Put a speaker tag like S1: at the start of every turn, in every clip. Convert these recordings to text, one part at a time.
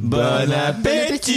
S1: Bon appétit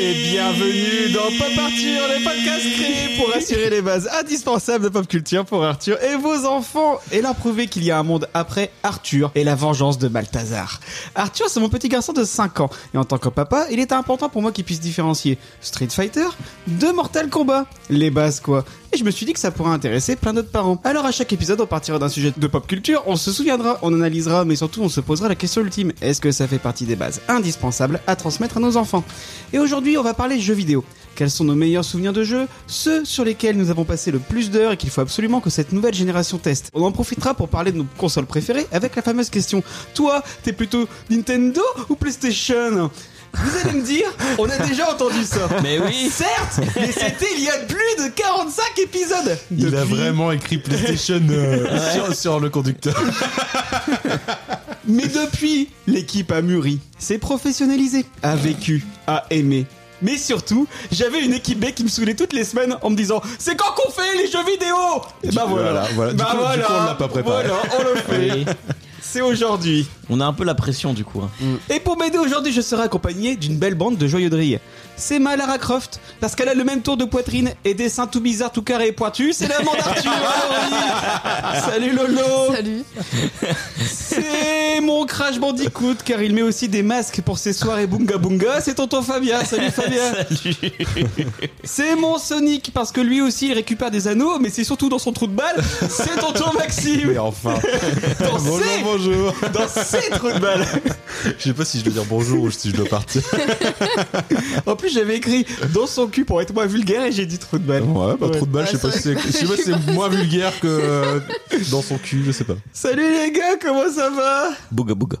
S1: Et bienvenue dans Pop Arthur, les podcasts créés pour assurer les bases indispensables de pop culture pour Arthur et vos enfants et leur prouver qu'il y a un monde après Arthur et la vengeance de Balthazar. Arthur, c'est mon petit garçon de 5 ans et en tant que papa, il est important pour moi qu'il puisse différencier Street Fighter de Mortal Kombat. Les bases quoi et je me suis dit que ça pourrait intéresser plein d'autres parents. Alors à chaque épisode, on partira d'un sujet de pop culture, on se souviendra, on analysera, mais surtout on se posera la question ultime. Est-ce que ça fait partie des bases indispensables à transmettre à nos enfants Et aujourd'hui, on va parler jeux vidéo. Quels sont nos meilleurs souvenirs de jeux Ceux sur lesquels nous avons passé le plus d'heures et qu'il faut absolument que cette nouvelle génération teste. On en profitera pour parler de nos consoles préférées avec la fameuse question Toi, t'es plutôt Nintendo ou PlayStation vous allez me dire, on a déjà entendu ça.
S2: Mais oui.
S1: Certes, mais c'était il y a plus de 45 épisodes.
S3: Il a
S1: Depuis,
S3: vraiment écrit PlayStation euh, sur, sur le conducteur.
S1: Mais depuis, l'équipe a mûri, s'est professionnalisée, a vécu, a aimé. Mais surtout, j'avais une équipe B qui me saoulait toutes les semaines en me disant C'est quand qu'on fait les jeux vidéo Et bah voilà,
S3: Du- voilà, voilà. Du
S1: Bah
S3: coup- du
S1: voilà.
S3: coup, on l'a pas préparé.
S1: Voilà, on le fait.
S2: Oui.
S1: C'est aujourd'hui.
S2: On a un peu la pression du coup. hein.
S1: Et pour m'aider aujourd'hui, je serai accompagné d'une belle bande de joyeux drilles. C'est ma Lara Croft, parce qu'elle a le même tour de poitrine et des seins tout bizarres, tout carrés et pointus, c'est la bande d'Arthur Ah oui. Salut Lolo
S4: Salut.
S1: C'est mon Crash Bandicoot, car il met aussi des masques pour ses soirées Bunga Bunga, c'est tonton Fabien, salut Fabien C'est mon Sonic, parce que lui aussi il récupère des anneaux, mais c'est surtout dans son trou de balle, c'est tonton Maxime
S3: Mais enfin.
S1: Dans
S3: Bonjour,
S1: ses,
S3: bonjour.
S1: dans ses trous de balle
S3: Je sais pas si je dois dire bonjour ou si je dois partir.
S1: En plus, j'avais écrit dans son cul pour être moins vulgaire et j'ai dit trou de balle.
S3: Ouais, bah
S1: Ouais.
S3: trop de balles, je sais
S4: Ah,
S3: pas si
S4: c'est
S3: c'est
S4: vrai
S3: je
S4: que-
S3: sais pas si c'est moins vulgaire que euh, dans son cul, je sais pas.
S1: Salut les gars, comment ça va
S2: Bouga bouga.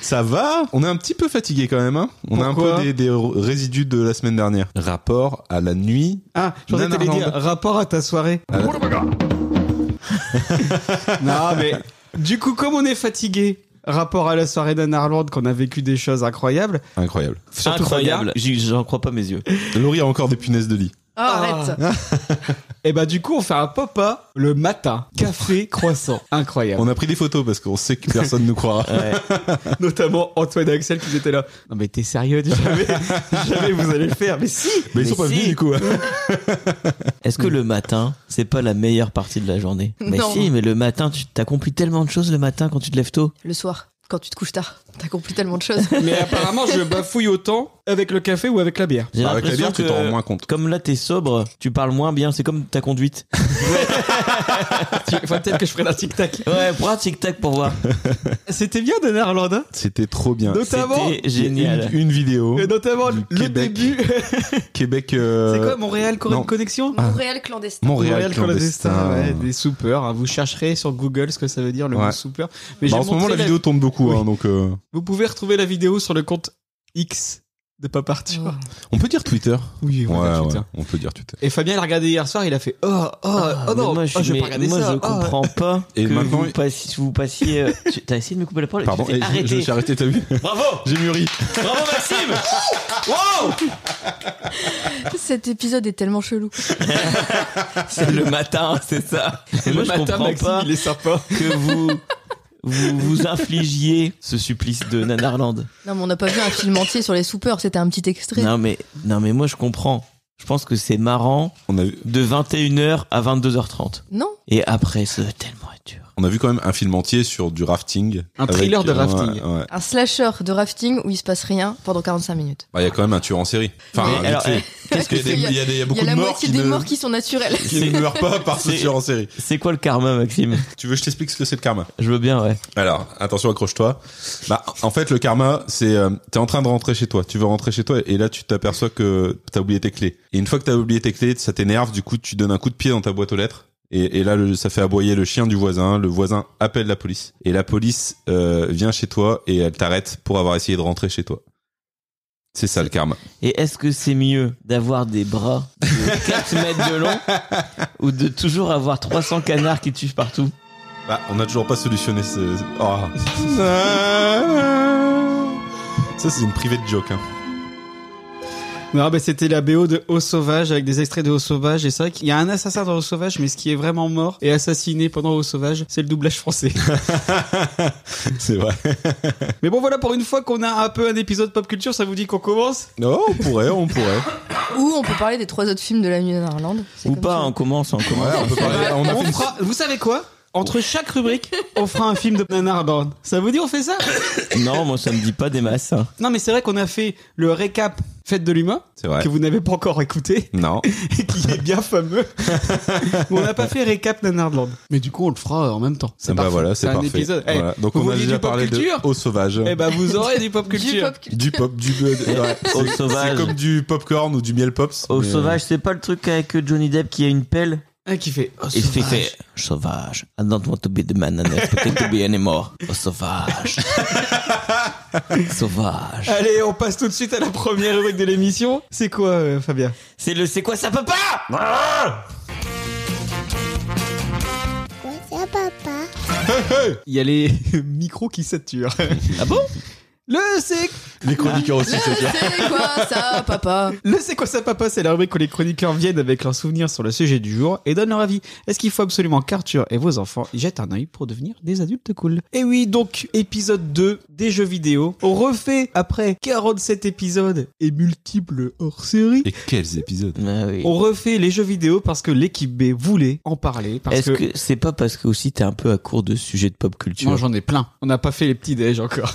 S3: Ça va On est un petit peu fatigué quand même, hein On a un
S1: Pourquoi
S3: peu des, des résidus de la semaine dernière. Rapport à la nuit.
S1: Ah, j'en étais les
S3: Nanarland.
S1: dire rapport à ta soirée. non mais du coup, comme on est fatigué, rapport à la soirée d'Anne qu'on a vécu des choses incroyables.
S3: Incroyable.
S1: Surtout
S2: Incroyable. J'y- J'en crois pas mes yeux.
S3: Laurie a encore des punaises de lit.
S4: Oh, arrête.
S1: Et bah du coup, on fait un pop-up le matin, café croissant, incroyable.
S3: On a pris des photos parce qu'on sait que personne nous croira.
S1: Notamment Antoine et Axel qui étaient là. Non mais t'es sérieux Jamais, jamais vous allez le faire. Mais si.
S3: Mais ils sont
S2: Mais
S3: pas
S2: si.
S3: venus du coup.
S2: Est-ce que le matin, c'est pas la meilleure partie de la journée Mais
S4: Non.
S2: si, mais le matin, tu t'accomplis tellement de choses le matin quand tu te lèves tôt.
S4: Le soir, quand tu te couches tard, t'accomplis tellement de choses.
S1: Mais apparemment, je bafouille autant avec le café ou avec la bière.
S2: J'ai
S3: Bah, Avec la
S2: l'impression
S3: bière, tu t'en rends
S2: que
S3: moins compte.
S2: comme là t'es sobre, tu parles moins bien. C'est comme ta conduite.
S1: Enfin, peut-être que je ferai la tic tac.
S2: Ouais, prends un tic tac pour voir.
S1: C'était bien de Irlande.
S3: C'était trop bien.
S1: Notamment,
S2: C'était
S3: Il y a
S2: génial.
S3: Une, une vidéo.
S1: et notamment
S3: Du
S1: le
S3: Québec.
S1: début.
S3: Québec. euh,
S1: C'est quoi Montréal Corée
S3: non.
S1: de Connexion
S4: Montréal clandestin.
S3: Montréal, clandestin.
S1: Ah
S3: Bah,
S1: ouais, des soupeurs. hein. Vous chercherez sur Google ce que ça veut dire le
S3: Ouais.
S1: mot soupeur.
S3: Bah,
S1: j'ai
S3: en ce moment,
S1: montré
S3: la vidéo tombe beaucoup, hein, donc euh,
S1: Vous pouvez retrouver la vidéo sur le compte X de Papa Arthur.
S3: on peut dire Twitter.
S1: Oui,
S3: Ouais,
S1: on va dire
S3: ouais,
S1: Twitter.
S3: on peut dire Twitter.
S1: Et Fabien l'a regardé hier soir, il a fait Oh, oh,
S3: Ah,
S1: oh
S2: mais
S1: non,
S2: moi,
S1: oh, je vais
S2: mais
S1: pas regarder
S2: moi,
S1: ça.
S2: je
S1: oh.
S2: comprends pas
S3: Et
S2: que
S3: maintenant-
S2: vous passiez. Vous passiez euh, tu- T'as essayé de me couper la parole. et tu
S3: Pardon, eh, je,
S2: t'es
S3: je
S2: arrêté.
S3: me suis arrêté, t'as vu
S2: Bravo,
S3: J'ai mûri.
S2: bravo Maxime.
S4: Cet épisode est tellement chelou.
S2: C'est le matin, c'est ça. Et
S1: Le
S2: moi, je
S1: matin,
S2: comprends
S1: Maxime,
S2: pas
S1: il est sympa.
S2: que vous vous vous infligiez ce supplice de Nanarland.
S4: Non, mais on n'a pas vu un film entier sur les soupeurs, c'était un petit extrait.
S2: Non mais non mais moi je comprends. Je pense que c'est marrant
S3: On a, vu-
S2: de 21h à 22h30
S4: Non,
S2: et après c'est tellement dur.
S3: on a vu quand même un film entier sur du rafting.
S1: Un thriller de rafting.
S3: ouais, ouais. Bah, Il
S4: un slasher de rafting où il se passe rien pendant 45 minutes.
S3: Bah, y a quand même un tueur en série. Enfin,
S2: Mais
S3: vite
S2: alors,
S3: fait.
S2: Qu'est-ce que
S3: Il y a des-
S2: c'est
S3: il y a des- il y a
S4: Il y
S3: beaucoup
S4: a la
S3: de morts
S4: moitié
S3: qui
S4: des
S3: ne-
S4: morts qui sont naturelles.
S3: qui ne meurent pas par ce
S2: C'est-
S3: tueur en série.
S2: eh, C'est quoi le karma Maxime
S3: Tu veux que je t'explique ce que c'est le karma
S2: Je veux bien ouais.
S3: Alors, attention, accroche-toi. Bah, en fait, le karma, c'est euh, t'es en train de rentrer chez toi. Tu veux rentrer chez toi et là, tu t'aperçois que t'as oublié tes clés. Et une fois que t'as oublié tes clés, ça t'énerve. Du coup, tu donnes un coup de pied dans ta boîte aux lettres. Et, et là, le- ça fait aboyer le chien du voisin. Le voisin appelle la police. Et la police euh, vient chez toi et elle t'arrête pour avoir essayé de rentrer chez toi. C'est ça le karma.
S2: Et est-ce que c'est mieux d'avoir des bras de 4 mètres de long ou de toujours avoir 300 canards qui te suivent partout
S3: Bah, on n'a toujours pas solutionné ce. oh. ça, c'est une privée de joke. Hein.
S1: Non, mais ah, bah, c'était la BO de Haut Sauvage avec des extraits de Haut Sauvage. Et c'est vrai qu'il y a un assassin dans Haut Sauvage, mais ce qui est vraiment mort et assassiné pendant Haut Sauvage, c'est le doublage français.
S3: C'est vrai.
S1: mais bon, voilà, pour une fois qu'on a un peu un épisode pop culture, ça vous dit qu'on commence
S3: Non, on pourrait, on pourrait.
S4: Ou on peut parler des trois autres films de la nuit en Irlande. C'est
S2: Ou
S4: comme
S2: pas, hein.
S4: ça.
S2: on commence, on commence.
S3: Ouais, on peut parler. On a fait
S1: On
S3: une-
S1: fera- Vous savez quoi entre chaque rubrique, on fera un film de Nanarland. Ça vous dit, on fait ça
S2: Non, moi ça me dit pas des masses. hein.
S1: Non, mais c'est vrai qu'on a fait le récap Fête de l'humain,
S3: C'est vrai.
S1: que vous n'avez pas encore écouté,
S3: Non.
S1: et qui est bien fameux. mais on n'a pas fait récap Nanarland. Mais du coup, on le fera en même temps. C'est
S3: Bah
S1: parfait.
S3: voilà, c'est
S1: un
S3: parfait.
S1: épisode. Eh,
S3: Voilà. Donc
S1: vous
S3: on a
S1: vouliez
S3: déjà
S1: du pop
S3: parlé
S1: culture
S3: de Au Sauvage.
S1: Eh ben, vous aurez du pop
S4: Du
S1: culture.
S4: pop culture.
S3: Du pop, du bleu. ouais.
S2: Au
S3: C'est-
S2: Sauvage.
S3: C'est comme du popcorn ou du miel pops.
S2: Au
S3: mais, euh,
S2: sauvage, c'est pas le truc avec Johnny Depp qui a une pelle
S1: Un qui fait. Oh,
S2: et fait,
S1: sauvage.
S2: fait sauvage. I don't want to be the man and I want to be anymore. Au sauvage. sauvage.
S1: Allez, on passe tout de suite à la première rubrique de l'émission. C'est quoi, euh, Fabien
S2: C'est le c'est quoi ça papa Ah
S5: Quoi ça, papa
S1: Il y a les micros qui saturent.
S2: Ah bon
S1: Le c'est
S3: Les chroniqueurs aussi, c'est bien.
S4: C'est quoi ça, papa
S1: le c'est quoi ça papa C'est la rubrique où les chroniqueurs viennent avec leurs souvenirs sur le sujet du jour et donnent leur avis. Est-ce qu'il faut absolument qu'Arthur et vos enfants y jettent un œil pour devenir des adultes cool Et oui, donc épisode 2 des jeux vidéo. On refait après 47 épisodes et multiples hors série.
S3: Et quels épisodes
S2: Ah oui.
S1: On refait les jeux vidéo parce que l'équipe B voulait en parler parce
S2: Est-ce
S1: que
S2: que c'est pas parce que aussi t'es un peu à court de sujets de pop culture
S1: Non, j'en ai plein. On n'a pas fait les petits déj encore.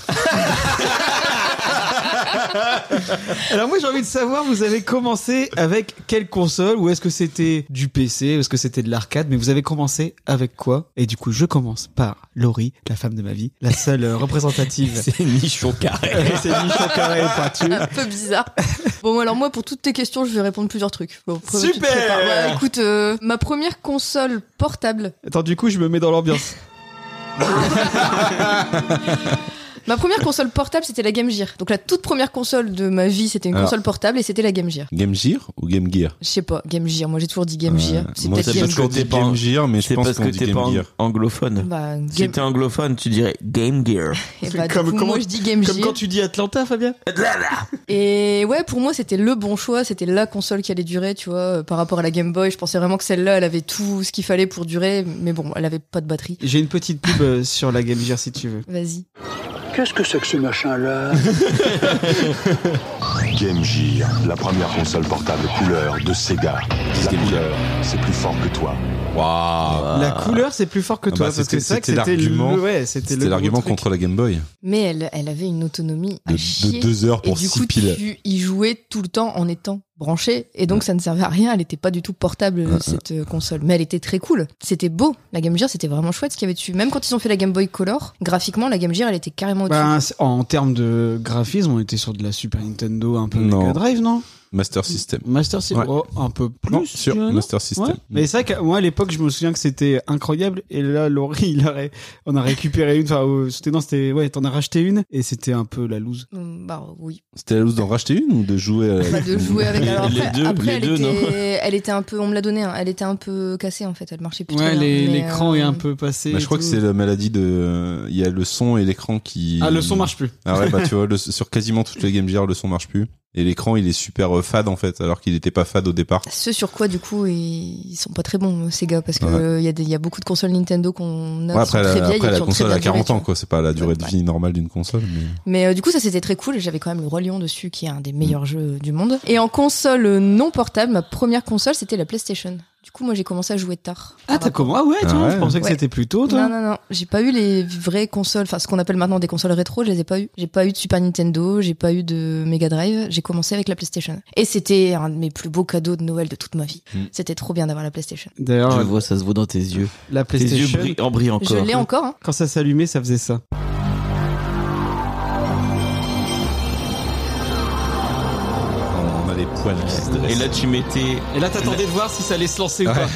S1: Alors moi j'ai envie de savoir, vous avez commencé avec quelle console ou est-ce que c'était du PC, ou est-ce que c'était de l'arcade, mais vous avez commencé avec quoi Et du coup je commence par Laurie, la femme de ma vie, la seule euh, représentative.
S2: C'est nichon carré.
S1: Euh, C'est Michon Carré et Pointu.
S4: Un peu bizarre. Bon, alors moi, pour toutes tes questions, je vais répondre plusieurs trucs. Bon, après, tu te
S1: Super
S4: prépares. Bah, écoute, euh, ma première console portable.
S1: Attends du coup je me mets dans l'ambiance.
S4: Ma première console portable, c'était la Game Gear. Donc la toute première console de ma vie, c'était une
S1: Ah.
S3: Alors.
S4: console portable et c'était la Game Gear.
S3: Game Gear ou Game Gear
S4: Je sais pas, Game Gear. Moi, j'ai toujours dit Game Gear. C'est
S3: Moi,
S4: peut-être
S3: c'est
S4: Game
S3: parce
S2: Gear.
S3: qu'on dit
S2: C'est pas-
S3: Game Gear, mais je
S2: C'est
S3: pense
S2: parce
S3: qu'on
S2: que
S3: dit
S2: t'es pas
S3: Game
S2: ang-
S3: Gear.
S2: anglophone.
S4: Bah,
S2: Si
S4: Game...
S2: t'es anglophone, tu dirais Game Gear.
S4: Et bah, du
S1: Comme-
S4: coup,
S1: comment-
S4: moi, je dis Game
S1: Comme
S4: Gear.
S1: quand tu dis Atlanta Fabien
S4: Et ouais, pour moi, c'était le bon choix. C'était la console qui allait durer, tu vois, euh, par rapport à la Game Boy. Je pensais vraiment que celle-là, elle avait tout ce qu'il fallait pour durer. Mais bon, elle avait pas de batterie.
S1: J'ai une petite pub euh, sur la Game Gear si tu veux.
S4: Vas-y.
S6: Qu'est-ce que c'est que ce machin-là
S7: Game Gear, la première console portable couleur de Sega. La
S3: Game Gear.
S7: couleur, c'est plus fort que toi.
S3: Waouh
S1: La couleur c'est plus fort que
S3: Ah
S1: toi
S3: bah,
S1: parce que
S3: c'était-
S1: c'est vrai que
S3: c'était
S1: Ah. c'était le
S3: l'argument-
S1: ouais, c'était le
S3: C'était
S1: gros
S3: l'argument
S1: truc.
S3: contre la Game Boy.
S4: Mais elle, elle avait une autonomie à
S3: De-
S4: chier.
S3: De 2 heures
S4: Et
S3: pour
S4: du
S3: 6
S4: coup,
S3: piles. Mm.
S4: tu y jouais tout le temps en étant branché. Et donc, ça ne servait à rien. Elle était pas du tout portable, cette euh, console. Mais elle était très cool. C'était beau. La Game Gear, c'était vraiment chouette ce qu'il y avait dessus. Même quand ils ont fait la Game Boy Color, graphiquement, la Game Gear, elle était carrément au-dessus.
S1: Ben, c'est- en termes de graphisme, on était sur de la Super Nintendo, un peu
S3: Non.
S1: Mega Drive, non
S3: Master System.
S1: Master System,
S3: Ouais.
S1: oh, un peu plus.
S3: Non,
S1: je
S3: sur
S1: dirais, non
S3: Master
S1: Ouais.
S3: System.
S1: Mais c'est vrai que moi à l'époque je me souviens que c'était incroyable et là Laurie il a ré- on a récupéré une enfin euh, c'était non c'était ouais t'en as racheté une et c'était un peu la loose.
S4: Hum, Bah oui.
S3: C'était la loose d'en racheter une ou de jouer à
S4: Pas
S3: la...
S4: Bah, de jouer avec. Alors
S2: Les
S4: après,
S2: deux,
S4: après,
S2: les
S4: elle,
S2: deux, non.
S4: était, elle était un peu, on me l'a donné, hein, elle était un peu cassée en fait, elle marchait plus.
S1: Ouais
S4: très bien,
S1: les-
S4: mais,
S1: l'écran
S4: euh,
S1: est un peu passé.
S3: Bah,
S1: et
S3: je crois
S1: tout.
S3: que c'est la maladie de. Il y a le son et l'écran qui.
S1: Ah le son marche plus.
S3: Ah ouais, bah tu vois, le- sur quasiment toutes les Game Gear, le son marche plus. Et l'écran, il est super euh, fade en fait, alors qu'il n'était pas fade au départ.
S4: Ce sur quoi du coup ils, ils sont pas très bons euh, Sega parce que
S3: Ouais.
S4: euh, il y a des- il y, a beaucoup de consoles Nintendo qu'on a
S3: Ouais,
S4: qui sont
S3: après,
S4: très
S3: la,
S4: vieilles
S3: après,
S4: et
S3: la
S4: qui ont très
S3: console
S4: bien
S3: a
S4: duré,
S3: 40 ans,
S4: tu vois.
S3: quoi. C'est pas la durée de
S4: Ouais.
S3: vie normale d'une console. Mais...
S4: Mais euh, du coup ça c'était très cool. J'avais quand même le Roi Lion dessus qui est un des meilleurs jeux du monde. Et en console euh, non portable, ma première console c'était la PlayStation. Du coup moi j'ai commencé à jouer tard.
S1: Ah t'as comment Ah ouais
S3: Ah
S1: tiens
S3: ouais.
S1: je pensais que
S4: Ouais.
S1: c'était plus tôt
S4: Non,
S1: toi.
S4: non, non, j'ai pas eu les vraies consoles, enfin ce qu'on appelle maintenant des consoles rétro, je les ai pas eu. J'ai pas eu de Super Nintendo, j'ai pas eu de Mega Drive, j'ai commencé avec la PlayStation. Et c'était un de mes plus beaux cadeaux de Noël de toute ma vie.
S3: Mm.
S4: C'était trop bien d'avoir la PlayStation.
S2: Je
S3: Ah,
S1: D'ailleurs euh,
S2: le vois, ça se voit dans tes yeux.
S1: la
S2: Tes yeux
S1: PlayStation
S2: brillent, en brillent encore.
S4: Je l'ai encore, hein.
S1: quand ça s'allumait ça faisait ça.
S3: On a les poils qui se
S2: Et
S3: dressent.
S2: là, tu mettais.
S1: Et là t'attendais de voir si ça allait se lancer ou pas.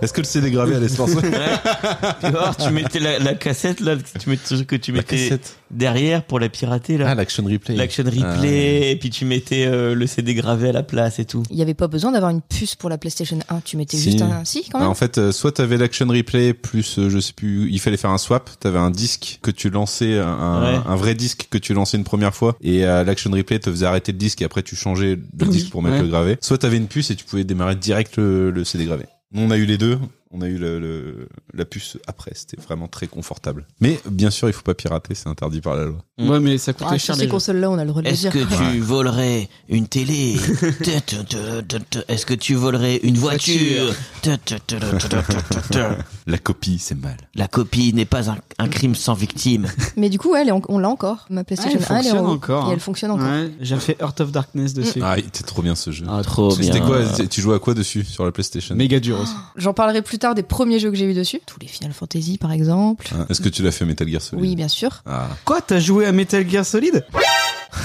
S3: Est-ce que le CD gravé allait se lancer
S2: Tu vois, tu mettais la, la cassette là, que tu mettais, que tu
S3: La
S2: mettais
S3: cassette.
S2: derrière pour la pirater là.
S3: Ah, l'action replay.
S2: L'action replay, et puis tu mettais euh, le CD gravé à la place et tout.
S4: Il n'y avait pas besoin d'avoir une puce pour la PlayStation 1. Tu mettais
S3: Si.
S4: juste un. Si, quand
S3: Ah,
S4: même.
S3: en fait, euh, soit t'avais l'action replay plus, euh, je sais plus, il fallait faire un swap. T'avais un disque que tu lançais, un,
S2: Ouais.
S3: un vrai disque que tu lançais une première fois, et euh, l'action replay te faisait arrêter le disque et après tu changeais le
S2: Oui.
S3: disque pour mettre
S2: Ouais.
S3: le gravé. Soit t'avais une puce et tu pouvais démarrer direct le, le CD gravé. Nous, On a eu les deux. On a eu le, le- la puce après. C'était vraiment très confortable. Mais bien sûr, il faut pas pirater, c'est interdit par la loi.
S2: Mm.
S1: Ouais, mais ça coûtait
S4: Ah,
S1: cher
S4: sur
S1: les
S4: ces consoles-là, on a le droit de le
S2: Est-ce
S4: dire.
S2: que tu volerais une télé Te- te- te- te- te- Est-ce que tu volerais une voiture Te- te- te- te- te- te- te- te.
S3: La copie, c'est mal.
S2: La copie n'est pas un, un crime sans victime.
S4: Mais du coup, ouais, elle est en- on l'a encore. Ma PlayStation
S1: Ah, elle
S4: 1, elle est en
S1: fonctionne
S4: haut.
S1: encore,
S4: Et
S1: hein.
S4: elle fonctionne encore.
S1: Ouais, j'ai fait Heart of Darkness dessus.
S3: Ah, il était trop bien ce jeu.
S2: Ah, trop bien.
S3: C'était quoi Tu jouais à quoi dessus sur la PlayStation
S1: Méga dur aussi.
S4: J'en parlerai plus tard des premiers jeux que j'ai eu dessus. Tous les Final Fantasy, par exemple.
S3: Ah, Est-ce que tu l'as fait Metal Gear Solid
S4: Oui, bien sûr.
S3: Ah.
S1: Quoi, t'as joué à Metal Gear Solid
S3: Euh,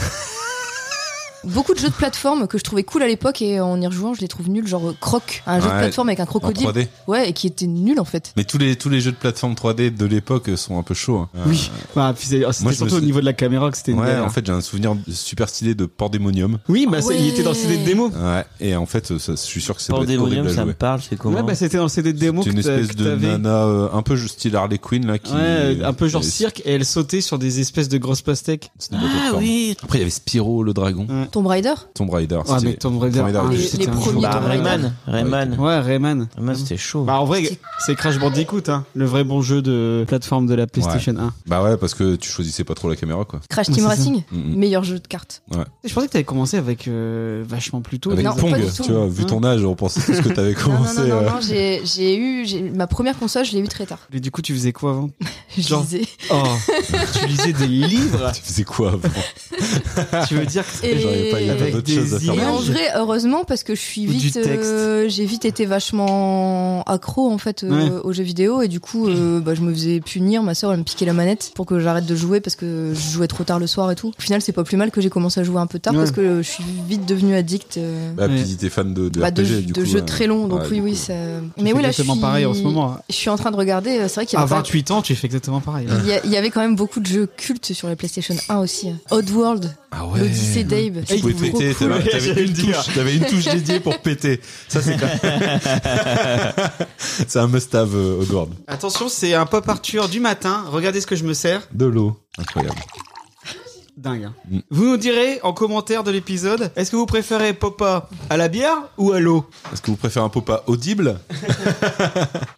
S4: Beaucoup de jeux de plateforme que je trouvais cool à l'époque et en y rejouant, je les trouve nuls. Genre euh, Croc, un jeu
S3: Ouais,
S4: de plateforme avec un
S3: En
S4: crocodile.
S3: 3D
S4: Ouais, et qui était nul en fait.
S3: Mais tous les, tous les jeux de plateforme 3D de l'époque euh, sont un peu chauds. hein.
S1: Oui. Bah, puis c'est- c'était
S3: Moi, je me
S1: surtout au
S3: suis-
S1: niveau de la caméra que c'était
S3: Ouais,
S1: une galère.
S3: en fait, j'ai un souvenir super stylé de Pandemonium.
S1: Oui, bah, c'est- il était dans le
S4: Ouais.
S1: CD de démo.
S3: Ouais, et en fait, euh, ça, je suis sûr que c'est
S2: Pandemonium,
S3: horrible à
S2: ça me
S3: jouer.
S2: parle, c'est comment
S1: Ouais, bah, c'était dans le CD de démo
S3: C'est
S1: que
S3: une
S1: t'a-
S3: espèce
S1: que
S3: de
S1: t'avais.
S3: nana euh, un peu style Harley Quinn là qui
S1: Ouais, un peu genre
S3: et-
S1: cirque, et elle sautait sur des espèces de grosses pastèques.
S3: c'est une bonne plateforme.
S2: Ah oui
S3: Après il y avait Spyro le dragon,
S4: Tomb Raider
S3: Tomb Raider,
S1: Ah,
S3: c'était-
S1: mais Tomb Raider,
S3: Tomb Raider,
S1: ah,
S3: les-
S1: c'était
S4: les
S1: un
S4: premiers
S1: jeu.
S2: Bah,
S4: Tomb Raider.
S2: Rayman,
S3: Ah,
S2: Rayman.
S1: Ouais, Rayman.
S2: Rayman, c'était chaud.
S1: Bah, en vrai, c'est Crash Bandicoot, hein, le vrai bon jeu de plateforme de la PlayStation 1.
S3: Bah ouais, parce que tu choisissais pas trop la caméra quoi.
S4: Crash
S1: Ouais,
S4: Team
S1: c'est
S4: Racing
S3: Mm, mm.
S4: Meilleur jeu de cartes.
S1: Je pensais que t'avais commencé avec euh, vachement plus tôt.
S3: Avec
S4: non,
S3: Pong,
S4: pas du tout.
S3: tu vois, vu ton âge, on pensait tout ce que t'avais
S4: Non, non,
S3: commencé.
S4: non, non,
S3: euh.
S4: non, j'ai j'ai eu. j'ai- Ma première console, je l'ai eu très tard.
S1: Et du coup, tu faisais quoi avant
S4: Je
S1: Genre.
S4: lisais.
S1: Oh, tu lisais des livres
S3: Tu faisais quoi avant
S1: Tu veux dire que
S4: Et-
S3: J'aurais pas eu
S4: Avec
S3: d'autres choses à
S1: des
S3: faire.
S1: images.
S4: Et en
S1: Dommage.
S4: vrai, heureusement, parce que je suis
S1: Ou du
S4: vite, euh, j'ai vite été vachement accro en fait euh,
S1: Ouais.
S4: aux jeux vidéo et du coup, euh, bah, je me faisais punir. Ma sœur elle me piquait la manette pour que j'arrête de jouer parce que je jouais trop tard le soir et tout. Au final, c'est pas plus mal que j'ai commencé à jouer un peu tard
S1: Ouais.
S4: parce que je suis vite devenue addict. euh,
S3: Bah,
S1: Ouais.
S3: puis t'es fan de, de
S4: bah, de,
S3: RPG, du
S4: de
S3: coup,
S4: jeux
S3: euh,
S4: très longs. Donc
S3: ouais,
S4: oui,
S3: du
S4: oui,
S3: coup.
S1: Tu
S4: ça.
S1: fais
S4: Mais oui, là, je
S1: exactement
S4: suis
S1: pareil en ce moment. hein.
S4: Je suis en train de regarder. euh, C'est vrai qu'il y
S1: À
S4: avait pas-
S1: 28 ans, tu fais exactement pareil.
S4: il y a- il y avait quand même beaucoup de jeux cultes sur la PlayStation 1 aussi. hein. Oddworld,
S3: Ah
S4: l'Odyssée d'Abe.
S3: Tu pouvais
S4: Trop
S3: péter,
S4: cool.
S3: t'avais- t'avais
S1: J'allais
S3: une
S1: le dire.
S3: touche, t'avais une touche dédiée pour péter. Ça c'est quand C'est un must-have euh, Oddworld.
S1: Attention, c'est un pop Arthur du matin. Regardez ce que je me sers.
S3: De l'eau, incroyable.
S1: Dingue. hein.
S3: Mm.
S1: Vous nous direz en commentaire de l'épisode, est-ce que vous préférez Popa à la bière ou à l'eau
S3: Est-ce que vous préférez un popa audible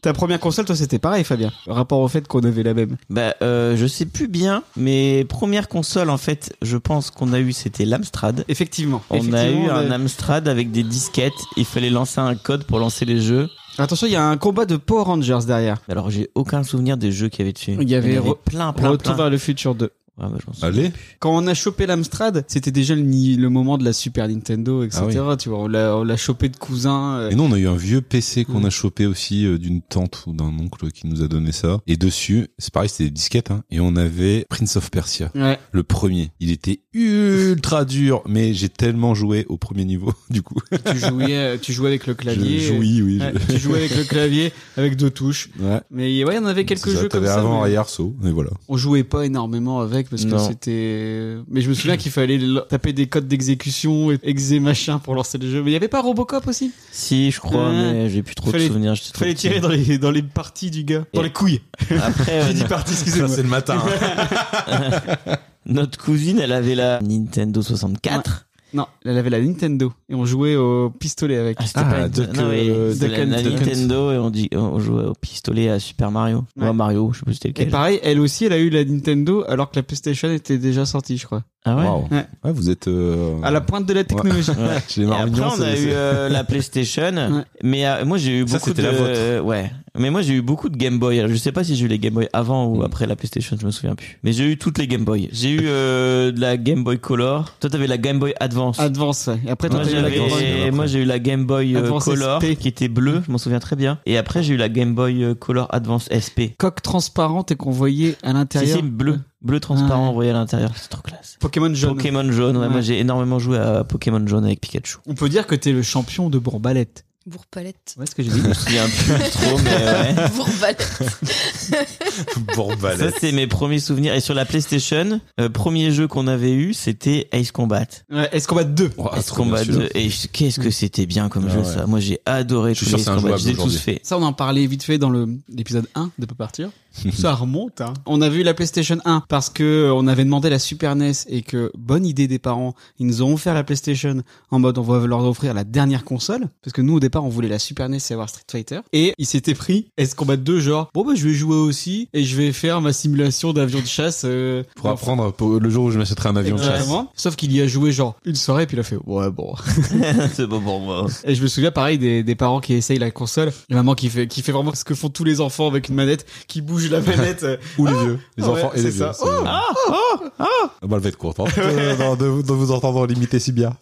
S1: Ta première console, toi, c'était pareil, Fabien. Rapport au fait qu'on avait la même.
S2: Bah, euh, je sais plus bien, mais première console, en fait, je pense qu'on a eu, c'était l'Amstrad.
S1: Effectivement.
S2: On a
S1: Effectivement,
S2: eu
S1: on
S2: un Amstrad avec des disquettes. Il fallait lancer un code pour lancer les jeux.
S1: Attention, il y a un combat de Power Rangers derrière.
S2: Alors, j'ai aucun souvenir des jeux qu'il y avait dessus.
S1: Il y avait re-
S2: plein, plein,
S1: Retour
S2: plein.
S1: vers le futur 2.
S2: Ouais, bah, je m'en souviens.
S3: Allez,
S1: Quand on a chopé l'Amstrad, c'était déjà le, ni- le moment de la Super Nintendo, etc.
S3: Ah
S1: Tu vois, on l'a, on l'a chopé de cousins. euh.
S3: et non, on a eu un vieux PC qu'on a chopé aussi euh, d'une tante ou d'un oncle qui nous a donné ça. Et dessus, c'est pareil, c'était des disquettes, hein, et on avait Prince of Persia,
S1: Ouais.
S3: le premier. Il était ultra dur, mais j'ai tellement joué au premier niveau, du coup.
S1: tu jouais, euh, tu jouais avec le clavier. euh,
S3: Je- oui, oui.
S1: Ouais,
S3: je-
S1: tu jouais avec le clavier, avec deux touches.
S3: Ouais.
S1: Mais ouais, on avait quelques
S3: C'est ça,
S1: jeux comme
S3: t'avais
S1: ça.
S3: avant
S1: mais
S3: arrière saut, et voilà.
S1: On jouait pas énormément avec parce que
S2: Non.
S1: c'était. Mais je me souviens qu'il fallait l- taper des codes d'exécution et exé machin pour lancer le jeu. Mais il y avait pas Robocop aussi.
S2: Si, je crois,
S1: Ouais.
S2: mais j'ai plus trop
S1: Hein Fallait-
S2: de souvenirs. j'étais trop
S1: Fallait
S2: petit.
S1: tirer dans les dans les parties du gars, dans
S2: Et-
S1: les couilles.
S2: Après, euh,
S1: J'ai dit parties, excusez-moi.
S3: le matin.
S2: notre cousine, elle avait la Nintendo 64.
S1: Non, elle avait la Nintendo et on jouait au pistolet avec.
S2: Ah, c'était
S3: Ah,
S2: pas une-
S3: Duck,
S2: non, mais
S3: euh,
S2: c'était
S1: Duck
S2: la,
S1: and-
S2: la
S1: Duck and-
S2: Nintendo et on, dit, on jouait au pistolet à Super Mario. Ou
S1: Ouais.
S2: à Mario, je sais plus c'était
S1: Et
S2: lequel.
S1: pareil, elle aussi, elle a eu la Nintendo alors que la PlayStation était déjà sortie, je crois.
S2: Ah ouais.
S3: Waouh.
S1: Ouais.
S3: Ouais, vous êtes euh,
S1: À la pointe de la technologie.
S2: Ouais.
S3: chez les
S2: Et après,
S3: Marmignons,
S2: on a
S3: c'est-
S2: eu euh, la PlayStation,
S1: Ouais.
S2: mais euh, moi j'ai eu
S3: Ça,
S2: beaucoup
S3: c'était
S2: de
S3: la vôtre.
S2: ouais, mais moi j'ai eu beaucoup de Game Boy. Alors, je sais pas si j'ai eu les Game Boy avant ou
S3: Mm.
S2: après la PlayStation, je me souviens plus. Mais j'ai eu toutes les Game Boy. J'ai eu euh, de la Game Boy Color. Toi t'avais la Game Boy Advance.
S1: Advance. ouais. Et après, toi,
S2: Moi,
S1: t'as eu Ah, la
S2: j'avais-
S1: Game Boy.
S3: Boy,
S2: moi, j'ai eu la Game Boy euh,
S1: Advance
S2: Color
S1: SP.
S2: qui était bleue, je m'en souviens très bien. Et après j'ai eu la Game Boy euh, Color Advance SP.
S1: coque transparente et qu'on voyait à
S2: Si,
S1: l'intérieur.
S2: si, bleu, bleu transparent
S1: Ah.
S2: envoyé à l'intérieur, c'est trop classe.
S1: Pokémon jaune.
S2: Pokémon jaune, ouais,
S1: Ouais.
S2: moi j'ai énormément joué à Pokémon jaune avec Pikachu.
S1: On peut dire que t'es le champion de Bourbalette.
S4: Bourpalette.
S2: Ouais, ce que j'ai dit, je me souviens plus trop, Oh, mais ouais.
S4: Bourpalette.
S3: Bourbalet.
S2: euh, Ça, c'est mes premiers souvenirs. Et sur la PlayStation, euh, premier jeu qu'on avait eu, c'était Ace Combat.
S1: Ouais, Ace Combat 2.
S2: Ace Combat 2. Et je- qu'est-ce que c'était bien comme
S3: Ah
S2: jeu,
S3: ouais.
S2: ça. Moi, j'ai adoré
S3: Je suis sûr
S2: tous les
S3: que c'est
S2: Ace Combat.
S3: injouable
S2: Je les ai tous
S3: aujourd'hui.
S2: faits.
S1: Ça, on en parlait vite fait dans le- l'épisode 1 de Peut Partir. Ça remonte. hein. On a vu la PlayStation 1 parce que euh, on avait demandé la Super NES et que bonne idée des parents, ils nous ont offert la PlayStation en mode on va leur offrir la dernière console parce que nous au départ on voulait la Super E NES et avoir Street Fighter et ils s'étaient pris S Combat 2 genre bon bah je vais jouer aussi et je vais faire ma simulation d'avion de chasse euh,
S3: Pour apprendre pour le jour où je m'achèterai un avion de chasse.
S1: Exactement. Sauf qu'il y a joué genre une soirée et puis il a fait ouais bon
S2: c'est bon pour moi.
S1: et je me souviens pareil des, des parents qui essayent la console, la maman qui fait qui fait vraiment ce que font tous les enfants avec une manette, qui bouge la manette. euh,
S3: Ou les vieux. Les
S1: ouais,
S3: enfants et les
S1: c'est
S3: vieux.
S1: ça. Oh Ah
S3: c'est- Bah, le va être content de, de- de vous entendre limiter si bien.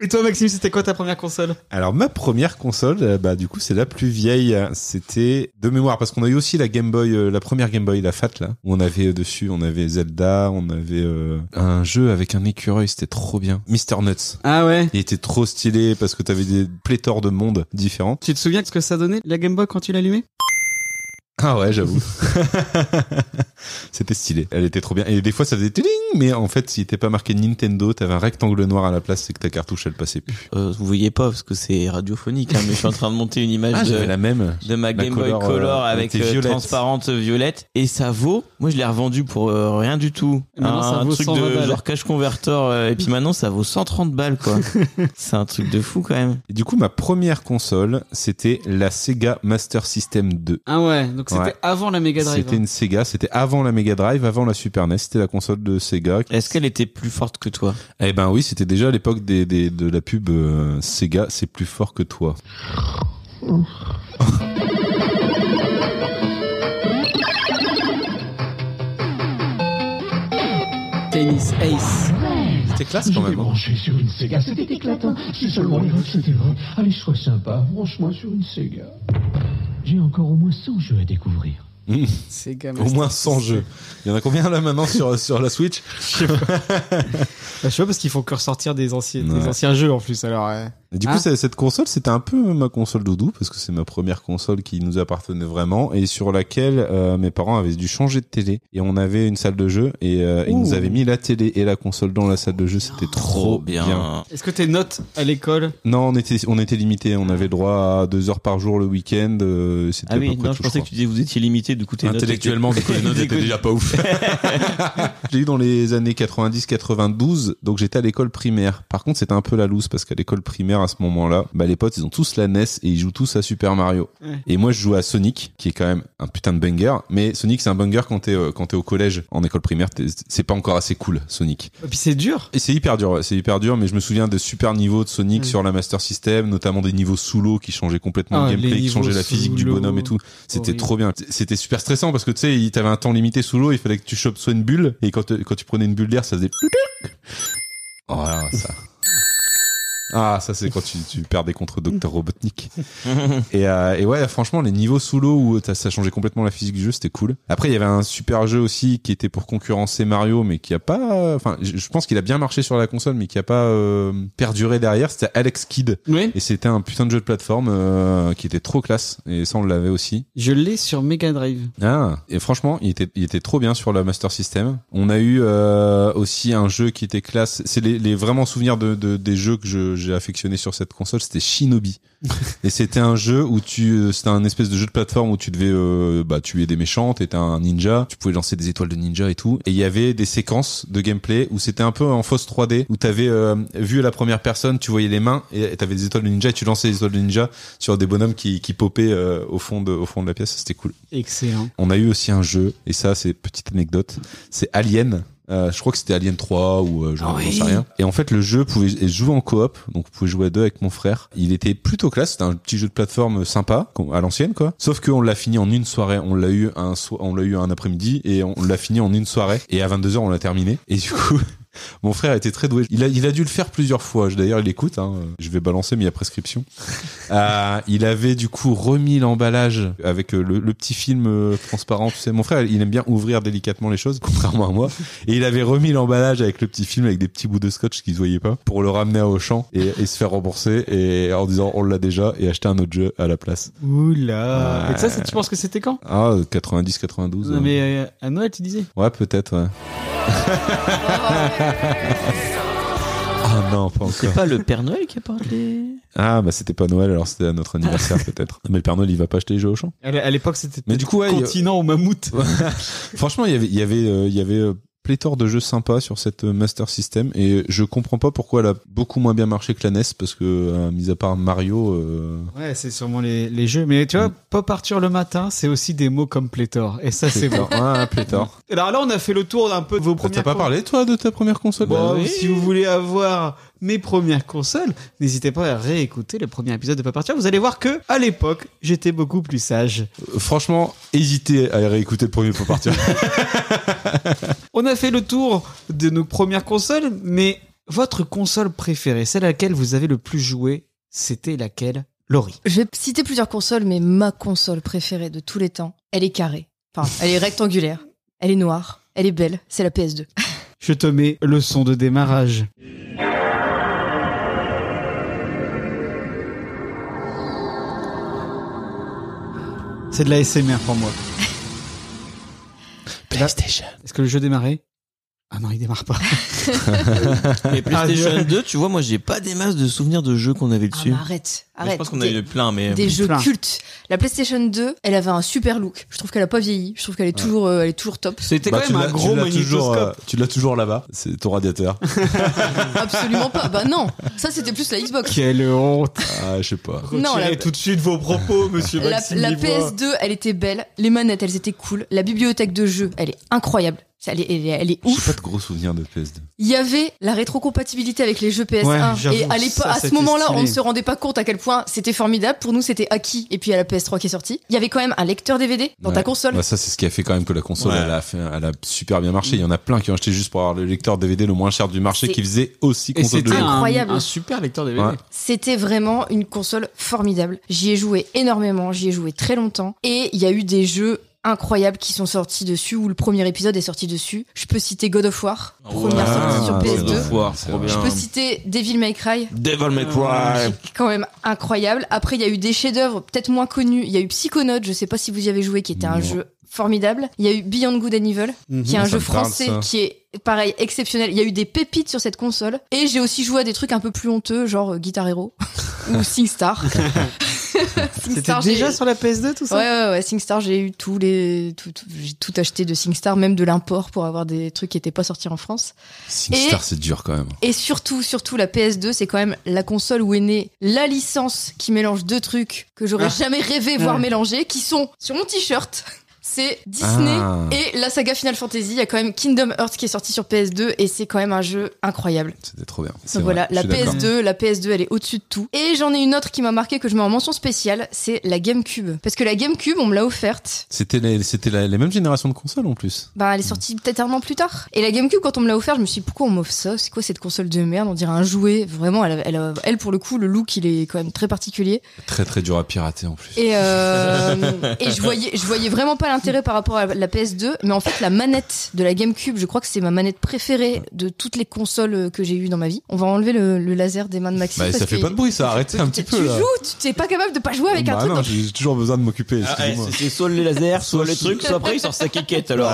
S1: Et toi Maxime, c'était quoi ta première console
S3: Alors ma première console, euh, bah du coup c'est la plus vieille, euh, c'était de mémoire parce qu'on a eu aussi la Game Boy, euh, la première Game Boy, la Fat là, où on avait euh, dessus, on avait Zelda, on avait euh, un jeu avec un écureuil, c'était trop bien, Mr Nuts.
S1: Ah ouais.
S3: Il était trop stylé parce que t'avais des pléthores de mondes différents.
S1: Tu te souviens de ce que ça donnait la Game Boy quand tu l'allumais
S3: Ah ouais, j'avoue. c'était stylé. Elle était trop bien. Et des fois ça faisait tiling, mais en fait si t'étais pas marqué Nintendo, t'avais un rectangle noir à la place, c'est que ta cartouche elle passait plus.
S2: Euh, vous voyez pas parce que c'est radiophonique, hein, mais je suis en train de monter une image
S3: Ah
S2: de,
S3: j'avais la même.
S2: de ma
S3: la
S2: Game Boy
S3: color,
S2: Color,
S3: euh,
S2: avec
S3: était
S2: euh,
S3: violette.
S2: transparente violette et ça vaut. Moi, je l'ai revendu pour euh, rien du tout. Hein,
S1: Et maintenant, ça
S2: un
S1: vaut
S2: truc
S1: 120
S2: de
S1: balles.
S2: genre cash convertor euh, et puis maintenant ça vaut 130 balles quoi. c'est un truc de fou quand même.
S3: Et du coup, ma première console, c'était la Sega Master System 2.
S1: Ah ouais. Donc c'était
S3: Ouais.
S1: avant la Mega Drive. hein.
S3: C'était une Sega, c'était avant la Mega Drive, avant la Super NES, c'était la console de Sega.
S2: Est-ce qu'elle était plus forte que toi
S3: Eh ben oui, c'était déjà à l'époque des, des- de la pub euh, Sega, c'est plus fort que toi.
S1: hein. Tennis Ace.
S3: C'était classe quand même. hein.
S8: Branché sur une Sega, c'était éclatant. Si seulement les rêves c'était vrai. Allez, sois sympa, branche-moi sur une Sega. J'ai encore au moins 100 jeux à découvrir.
S1: Sega
S3: Au
S1: Master
S3: moins 100
S1: System.
S3: jeux. Il y en a combien là maintenant sur, sur la Switch
S1: Bah, je sais pas parce qu'il faut que ressortir des anciens des
S3: Ouais.
S1: anciens jeux en plus alors. ouais.
S3: Et Du
S2: Hein
S3: coup,
S1: Ah.
S3: c'est- cette console, c'était un peu ma console doudou parce que c'est ma première console qui nous appartenait vraiment et sur laquelle euh, mes parents avaient dû changer de télé et on avait une salle de jeu et euh, ils
S1: Ouh.
S3: nous avaient mis la télé et la console dans la salle de jeu.
S2: Ah,
S3: C'était trop bien.
S1: Est-ce que tes notes à l'école
S3: Non, on était on était limité. On avait droit à deux heures par jour le week-end. euh, c'était
S2: Ah
S3: à
S2: oui,
S3: peu près
S2: non,
S3: tout,
S2: je pensais
S3: crois.
S2: que tu disais que vous étiez limité du coup tes notes étaient-
S3: Intellectuellement, du coup, les notes
S2: Des
S3: étaient
S2: côtés-
S3: déjà pas ouf. J'ai eu dans les années 90-92, donc j'étais à l'école primaire. Par contre, c'était un peu la loose parce qu'à l'école primaire, à ce moment-là, bah, les potes, ils ont tous la NES et ils jouent tous à Super Mario.
S1: Ouais.
S3: Et moi, je joue à Sonic, qui est quand même un putain de banger. Mais Sonic, c'est un banger quand t'es euh, quand t'es au collège, en école primaire, t'es- c'est pas encore assez cool, Sonic.
S1: Et puis c'est dur.
S3: Et c'est hyper dur, ouais, c'est hyper dur, mais je me souviens des super niveaux de Sonic
S1: Mm.
S3: sur la Master System, notamment des niveaux sous l'eau qui changeaient
S1: Ah,
S3: complètement le
S1: les
S3: gameplay, qui
S1: niveaux
S3: changeaient la
S1: sous
S3: physique du
S1: l'eau.
S3: bonhomme et tout. C'était
S1: Horrible.
S3: trop bien. C'était super stressant parce que tu sais, il- t'avais un temps limité sous l'eau, il fallait que tu chopes soit une bulle, et quand, te- quand tu prenais une bulle d'air, ça faisait... Oh là, ça... Ah, ça c'est quand tu, tu perdais contre
S1: Mm.
S3: Dr. Robotnik. Et, euh, et ouais, franchement, les niveaux sous l'eau où t'as- ça changeait complètement la physique du jeu, c'était cool. Après, il y avait un super jeu aussi qui était pour concurrencer Mario, mais qui a pas. Enfin, je je pense qu'il a bien marché sur la console, mais qui a pas euh, perduré derrière. C'était Alex Kidd.
S1: Oui.
S3: Et c'était un putain de jeu de plateforme euh, qui était trop classe. Et ça, on l'avait aussi.
S1: Je l'ai sur Mega Drive.
S3: Ah, et franchement, il était, il était trop bien sur la Master System. On a eu euh, aussi un jeu qui était classe. C'est les, les vraiment souvenirs de, de- des jeux que je- j'ai affectionné sur cette console, c'était Shinobi. et c'était un jeu où tu, euh, c'était un espèce de jeu de plateforme où tu devais euh, bah, tuer des méchants, t'étais un ninja, tu pouvais lancer des étoiles de ninja et tout. Et il y avait des séquences de gameplay où c'était un peu en fausse 3D, où t'avais euh, vu à la première personne, tu voyais les mains et t'avais des étoiles de ninja et tu lançais des étoiles de ninja sur des bonhommes qui, qui popaient euh, au fond de, au fond de la pièce. C'était cool.
S1: Excellent.
S3: On a eu aussi un jeu, et ça c'est petite anecdote, c'est Alien. Euh, je crois que c'était Alien 3 ou euh, j'en
S2: Ah
S3: j'en sais
S2: oui.
S3: rien. Et en fait le jeu pouvait se jouer en coop, donc vous pouvez jouer à deux avec mon frère. Il était plutôt classe, c'était un petit jeu de plateforme sympa comme- à l'ancienne quoi. Sauf qu'on l'a fini en une soirée, on l'a eu un so- on l'a eu un après-midi et on l'a fini en une soirée et à 22h on l'a terminé. Et du coup Mon frère était très doué. Il a, il a dû le faire plusieurs fois. Je- D'ailleurs, il écoute. hein. Je vais balancer, mais il y a prescription. Euh, il avait du coup remis l'emballage avec euh, le, le petit film euh, transparent. Tu sais, mon frère, il aime bien ouvrir délicatement les choses, contrairement à moi. Et il avait remis l'emballage avec le petit film, avec des petits bouts de scotch qu'ils ne voyaient pas, pour le ramener au champ et, et se faire rembourser. Et en disant, on l'a déjà, et acheter un autre jeu à la place.
S9: Oula.
S3: Ouais.
S9: Et ça, c'est- tu penses que c'était quand
S3: Ah, 90, 92.
S9: Non,
S3: euh.
S9: mais euh, à Noël, tu disais.
S3: Ouais, peut-être. Ouais. Ah non, pas encore.
S2: C'est pas le Père Noël qui a parlé
S3: Ah bah c'était pas Noël alors c'était à notre anniversaire peut-être. Mais le Père Noël il va pas acheter les jeux au champ.
S9: À l'- à l'époque, c'était
S3: Mais du coup ouais, il y a-
S9: continent ou mammouth.
S3: franchement il y avait il y avait euh, il y avait euh, pléthore de jeux sympas sur cette euh, Master System et je comprends pas pourquoi elle a beaucoup moins bien marché que la NES parce que euh, mis à part Mario euh,
S9: Ouais, c'est sûrement les, les jeux. Mais tu
S3: Mm.
S9: vois, pas partir le matin, c'est aussi des mots comme pléthore. Et ça, c'est bon.
S3: pléthore. Ouais, pléthore.
S9: Alors là, on a fait le tour d'un peu de vos
S3: Bah,
S9: premières
S3: T'as pas
S9: consoles.
S3: parlé toi de ta première console
S9: Bon,
S3: Bah,
S9: si vous voulez avoir mes premières consoles, n'hésitez pas à réécouter le premier épisode de Pas Partir. Vous allez voir que, à l'époque, j'étais beaucoup plus sage.
S3: Euh, Franchement, hésitez à réécouter le premier pour partir. Bah,
S9: On a fait le tour de nos premières consoles, mais votre console préférée, celle à laquelle vous avez le plus joué, c'était laquelle Laurie.
S4: Je vais citer plusieurs consoles, mais ma console préférée de tous les temps, elle est carrée. Enfin, elle est rectangulaire. Elle est noire. Elle est belle. C'est la PS2.
S9: Je te mets le son de démarrage. C'est de la SMR pour moi.
S2: PlayStation.
S9: Est-ce que le jeu démarrait Ah non, il démarre pas.
S2: Mais PlayStation
S9: Ah,
S2: 2, tu vois, moi j'ai pas des masses de souvenirs de jeux qu'on avait
S4: Ah,
S2: dessus.
S4: mais arrête.
S2: Mais
S4: Arrête.
S2: je pense qu'on a
S4: Des-
S2: eu plein, mais.
S4: des jeux
S9: plein.
S4: cultes. La PlayStation 2, elle avait un super look. Je trouve qu'elle a pas vieilli. Je trouve qu'elle est toujours, euh, elle est toujours top.
S9: C'était
S3: Bah,
S9: quand
S3: tu
S9: même un
S3: l'as- tu
S9: gros
S3: l'as toujours, euh,
S9: magnétoscope.
S3: tu l'as toujours là-bas, c'est ton radiateur.
S4: Absolument pas. Bah non. Ça, c'était plus la Xbox.
S9: Quelle honte
S3: Ah, je sais pas.
S4: Non,
S9: Retirez
S4: la-
S9: tout de suite vos propos, monsieur
S4: La,
S9: Maxime
S4: la
S9: Dubois.
S4: PS2, elle était belle. Les manettes, elles étaient cool. La bibliothèque de jeux, elle est incroyable. Elle est, elle est, elle est
S3: J'ai
S4: ouf.
S3: pas de gros souvenirs de PS2.
S4: Il y avait la rétrocompatibilité avec les jeux
S9: Ouais,
S4: PS1.
S9: j'avoue,
S4: et à, l'époque-
S9: ça,
S4: à ce
S9: c'était
S4: moment-là,
S9: stylé.
S4: on ne se rendait pas compte à quel point c'était formidable. Pour nous, c'était acquis. Et puis, à la PS3 qui est sortie, il y avait quand même un lecteur DVD dans ta
S3: Ouais.
S4: console.
S3: Bah, ça, c'est ce qui a fait quand même que la console,
S2: Ouais.
S3: elle, a fait- elle a super bien marché. Il y en a plein qui ont acheté juste pour avoir le lecteur DVD le moins cher du marché
S4: C'est-
S3: qui faisait aussi console de
S9: c'était
S3: jeu.
S9: un-
S4: Incroyable.
S9: Un, super lecteur de DVD.
S3: Ouais.
S4: C'était vraiment une console formidable. J'y ai joué énormément, j'y ai joué très longtemps. Et il y a eu des jeux incroyables qui sont sortis dessus, ou le premier épisode est sorti dessus. Je peux citer God of War, première sortie sur
S3: Ah,
S4: PS2.
S3: God of War,
S2: trop
S3: c'est
S4: Je
S2: bien.
S4: peux citer Devil May Cry,
S2: Devil May
S3: Ah
S2: Cry.
S4: qui est quand même incroyable. Après, il y a eu des chefs-d'œuvre peut-être moins connus. Il y a eu Psychonaut, je sais pas si vous y avez joué, qui était un
S3: Non.
S4: jeu formidable. Il y a eu Beyond Good and Evil, qui est
S3: Ah,
S4: un
S3: ça
S4: jeu
S3: me parle,
S4: français
S3: ça.
S4: qui est pareil exceptionnel. Il y a eu des pépites sur cette console et j'ai aussi joué à des trucs un peu plus honteux, genre euh, Guitar Hero ou SingStar.
S9: C'était
S4: SingStar, j'ai-
S9: déjà sur la PS2 tout ça
S4: Ouais, ouais, ouais, SingStar, j'ai eu tous les, tout, tout- j'ai tout acheté de SingStar, même de l'import pour avoir des trucs qui n'étaient pas sortis en France.
S3: SingStar, c'est dur quand même.
S4: Et surtout, surtout, la PS2, c'est quand même la console où est née la licence qui mélange deux trucs que j'aurais
S9: Ah.
S4: jamais rêvé voir
S9: Ouais.
S4: mélanger, qui sont sur mon t-shirt. C'est Disney
S3: Ah.
S4: et la saga Final Fantasy. Il y a quand même Kingdom Hearts qui est sorti sur PS2 et c'est quand même un jeu incroyable.
S3: C'était trop bien. C'est
S4: Donc
S3: vrai,
S4: voilà,
S3: je
S4: la
S3: suis d'accord.
S4: PS2, la PS2, elle est au-dessus de tout. Et j'en ai une autre qui m'a marqué que je mets en mention spéciale, c'est la GameCube. Parce que la GameCube, on me l'a offerte
S3: C'était les, c'était la- les mêmes générations de consoles en plus.
S4: bah, elle est sortie peut-être un an plus tard. Et la GameCube, quand on me l'a offert, je me suis dit pourquoi on m'offre ça C'est quoi cette console de merde On dirait un jouet. Vraiment, elle, elle, a- elle, pour le coup, le look, il est quand même très particulier.
S3: Très très dur à pirater en plus.
S4: Et, euh, et je voyais, je voyais vraiment pas l'intérêt par rapport à la PS2. Mais en fait, la manette de la GameCube, je crois que c'est ma manette préférée de toutes les consoles que j'ai eues dans ma vie. On va enlever le, le laser des mains de Maxime.
S3: Bah,
S4: parce
S3: ça fait
S4: que-
S3: pas de bruit, ça. Arrêtez un
S4: tu
S3: petit peu là.
S4: joues, tu t'es pas capable de pas jouer avec un
S3: Bah
S4: truc.
S3: non,
S4: dans-
S3: j'ai toujours besoin de m'occuper.
S2: Ah, ouais,
S3: Excusez-moi.
S2: c'est c'est soit le laser, soit le truc, soit après il sort sa quiquette alors.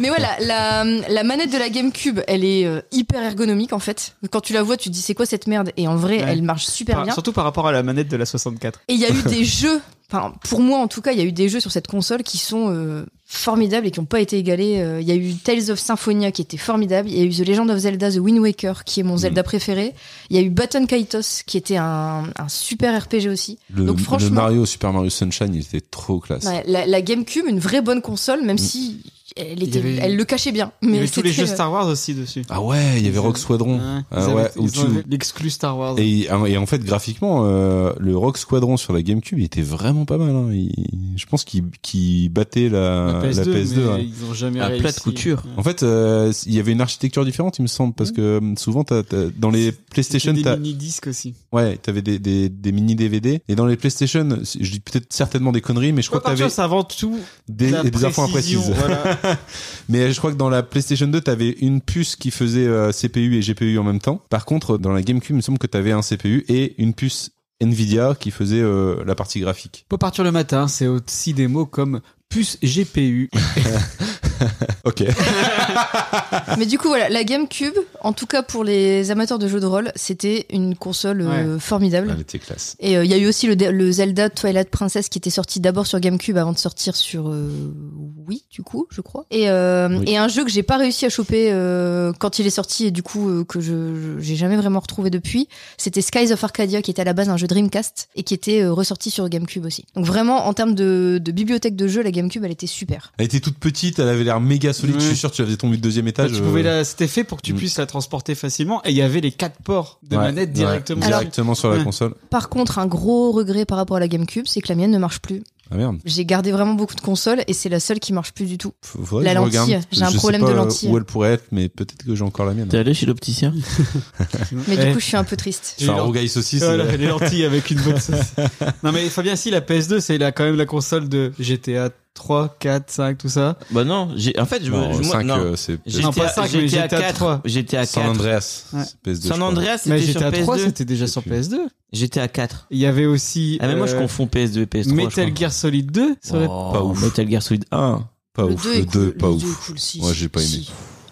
S4: Mais voilà, la, la manette de la GameCube, elle est euh, hyper ergonomique en fait. Quand tu la vois, tu te dis c'est quoi cette merde Et en vrai,
S9: Ouais.
S4: elle marche super
S9: Par-
S4: bien.
S9: Surtout par rapport à la manette de la 64.
S4: Et il y a eu des jeux, enfin pour moi en tout cas, il y a eu des jeux sur cette console qui sont euh, formidables et qui n'ont pas été égalés. Euh, Il y a eu Tales of Symphonia qui était formidable, il y a eu The Legend of Zelda The Wind Waker qui est
S1: Mhm.
S4: mon Zelda préféré, il y a eu Baton Kaitos qui était un, un super RPG aussi.
S3: Le,
S4: Donc,
S3: le
S4: franchement-
S3: Mario Super Mario Sunshine, il était trop classe.
S4: Ouais, la, la GameCube, une vraie bonne console, même si elle, était,
S1: Mm. avait-
S4: elle le cachait bien.
S1: Il y
S4: Mais
S1: avait tous les
S4: c'était,
S1: jeux
S4: euh,
S1: Star Wars aussi dessus.
S3: Ah ouais, il y avait Rock Squadron.
S1: ils
S3: Ah ouais,
S1: avaient-
S3: où
S1: ils
S3: tu-
S1: ont l'exclu Star Wars.
S3: Et, ah, et en fait, graphiquement, euh, le Rock Squadron sur la GameCube, il était vraiment pas mal. Hein. Il- je pense qu'il qu'il battait Euh, la,
S1: la
S3: la
S1: PS2,
S3: PS2.
S1: mais
S3: ouais.
S1: ils ont jamais
S2: À
S1: réussi.
S2: plate couture.
S3: En fait, euh, il y avait une architecture différente, il me semble, parce que euh, souvent, t'as- t'as- dans les PlayStation,
S1: C'était
S3: t'as-
S1: des mini disques aussi.
S3: ouais, t'avais des, des, des mini DVD, et dans les PlayStation, je dis peut-être certainement des conneries, mais je crois que t'avais
S1: ça avant tout
S3: des,
S1: la
S3: des infos
S1: précision,
S3: imprécises.
S1: voilà.
S3: Mais euh, je crois que dans la PlayStation 2, t'avais une puce qui faisait euh, CPU et GPU en même temps. Par contre, dans la GameCube, il me semble que t'avais un CPU et une puce Nvidia qui faisait euh, la partie graphique.
S1: Pour partir le matin, c'est aussi des mots comme puce GPU.
S3: Ok.
S4: Mais du coup, voilà, la GameCube, en tout cas pour les amateurs de jeux de rôle, c'était une console euh, formidable.
S3: Elle était classe.
S4: Et euh, il y a eu aussi le, le Zelda Twilight Princess qui était sorti d'abord sur GameCube avant de sortir sur euh, Wii, du coup, je crois. Et, euh,
S3: Oui.
S4: et un jeu que j'ai pas réussi à choper euh, quand il est sorti et du coup euh, que je je- j'ai jamais vraiment retrouvé depuis, c'était Skies of Arcadia qui était à la base un jeu Dreamcast et qui était euh, ressorti sur GameCube aussi. Donc vraiment, en termes de, de bibliothèque de jeux, la GameCube, elle était super.
S3: Elle était toute petite, elle avait l'air méga solide.
S1: Ouais.
S3: Je suis sûr, que tu la faisais tomber du deuxième étage.
S1: tu
S3: euh,
S1: pouvais la, c'était fait pour que tu
S3: Mm.
S1: puisses la transporter facilement et il y avait les quatre ports de
S3: ouais,
S1: manette
S3: ouais,
S1: directement.
S3: directement sur la
S1: Ouais.
S3: console.
S4: Par contre, un gros regret par rapport à la GameCube, c'est que la mienne ne marche plus.
S3: Ah merde.
S4: J'ai gardé vraiment beaucoup de consoles et c'est la seule qui marche plus du tout.
S3: Faudrait
S4: La
S3: que je
S4: lentille.
S3: regarde.
S4: J'ai un
S3: Je sais
S4: problème
S3: pas
S4: de lentille.
S3: Où elle pourrait être, mais peut-être que j'ai encore la mienne.
S2: T'es allé chez l'opticien
S4: Mais
S1: Eh,
S4: du coup, je suis un peu triste.
S1: j'ai
S3: Enfin,
S1: leur-
S3: Rougaille saucisse.
S1: Voilà,
S3: euh,
S1: les lentilles avec une bonne sauce. non mais Fabien, si la PS2, c'est la, quand même la console de GTA 3, 4, 5, tout ça.
S2: Bah non, j'ai en fait je me-
S3: non,
S2: je- moi,
S3: cinq,
S2: non.
S3: euh, c'est
S2: J'étais
S1: Non, pas
S2: à-
S1: cinq, mais
S2: j'étais à
S1: j'étais à
S2: 4.
S1: trois.
S2: J'étais à
S3: San
S2: 4.
S3: Andreas.
S1: Ouais.
S3: c'est PS2, je
S2: San
S3: crois.
S2: Andreas,
S1: Mais
S2: c'était sur
S1: GTA 3,
S2: PS2.
S1: c'était déjà
S3: Je sais
S1: sur
S3: plus.
S1: PS2.
S2: J'étais à 4.
S1: Il y avait aussi
S2: Ah mais moi
S1: euh,
S2: je confonds PS2 et PS3.
S1: Metal Gear Solid 2 sur la-
S2: pas
S3: Pas
S2: ouf.
S3: ouf.
S2: Oh, Metal Gear Solid 1.
S3: Pas
S4: le
S3: ouf.
S4: 2
S3: Le
S4: est cool.
S3: 2, pas
S4: le
S3: ouf.
S4: 2 est cool, si,
S3: Moi,
S4: si,
S3: j'ai pas
S4: si.
S3: aimé.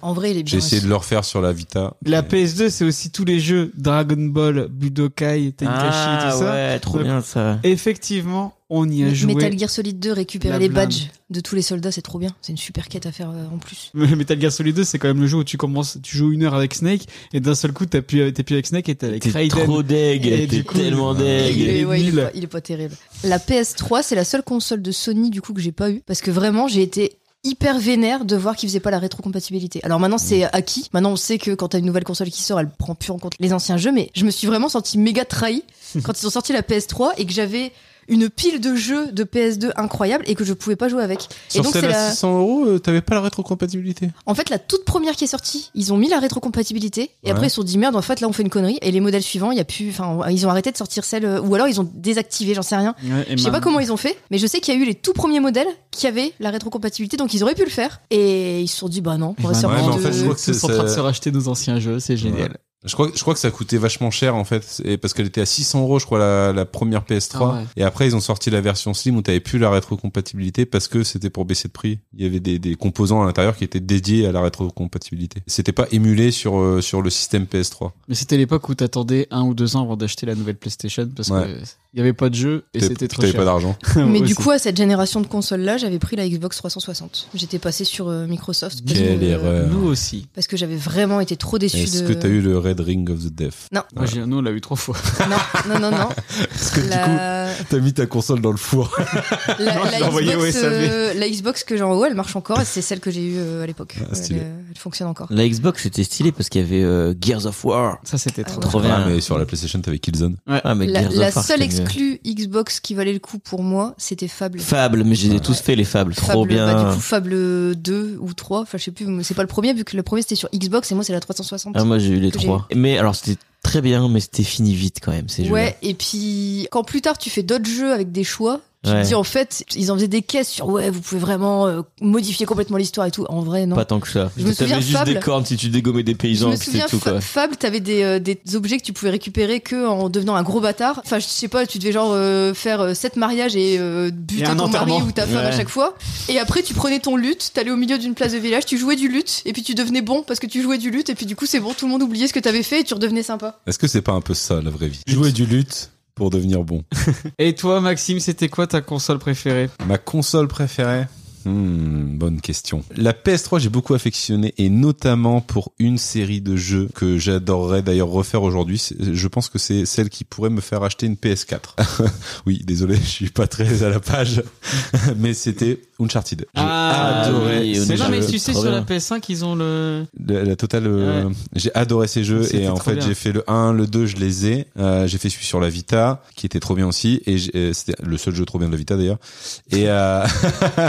S4: En vrai, il est bien.
S3: J'ai essayé
S4: aussi.
S3: de le refaire sur la Vita.
S1: La
S3: paix
S1: PS2, c'est aussi tous les jeux Dragon Ball, Budokai, Tenkaichi,
S2: Ah
S1: tout ça.
S2: ouais, trop
S1: Donc,
S2: bien ça.
S1: Effectivement, on y a joué.
S4: Metal Gear Solid 2, récupérer
S1: La
S4: les
S1: blinde.
S4: badges de tous les soldats, c'est trop bien. C'est une super quête à faire euh, en plus.
S1: Metal Gear Solid 2, c'est quand même le jeu où tu commences, tu joues une heure avec Snake et d'un seul coup, t'es plus, t'es plus avec Snake et t'es avec
S2: T'es
S1: Raiden.
S2: trop
S1: Et
S2: deg, t'es
S1: du coup,
S2: tellement
S1: il-
S4: Il
S2: deg.
S1: est
S4: est, ouais, il est
S1: nul.
S4: pas, il est pas terrible. La PS3, c'est la seule console de Sony du coup que j'ai pas eu parce que vraiment j'ai été hyper vénère de voir qu'ils faisaient pas la rétrocompatibilité. Alors maintenant c'est acquis. Maintenant on sait que quand t'as une nouvelle console qui sort, elle prend plus en compte les anciens jeux. Mais je me suis vraiment sentie méga trahie quand ils ont sorti la PS3 et que j'avais une pile de jeux de PS2 incroyable et que je pouvais pas jouer avec. et
S3: Sur
S4: donc
S3: celle
S4: c'est
S3: à
S4: la...
S3: 600 euros, euh, t'avais pas la rétrocompatibilité.
S4: En fait, la toute première qui est sortie, ils ont mis la rétrocompatibilité et
S3: Ouais.
S4: après ils se sont dit merde, en fait là on fait une connerie et les modèles suivants, il y a plus enfin ils ont arrêté de sortir celle euh, ou alors ils ont désactivé, j'en sais rien.
S1: Ouais, et
S4: Je sais pas
S1: maintenant-
S4: comment ils ont fait, mais je sais qu'il y a eu les tout premiers modèles qui avaient la rétrocompatibilité donc ils auraient pu le faire et ils se sont dit bah non, on va
S1: Et
S4: sortir
S1: maintenant,
S3: Ouais, mais en fait,
S4: de-
S3: je crois que
S1: tous
S3: c'est-
S1: sont en train de
S3: ça-
S1: se racheter nos anciens jeux, c'est génial.
S3: Je crois, je crois que ça coûtait vachement cher en fait, C'est- parce qu'elle était à 600 euros, je crois, la, la première PS3.
S1: Ah ouais.
S3: Et après, ils ont sorti la version Slim où t'avais plus la rétrocompatibilité parce que c'était pour baisser de prix. Il y avait des, des composants à l'intérieur qui étaient dédiés à la rétrocompatibilité. C'était pas émulé sur euh, sur le système PS3.
S1: Mais c'était l'époque où t'attendais un ou deux ans avant d'acheter la nouvelle PlayStation parce
S3: Ouais.
S1: que il y avait pas de jeu et
S3: T'avais-
S1: c'était trop
S3: T'avais
S1: cher.
S3: pas d'argent.
S4: Mais du
S1: Aussi.
S4: coup, à cette génération de consoles là, j'avais pris la Xbox 360. J'étais passé sur euh, Microsoft parce
S3: Quelle
S4: que,
S3: erreur.
S1: nous aussi.
S4: parce que j'avais vraiment été trop déçu
S3: Est-ce
S4: de
S3: que t'as eu le Red Ring of the Death
S4: Non,
S1: Moi, j'ai- nous, on l'a eu trois fois.
S4: non, non, non, non.
S3: Parce que
S4: La-
S3: t'as mis ta console dans le four.
S4: La,
S1: Non, je
S4: la
S1: l'ai envoyé au
S4: Xbox,
S1: SAV.
S4: euh, la Xbox que j'ai en haut, elle marche encore et c'est celle que j'ai eue euh, à l'époque.
S3: Ah,
S4: elle,
S3: stylé.
S4: euh, elle fonctionne encore.
S2: La Xbox c'était stylé parce qu'il y avait euh, Gears of War.
S1: Ça, c'était trop.
S2: Trop
S3: Ah,
S2: bien.
S3: mais sur la PlayStation, t'avais Killzone.
S2: Ah, mais
S4: La,
S2: Gears
S4: la
S2: of War,
S4: seule
S2: c'était mieux.
S4: exclue Xbox qui valait le coup pour moi, c'était Fable.
S2: Fable, mais je les ai tous fait les fables, trop
S4: Fable, bah, du
S2: bien.
S4: coup, Fable 2 ou 3, enfin je sais plus, mais c'est pas le premier vu que le premier c'était sur Xbox et moi c'est la 360.
S2: Ah, moi j'ai eu les
S4: que j'ai
S2: trois. Mais alors c'était très bien, mais c'était fini vite quand même ces jeux.
S4: ouais, et puis quand plus tard tu fais d'autres jeux avec des choix, tu
S2: Ouais.
S4: te dis en fait, ils en faisaient des caisses sur ouais, vous pouvez vraiment euh, modifier complètement l'histoire et tout. En vrai, non.
S2: Pas tant que ça.
S4: Je me
S2: T'avais
S4: souviens,
S2: juste
S4: Fable-
S2: des cornes si tu dégommais des
S4: Je
S2: paysans,
S4: me
S2: et puis c'est
S4: souviens,
S2: tout
S4: Fa-
S2: quoi.
S4: Fable, t'avais des, euh, des objets que tu pouvais récupérer que en devenant un gros bâtard. Enfin, je sais pas, tu devais genre euh, faire euh, sept mariages et euh, buter
S1: Et un
S4: ton mari
S1: enterrement.
S4: ou ta femme à
S2: Ouais.
S4: chaque fois. Et après, tu prenais ton luth, t'allais au milieu d'une place de village, tu jouais du luth, et puis tu devenais bon parce que tu jouais du luth, et puis du coup, c'est bon, tout le monde oubliait ce que t'avais fait et tu redevenais sympa.
S3: Est-ce que c'est pas un peu ça la vraie vie Jouer du lutte pour devenir bon.
S1: Et toi, Maxime, c'était quoi ta console préférée
S3: Ma console préférée Hmm, bonne question. La PS3, j'ai beaucoup affectionné et notamment pour une série de jeux que j'adorerais d'ailleurs refaire aujourd'hui. C'est- Je pense que c'est celle qui pourrait me faire acheter une PS4. oui, désolé, je suis pas très à la page, mais c'était Uncharted. J'ai
S1: Ah,
S3: adoré
S2: oui,
S3: ces
S2: Uncharted.
S1: Non,
S3: jeux.
S1: mais tu sais,
S2: trop
S1: sur
S2: bien.
S1: la PS5, ils ont le.
S3: La, la totale, euh, j'ai adoré ces jeux
S1: Ah C'était
S3: et en
S1: trop
S3: fait
S1: bien.
S3: j'ai fait le 1, le 2, je les ai. Euh, j'ai fait celui sur la Vita qui était trop bien aussi et j'ai- euh, c'était le seul jeu trop bien de la Vita d'ailleurs. Et euh, oui,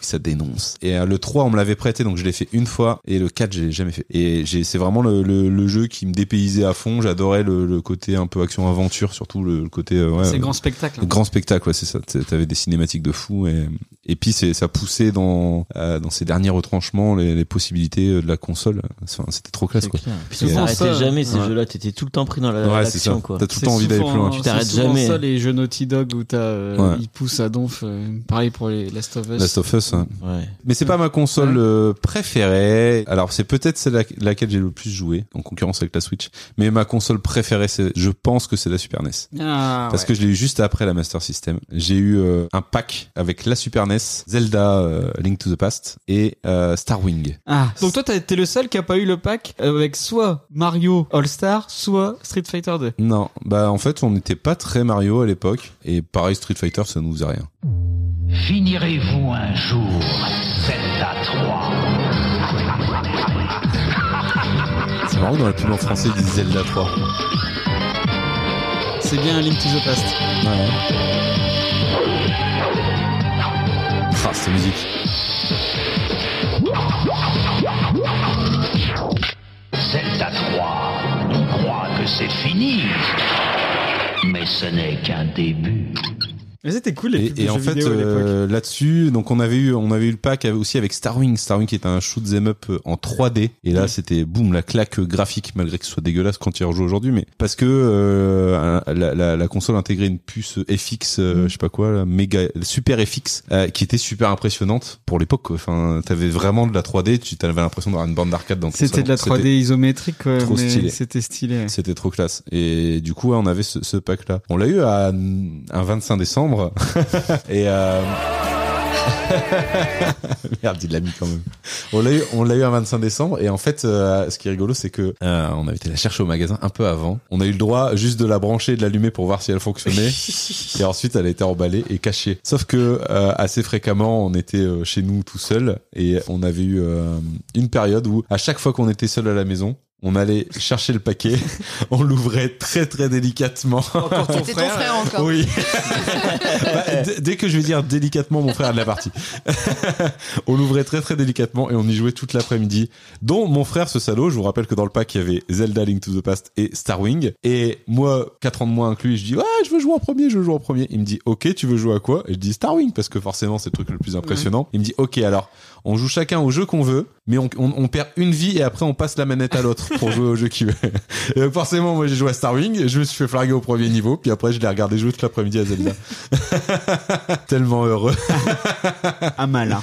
S3: ça dénonce. Et euh, le 3 on me l'avait prêté donc je l'ai fait une fois et le 4 j'ai jamais fait. Et j'ai c'est vraiment le, le, le jeu qui me dépaysait à fond. J'adorais le, le côté un peu action aventure surtout le, le côté euh, ouais,
S1: C'est
S3: euh,
S1: grand spectacle. hein.
S3: le grand spectacle, ouais, c'est ça. T'- T'avais des cinématiques de fou et, et puis c'est, ça poussait dans, euh, dans ces derniers retranchements les, les possibilités euh, de la console. Enfin, c'était trop classe, quoi.
S2: Puis on
S3: Souvent
S1: ça,
S2: s'arrêtait jamais ces
S3: ouais.
S2: jeux-là, t'étais tout le temps pris dans la
S3: Ouais, c'est
S2: euh, l'action,
S3: ça.
S2: quoi.
S3: T'as tout le
S1: C'est
S3: temps envie d'aller
S1: souvent- euh,
S3: plus loin.
S2: Tu t'arrêtes
S1: c'est souvent
S2: jamais.
S1: ça, les jeux Naughty Dog où t'as, euh,
S3: Ouais.
S1: ils poussent à donf. euh, pareil pour les Last of Us.
S3: Last of Us, hein.
S2: Ouais.
S3: mais c'est pas ma console euh, préférée. Alors c'est peut-être celle à laquelle j'ai le plus joué en concurrence avec la Switch. Mais ma console préférée, c'est, je pense que c'est la Super NES.
S1: Ah,
S3: Parce
S1: ouais.
S3: que je l'ai eu juste après la Master System. J'ai eu euh, un pack avec la Super NES, Zelda, euh, Link to the Past et euh, Star Wing.
S1: Ah, donc toi, t'as- t'es le seul qui a pas eu le pack euh, avec soit Mario All-Star, soit Street Fighter 2.
S3: Non, bah en fait on n'était pas très Mario à l'époque et pareil Street Fighter ça nous faisait rien.
S10: Finirez-vous un jour Zelda 3
S3: C'est marrant dans la pub en français ils disent Zelda 3.
S1: C'est bien un Link to the Past.
S3: Ouais. Ah cette musique.
S10: Zelda 3, on croit que c'est fini. Mais ce n'est qu'un début.
S1: Mais c'était cool les pubs de
S3: Et, et en
S1: jeux
S3: fait
S1: vidéo à l'époque.
S3: euh, là-dessus donc on avait eu on avait eu le pack avec- aussi avec Star Wing. Star Wing qui est un shoot 'em up euh, en 3D et
S1: Mm.
S3: là c'était boum la claque graphique malgré que ce soit dégueulasse quand il rejoue aujourd'hui mais parce que euh, la, la, la console intégrait une puce FX
S1: Mm.
S3: euh, je sais pas quoi là, méga super FX euh, qui était super impressionnante pour l'époque quoi. enfin t'avais vraiment de la 3D tu t'avais l'impression d'avoir une bande d'arcade dans ton
S1: C'était de la
S3: salon.
S1: 3D isométrique, quoi,
S3: trop
S1: mais
S3: stylé.
S1: c'était stylé.
S3: C'était trop classe. Et du coup, ouais, on avait ce, ce pack-là. On l'a eu à un 25 décembre. et euh... Merde, il l'a mis quand même. On l'a eu, on l'a eu un 25 décembre. Et en fait, euh, ce qui est rigolo, c'est que euh, on avait été la chercher au magasin un peu avant. On a eu le droit juste de la brancher et de l'allumer pour voir si elle fonctionnait. et ensuite, elle a été emballée et cachée. Sauf que euh, assez fréquemment, on était euh, chez nous tout seul et on avait eu euh, une période où à chaque fois qu'on était seul à la maison, on allait chercher le paquet, on l'ouvrait très très délicatement.
S1: Encore ton euh,
S4: C'était ton frère encore.
S3: Oui. Bah, d- dès que je vais dire délicatement, mon frère est de la partie. on l'ouvrait très très délicatement et on y jouait toute l'après-midi. Dont mon frère, ce salaud, je vous rappelle que dans le pack, il y avait Zelda Link to the Past et Star Wing. Et moi, 4 ans de moins inclus, je dis, ouais, je veux jouer en premier, je veux jouer en premier. Il me dit, ok, tu veux jouer à quoi Et je dis Star Wing parce que forcément, c'est le truc le plus impressionnant. Il me dit, ok, alors, on joue chacun au jeu qu'on veut, mais on, on- on perd une vie et après on passe la manette à l'autre pour jouer au jeu qui veut. Et donc forcément, moi j'ai joué à Star Wing, je me suis fait flarguer au premier niveau, puis après je l'ai regardé jouer toute l'après-midi à Zelda. Tellement heureux.
S1: Ah malin.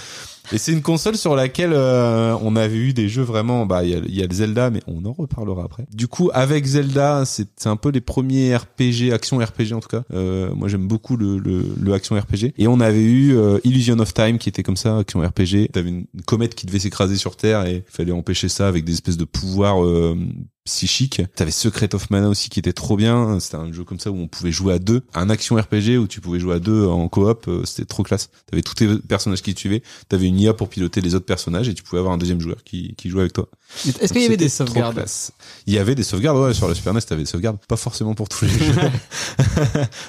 S3: Et c'est une console sur laquelle euh, on avait eu des jeux vraiment. Bah, il y a, il y a le Zelda, mais on en reparlera après. Du coup, avec Zelda, c'est c'est un peu les premiers RPG, action RPG en tout cas. Euh, moi, j'aime beaucoup le, le, le action RPG. Et on avait eu euh, Illusion of Time qui était comme ça, action RPG. T'avais une comète qui devait s'écraser sur Terre et il fallait empêcher ça avec des espèces de pouvoirs. euh, psychiques. T'avais Secret of Mana aussi qui était trop bien. C'était un jeu comme ça où on pouvait jouer à deux. Un action RPG où tu pouvais jouer à deux en coop. euh, C'était trop classe. T'avais tous tes personnages qui te suivaient t'avais une IA pour piloter les autres personnages et tu pouvais avoir un deuxième joueur qui, qui jouait avec toi.
S1: Est-ce qu'il y avait des sauvegardes
S3: Il y avait des sauvegardes, ouais, sur la Super NES, t'avais des sauvegardes, pas forcément pour tous les jeux.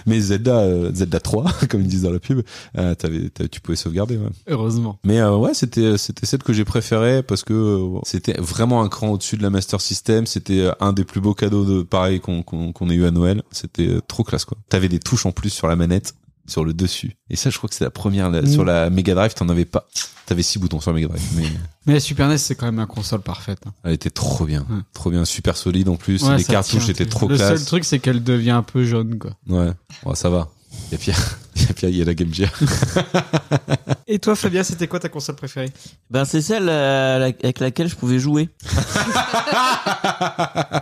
S3: Mais Zelda, euh, Zelda 3, comme ils disent dans la pub, euh, t'avais, t'avais- tu pouvais sauvegarder, ouais.
S1: Heureusement.
S3: Mais euh, ouais, c'était c'était celle que j'ai préférée parce que euh, c'était vraiment un cran au-dessus de la Master System. C'était euh, un des plus beaux cadeaux de pareil qu'on qu'on qu'on ait eu à Noël. C'était euh, trop classe quoi. T'avais des touches en plus sur la manette, sur le dessus. Et ça, je crois que c'est la première la-
S1: Mm.
S3: sur la Mega Drive. T'en avais pas. T'avais six boutons sur la Mega Drive, mais
S1: Mais la Super NES, c'est quand même la console parfaite. hein.
S3: elle était trop bien,
S1: Ouais.
S3: trop bien, super solide en plus.
S1: Ouais,
S3: les
S1: ça
S3: cartouches
S1: tient,
S3: étaient
S1: tu-
S3: trop
S1: Le
S3: classe.
S1: seul truc, c'est qu'elle devient un peu jaune, quoi.
S3: Ouais, Ouais, ça va. Et puis, et puis il y a la Game Gear.
S1: Et toi, Fabien, c'était quoi ta console préférée
S2: Ben c'est celle euh, la- avec laquelle je pouvais jouer.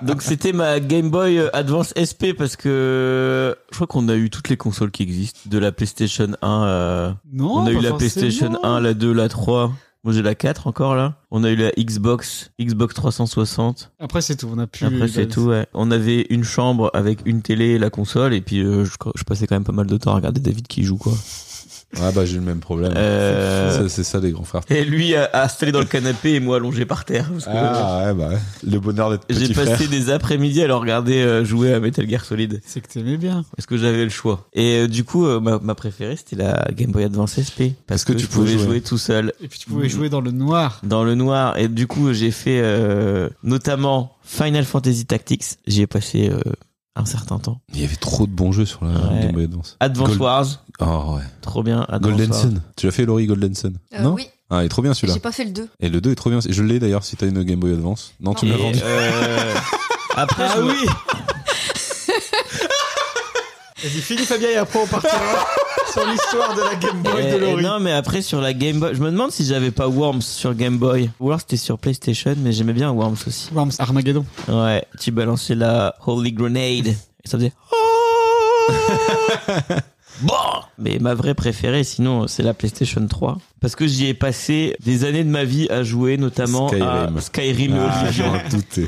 S2: Donc c'était ma Game Boy Advance SP parce que je crois qu'on a eu toutes les consoles qui existent, de la PlayStation 1. euh,
S1: Non.
S2: on a
S1: pas
S2: eu la
S1: forcément.
S2: PlayStation 1, la 2, la 3. Moi j'ai la 4 encore là. On a eu la Xbox, Xbox 360.
S1: Après, c'est tout. On a bah, pu.
S2: Après c'est tout. Ouais. On avait une chambre avec une télé et la console et puis euh, je, je passais quand même pas mal de temps à regarder David qui joue quoi.
S3: Ah bah j'ai le même problème.
S2: Euh,
S3: Ça, C'est ça les grands frères.
S2: Et lui a installé dans le canapé et moi allongé par terre. parce que-
S3: Ah ouais, bah le bonheur d'être petit
S2: J'ai passé
S3: frère.
S2: des après-midi à le regarder euh, jouer à Metal Gear Solid.
S1: C'est que t'aimais bien.
S2: Parce que j'avais le choix. Et euh, du coup, euh, ma, ma préférée, c'était la Game Boy Advance SP.
S3: Parce
S2: Parce que,
S3: que
S2: je
S3: tu pouvais
S2: pouvais jouer.
S3: jouer.
S2: tout seul
S1: Et puis tu pouvais
S2: Mm.
S1: jouer dans le noir.
S2: dans le noir. Et du coup, j'ai fait euh, notamment Final Fantasy Tactics. J'y ai passé euh, un certain temps.
S3: Il y avait trop de bons jeux sur la
S2: Ouais. Ah,
S3: Game Boy Advance.
S2: Advance
S3: Gold-
S2: Wars,
S3: Oh ouais.
S2: trop bien. Advance
S3: Golden
S2: Wars.
S3: Sun. Tu l'as fait Laurie Golden Sun
S4: Euh,
S3: Non.
S4: oui,
S3: Ah, il est trop bien celui-là.
S4: j'ai pas fait le 2.
S3: Et le 2 est trop bien. Je l'ai d'ailleurs si t'as une Game Boy Advance. Non, tu me l'as
S2: Et,
S3: vendu. Ah
S2: euh, après, je me-
S9: Vas-y, finis Fabien et après on partira sur l'histoire de la Game Boy
S2: Et-
S9: de
S2: et
S9: Laurie.
S2: Eh, non, mais après sur la Game Boy, je me demande si j'avais pas Worms sur Game Boy. Ou alors c'était sur PlayStation, mais j'aimais bien Worms aussi.
S1: Worms Armageddon.
S2: Ouais, tu balançais la Holy Grenade et ça faisait. Bon Mais ma vraie préférée, sinon, c'est la PlayStation 3. Parce que j'y ai passé des années de ma vie à jouer, notamment à
S3: Skyrim.
S2: Skyrim et
S3: Ah,
S2: Oblivion.
S3: j'en doutais.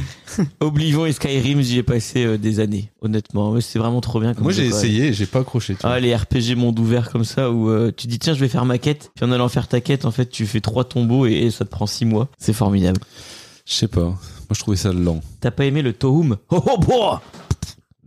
S2: Oblivion et Skyrim, j'y ai passé euh, des années, honnêtement. Mais C'est vraiment trop bien. comme
S3: Moi j'ai
S2: jeu, quoi.
S3: essayé et j'ai pas accroché. tu vois.
S2: Ah, les RPG monde ouvert comme ça, où euh, tu dis tiens, je vais faire ma quête. Puis en allant faire ta quête, en fait, tu fais trois tombeaux et, et ça te prend six mois. C'est formidable.
S3: Je sais pas. Moi je trouvais ça lent.
S2: T'as pas aimé le Tohum Oh oh, boah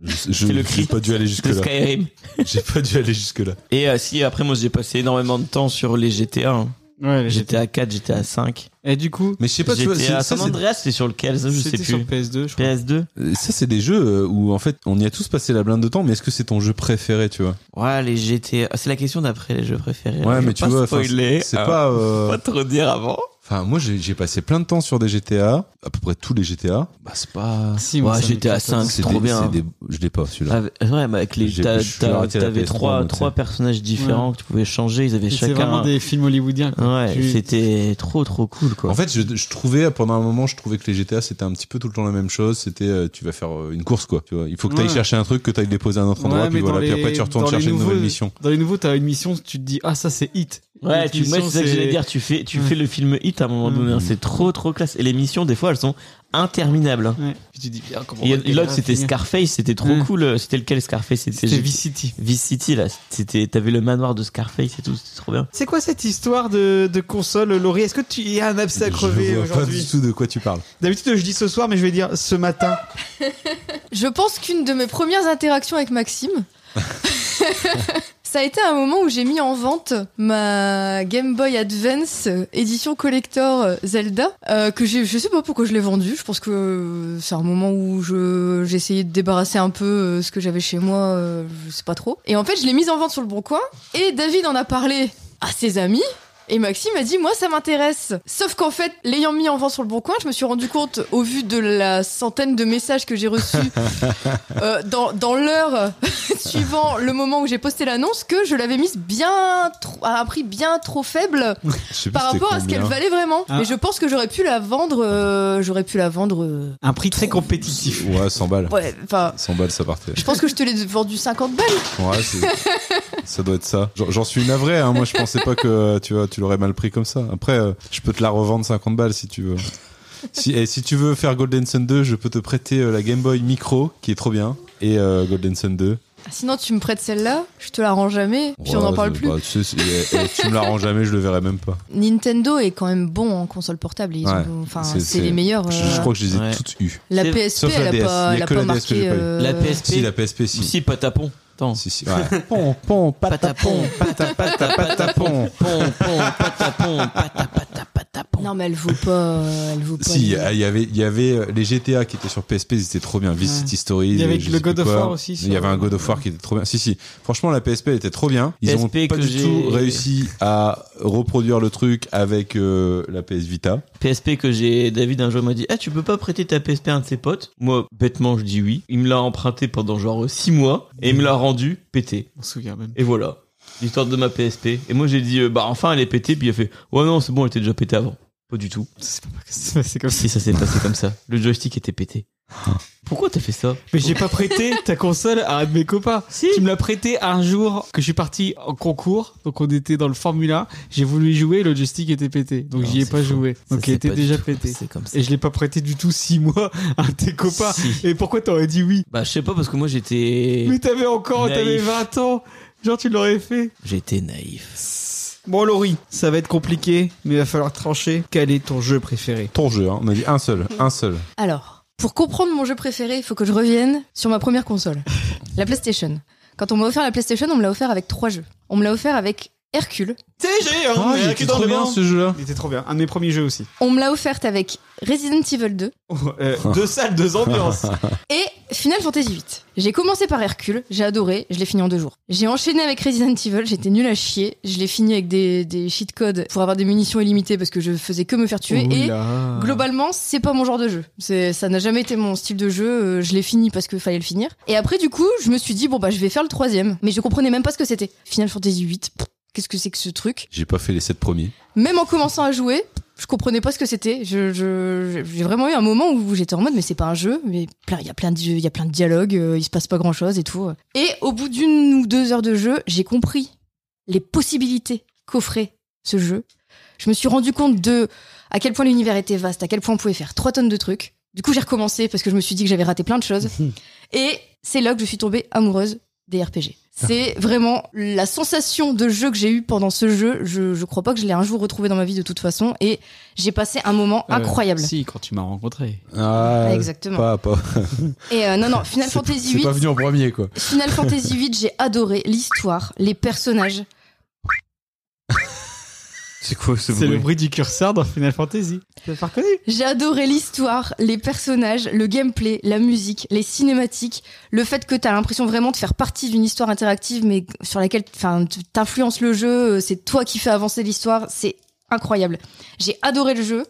S3: Je- Je
S2: C'est le
S3: j'ai
S2: cri
S3: pas dû aller
S2: de
S3: jusque-là.
S2: Skyrim.
S3: J'ai pas dû aller jusque-là.
S2: Et euh, si après moi j'ai passé énormément de temps sur les GTA, hein.
S1: Ouais, les GTA.
S2: GTA 4, GTA 5,
S1: Et du coup,
S3: Mais je sais pas, tu vois,
S2: GTA
S3: c'est- ça
S2: San
S3: c'est
S2: Andreas, c'est sur lequel ça, je sais
S1: c'était
S2: plus.
S1: sur PS2, je crois.
S2: PS2.
S3: Euh, Ça, c'est des jeux euh, où en fait on y a tous passé la blinde de temps, mais est-ce que c'est ton jeu préféré, tu vois
S2: Ouais, les GTA. ah, C'est la question d'après les jeux préférés.
S3: Ouais,
S2: Je vais
S3: mais tu
S2: pas
S3: vois, enfin,
S2: spoiler,
S3: C'est
S2: euh,
S3: pas. euh,
S2: pas trop dire avant.
S3: Enfin, moi j'ai j'ai passé plein de temps sur des GTA, à peu près tous les GTA. Bah, c'est pas.
S1: Si, moi,
S2: Ouais,
S1: ça me
S2: GTA
S1: capte.
S2: 5, c'est
S3: C'est
S2: trop
S3: des-
S2: bien.
S3: c'est des- Je l'ai pas celui-là.
S2: Avec- ouais, Ah, mais avec les,
S3: J'ai-
S2: t'as-
S3: je suis
S2: t'as-
S3: arrêté la
S2: t'avais
S3: PS3,
S2: trois,
S3: donc
S2: trois
S3: c'est-
S2: personnages différents que tu pouvais changer, ils avaient
S1: Et C'est
S2: chacun.
S1: vraiment des films hollywoodiens. quoi.
S2: Ouais,
S1: Tu-
S2: c'était trop trop cool quoi.
S3: En fait, je, je trouvais pendant un moment, je trouvais que les GTA c'était un petit peu tout le temps la même chose. C'était euh, tu vas faire euh, une course quoi. Tu vois, il faut que tu ailles
S1: Ouais.
S3: chercher un truc que tu ailles déposer à un autre endroit,
S1: Ouais, mais
S3: puis voilà.
S1: dans
S3: Puis
S1: les-
S3: après tu retournes
S1: dans les
S3: chercher une nouvelle
S1: nouveaux-
S3: mission.
S1: Dans les nouveaux, t'as une mission, tu te dis, ah, ça c'est hit.
S2: Ouais,
S1: Cette
S2: tu, moi,
S1: mission,
S2: c'est ça que j'allais dire. Tu fais, tu
S1: Ouais. Mm.
S2: fais le film hit à un moment donné. hein. C'est trop, trop classe. Et les missions, des fois, elles sont interminables. hein.
S1: Ouais. Puis tu te dis, ah, comment
S2: Et
S1: on va
S2: et
S1: finir
S2: l'autre, c'était Scarface. C'était trop
S3: Hmm.
S1: Ouais.
S2: cool. C'était lequel Scarface C'était
S1: C'était
S2: j'ai-
S1: V-City.
S2: Vice City, là. C'était, t'avais le manoir de Scarface et tout. C'était trop bien.
S9: C'est quoi cette histoire de, de console, Laurie Est-ce que tu y a un abcès à crever
S3: je vois pas du
S9: aujourd'hui
S3: tout de quoi tu parles.
S9: D'habitude, je dis ce soir, mais je vais dire ce matin.
S4: Je pense qu'une de mes premières interactions avec Maxime, ça a été un moment où j'ai mis en vente ma Game Boy Advance euh, édition collector euh, Zelda, euh, que j'ai, je sais pas pourquoi je l'ai vendue. Je pense que euh, c'est un moment où je, j'essayais de débarrasser un peu euh, ce que j'avais chez moi, euh, je sais pas trop. Et en fait, je l'ai mise en vente sur le bon coin et David en a parlé à ses amis. Et Maxime a dit, moi, ça m'intéresse. Sauf qu'en fait, l'ayant mis en vente sur le bon coin, je me suis rendu compte, au vu de la centaine de messages que j'ai reçus euh, dans, dans l'heure suivant le moment où j'ai posté l'annonce, que je l'avais mise bien trop, à un prix bien trop faible
S3: Je sais plus
S4: par
S3: c'était
S4: rapport à ce
S3: combien.
S4: qu'elle valait vraiment.
S1: Ah.
S4: Mais je pense que j'aurais pu la vendre, euh, j'aurais pu la vendre, euh,
S1: Un prix très compétitif.
S3: Ouais, 100 balles.
S4: ouais, enfin,
S3: 100 balles, ça partait.
S4: je pense que je te l'ai vendu 50 balles.
S3: Ouais, c'est- ça doit être ça. J'en- J'en suis navré, hein. moi je pensais pas que tu vois, tu l'aurais mal pris comme ça. Après, euh, je peux te la revendre 50 balles si tu veux. Si, et si tu veux faire Golden Sun 2, je peux te prêter euh, la Game Boy Micro, qui est trop bien, et euh, Golden Sun 2.
S4: Ah, Sinon, tu me prêtes celle-là, je te la rends jamais, puis on n'en
S3: Ouais,
S4: parle
S3: ça-
S4: plus.
S3: bah, tu, sais, c'est- eh, eh, tu me la rends jamais, je le verrai même pas.
S4: Nintendo est quand même bon en console portable. et ils
S3: Ouais.
S4: ont- enfin,
S3: C'est-
S4: c'est
S3: c'est-
S4: les meilleurs.
S3: Je,
S4: euh,
S3: je crois que je les ai
S2: Ouais.
S3: toutes eues.
S4: La
S2: C'est-
S4: PSP,
S3: sauf la
S4: elle a
S3: DS. Il
S4: pas,
S3: y a
S4: elle a
S3: que
S4: pas
S3: la DS que j'ai
S4: marqué.
S3: pas eu.
S4: euh,
S2: La PSP.
S3: Si, la PSP, si.
S2: Si, patapon. Attends.
S3: Si, si, ouais. Pon, pon, patapon, pata, pata, patapon.
S2: Pon, pon, patapon, patapata, patapon.
S4: Non, mais elle vaut pas. euh, Elle vaut pas.
S3: Si, il y
S4: le-
S3: a- il y avait, il y avait euh, les GTA qui étaient sur PSP, ils étaient trop bien. Vice
S1: Ouais.
S3: City Stories.
S1: Il y avait
S3: je
S1: le
S3: sais
S1: God
S3: plus
S1: of
S3: quoi.
S1: War aussi sur-
S3: Il y avait un God of War qui était trop bien. Si, si. Franchement, la PSP elle était trop bien. Ils ont
S2: PSP
S3: pas
S2: que
S3: du
S2: j'ai-
S3: tout réussi à reproduire le truc avec euh, la PS Vita.
S2: PSP que j'ai, David un jour m'a dit, ah tu peux pas prêter ta PSP à un de ses potes Moi, bêtement, je dis oui. Il me l'a emprunté pendant genre 6 mois et il me l'a rendu pété.
S1: On se souvient même.
S2: Et voilà. l'histoire de ma PSP. Et moi, j'ai dit, euh, bah enfin, elle est pétée. Puis il a fait, ouais, non, c'est bon, elle était déjà pétée avant. Pas du tout.
S1: C'est comme ça.
S2: Si ça s'est passé comme ça, le joystick était pété. Pourquoi t'as fait ça
S1: Mais j'ai pas prêté ta console à un de mes copains.
S2: Si.
S1: Tu me l'as prêté un jour que je suis parti en concours, donc on était dans le Formula. J'ai voulu y jouer, le joystick était pété, donc
S2: Non,
S1: j'y ai
S2: c'est
S1: pas
S2: faux.
S1: joué.
S2: Ça,
S1: Donc il
S2: c'est
S1: était
S2: pas du
S1: déjà
S2: tout
S1: pété.
S2: passé comme ça.
S1: Et je l'ai pas prêté du tout six mois à tes copains.
S2: Si.
S1: Et pourquoi t'aurais dit oui
S2: Bah, je sais pas, parce que moi, j'étais.
S1: Mais t'avais encore,
S2: Naïf.
S1: t'avais 20 ans. Genre tu l'aurais fait.
S2: J'étais naïf.
S9: Bon, Laurie, ça va être compliqué, mais il va falloir trancher. Quel est ton jeu préféré
S3: Ton jeu, hein. on a dit un seul, un seul.
S4: Alors, pour comprendre mon jeu préféré, il faut que je revienne sur ma première console, la PlayStation. Quand on m'a offert la PlayStation, on me l'a offert avec trois jeux. On me l'a offert avec Hercule,
S9: TG, hein,
S3: Ah,
S9: mais
S3: il
S9: là,
S3: était
S9: que dans
S3: trop
S9: le
S3: bien
S9: vent.
S3: ce jeu-là.
S9: Il était trop bien. Un de mes premiers jeux aussi.
S4: on me l'a offerte avec Resident Evil 2
S9: Euh, deux salles, deux ambiances.
S4: et Final Fantasy VIII. J'ai commencé par Hercule, j'ai adoré, je l'ai fini en deux jours. J'ai enchaîné avec Resident Evil, j'étais nulle à chier, je l'ai fini avec des, des cheat codes pour avoir des munitions illimitées parce que je faisais que me faire
S1: Oh
S4: tuer et Globalement, c'est pas mon genre de jeu. C'est, ça n'a jamais été mon style de jeu. euh, Je l'ai fini parce que fallait le finir. Et après, du coup, je me suis dit bon bah je vais faire le troisième. Mais je comprenais même pas ce que c'était. Final Fantasy VIII. pff, Qu'est-ce que c'est que ce truc
S3: J'ai pas fait les sept premiers.
S4: Même en commençant à jouer, je comprenais pas ce que c'était. Je, je- j'ai vraiment eu un moment où j'étais en mode mais c'est pas un jeu. Mais plein, il y a plein de, il y a plein de dialogues. euh, Il se passe pas grand chose et tout. Et au bout d'une ou deux heures de jeu, j'ai compris les possibilités qu'offrait ce jeu. Je me suis rendu compte de à quel point l'univers était vaste, à quel point on pouvait faire trois tonnes de trucs. Du coup, j'ai recommencé parce que je me suis dit que j'avais raté plein de choses. Et c'est là que je suis tombée amoureuse des RPG.
S3: Ah.
S4: C'est vraiment la sensation de jeu que j'ai eue pendant ce jeu. Je, je crois pas que je l'ai un jour retrouvé dans ma vie de toute façon. Et j'ai passé un moment incroyable.
S1: Euh, Si, quand tu m'as rencontré.
S3: Ah,
S4: Exactement.
S3: Pas, pas.
S4: Et euh, non, non, Final Fantasy
S3: C'est
S4: VIII.
S3: pas venu en premier, quoi.
S4: Final Fantasy VIII, j'ai adoré l'histoire, les personnages.
S2: C'est quoi ce
S1: C'est le bruit du curseur dans Final Fantasy. Tu l'as pas reconnu
S4: J'ai adoré l'histoire, les personnages, le gameplay, la musique, les cinématiques, le fait que t'as l'impression vraiment de faire partie d'une histoire interactive, mais sur laquelle, enfin, t- t'influences le jeu, euh, c'est toi qui fais avancer l'histoire, c'est incroyable. J'ai adoré le jeu.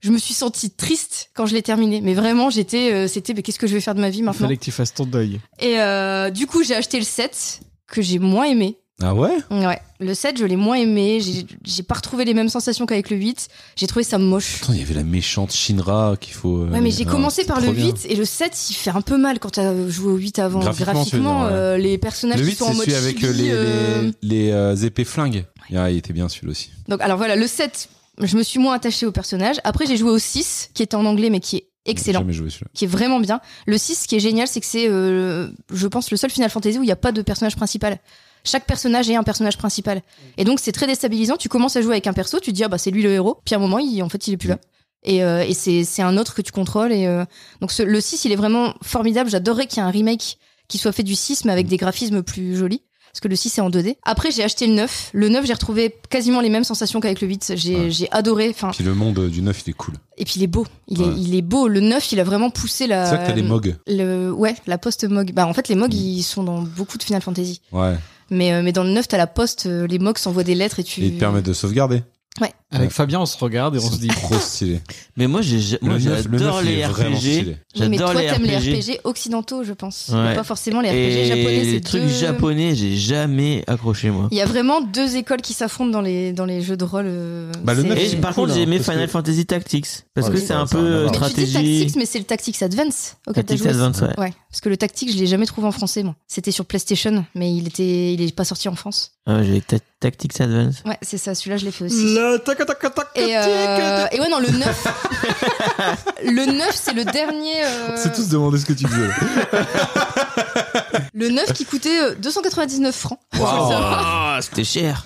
S4: Je me suis sentie triste quand je l'ai terminé, mais vraiment, j'étais, euh, c'était, mais qu'est-ce que je vais faire de ma vie
S1: Il
S4: maintenant
S1: fallait que tu fasses ton deuil.
S4: Et euh, du coup, j'ai acheté le 7 que j'ai moins aimé,
S3: Ah ouais
S4: Ouais, le 7, je l'ai moins aimé. J'ai- J'ai pas retrouvé les mêmes sensations qu'avec le 8. J'ai trouvé ça moche.
S3: Attends, il y avait la méchante Shinra qu'il faut. euh,
S4: Ouais, mais j'ai
S3: ah,
S4: commencé
S3: c'était
S4: par le
S3: trop bien.
S4: 8 et le 7, il fait un peu mal quand t'as joué au 8 avant.
S3: Graphiquement, tu veux
S4: Graphiquement,
S3: dire, ouais.
S4: euh, les personnages
S3: Le
S4: qui
S3: 8,
S4: sont en
S3: c'est
S4: mode
S3: celui avec euh,
S4: chibi,
S3: les,
S4: euh,
S3: les, les, euh, épées flingues. Ah, il était bien celui-là aussi.
S4: Donc, alors voilà, le 7, je me suis moins attachée au personnage. Après, j'ai joué au 6, qui était en anglais, mais qui est
S3: J'ai
S4: excellent.
S3: jamais joué celui-là.
S4: qui est vraiment bien. Le 6, ce qui est génial, c'est que c'est, euh, je pense, le seul Final Fantasy où il n'y a pas de personnage principal. Chaque personnage est un personnage
S3: Mm.
S4: principal. Et donc, c'est très déstabilisant. Tu commences à jouer avec un perso, tu te dis, ah bah, c'est lui le héros. Puis à un moment, il, en fait, il est plus là.
S3: Mm.
S4: Et, euh, et c'est, c'est un autre que tu contrôles. Et, euh, donc, ce- le 6, il est vraiment formidable. J'adorerais qu'il y ait un remake qui soit fait du 6,
S3: Mm.
S4: mais avec des graphismes plus jolis. Parce que le 6 est en 2D. Après, j'ai acheté le 9. Le 9, j'ai retrouvé quasiment les mêmes sensations qu'avec le 8. J'ai,
S3: Ouais.
S4: j'ai adoré. Enfin,
S3: Puis le monde euh, du 9, il est cool.
S4: et puis, il est beau. Il,
S3: Ouais.
S4: est, il est beau. Le 9, il a vraiment poussé la.
S3: C'est vrai que t'as les mogs.
S4: Le ouais, la poste mog. Bah en fait les mogs
S3: Mm.
S4: ils sont dans beaucoup de Final Fantasy.
S3: Ouais.
S4: Mais euh, mais dans le 9 t'as la poste, euh, les mogs s'envoient des lettres et tu.
S3: Et ils te permettent de sauvegarder.
S1: Avec
S3: Ouais.
S1: Fabien, on se regarde et on se dit.
S3: Trop stylé.
S2: Mais moi, j'ai- moi,
S3: Le neuf- le
S2: j'adore
S3: neuf, il
S2: les
S3: est vraiment
S2: RPG.
S3: stylé.
S4: Oui, mais
S2: J'adore
S4: toi
S2: les
S4: t'aimes les
S2: RPG.
S4: RPG occidentaux je pense.
S2: Ouais.
S4: Pas forcément les
S2: Et
S4: RPG japonais.
S2: les
S4: c'est
S2: trucs
S4: deux-
S2: japonais, j'ai jamais accroché moi.
S4: Il y a vraiment deux écoles qui s'affrontent dans les dans les jeux de rôle. euh,
S3: Bah, le
S4: c'est-
S3: neuf,
S2: Et
S3: c'est
S2: par
S3: cool,
S2: contre, j'ai
S3: hein,
S2: aimé
S3: parce
S2: Final
S3: que-
S2: Fantasy Tactics parce
S3: Ouais,
S2: que
S3: mais
S2: c'est
S3: ça,
S2: un
S3: ça a rien à
S2: peu euh,
S3: voir.
S4: Mais tu dis
S2: stratégie.
S4: Tactics mais c'est le Tactics Advance auquel t'as
S2: Tactics
S4: joué.
S2: Advance, ouais.
S4: Ouais, parce que le Tactics je l'ai jamais trouvé en français moi. C'était sur PlayStation mais il était il est pas sorti en France.
S2: Ouais, J'ai ta- Tactics Advance.
S4: Ouais, c'est ça, celui-là je l'ai fait aussi.
S9: Le tac tac tac tac
S4: Et, euh, et ouais, non, le 9. le 9, c'est le dernier. euh,
S3: demandé ce que tu disais.
S4: Le 9 qui coûtait euh, 299 francs.
S11: Ah.
S3: Ah,
S2: Waouh, c'était cher.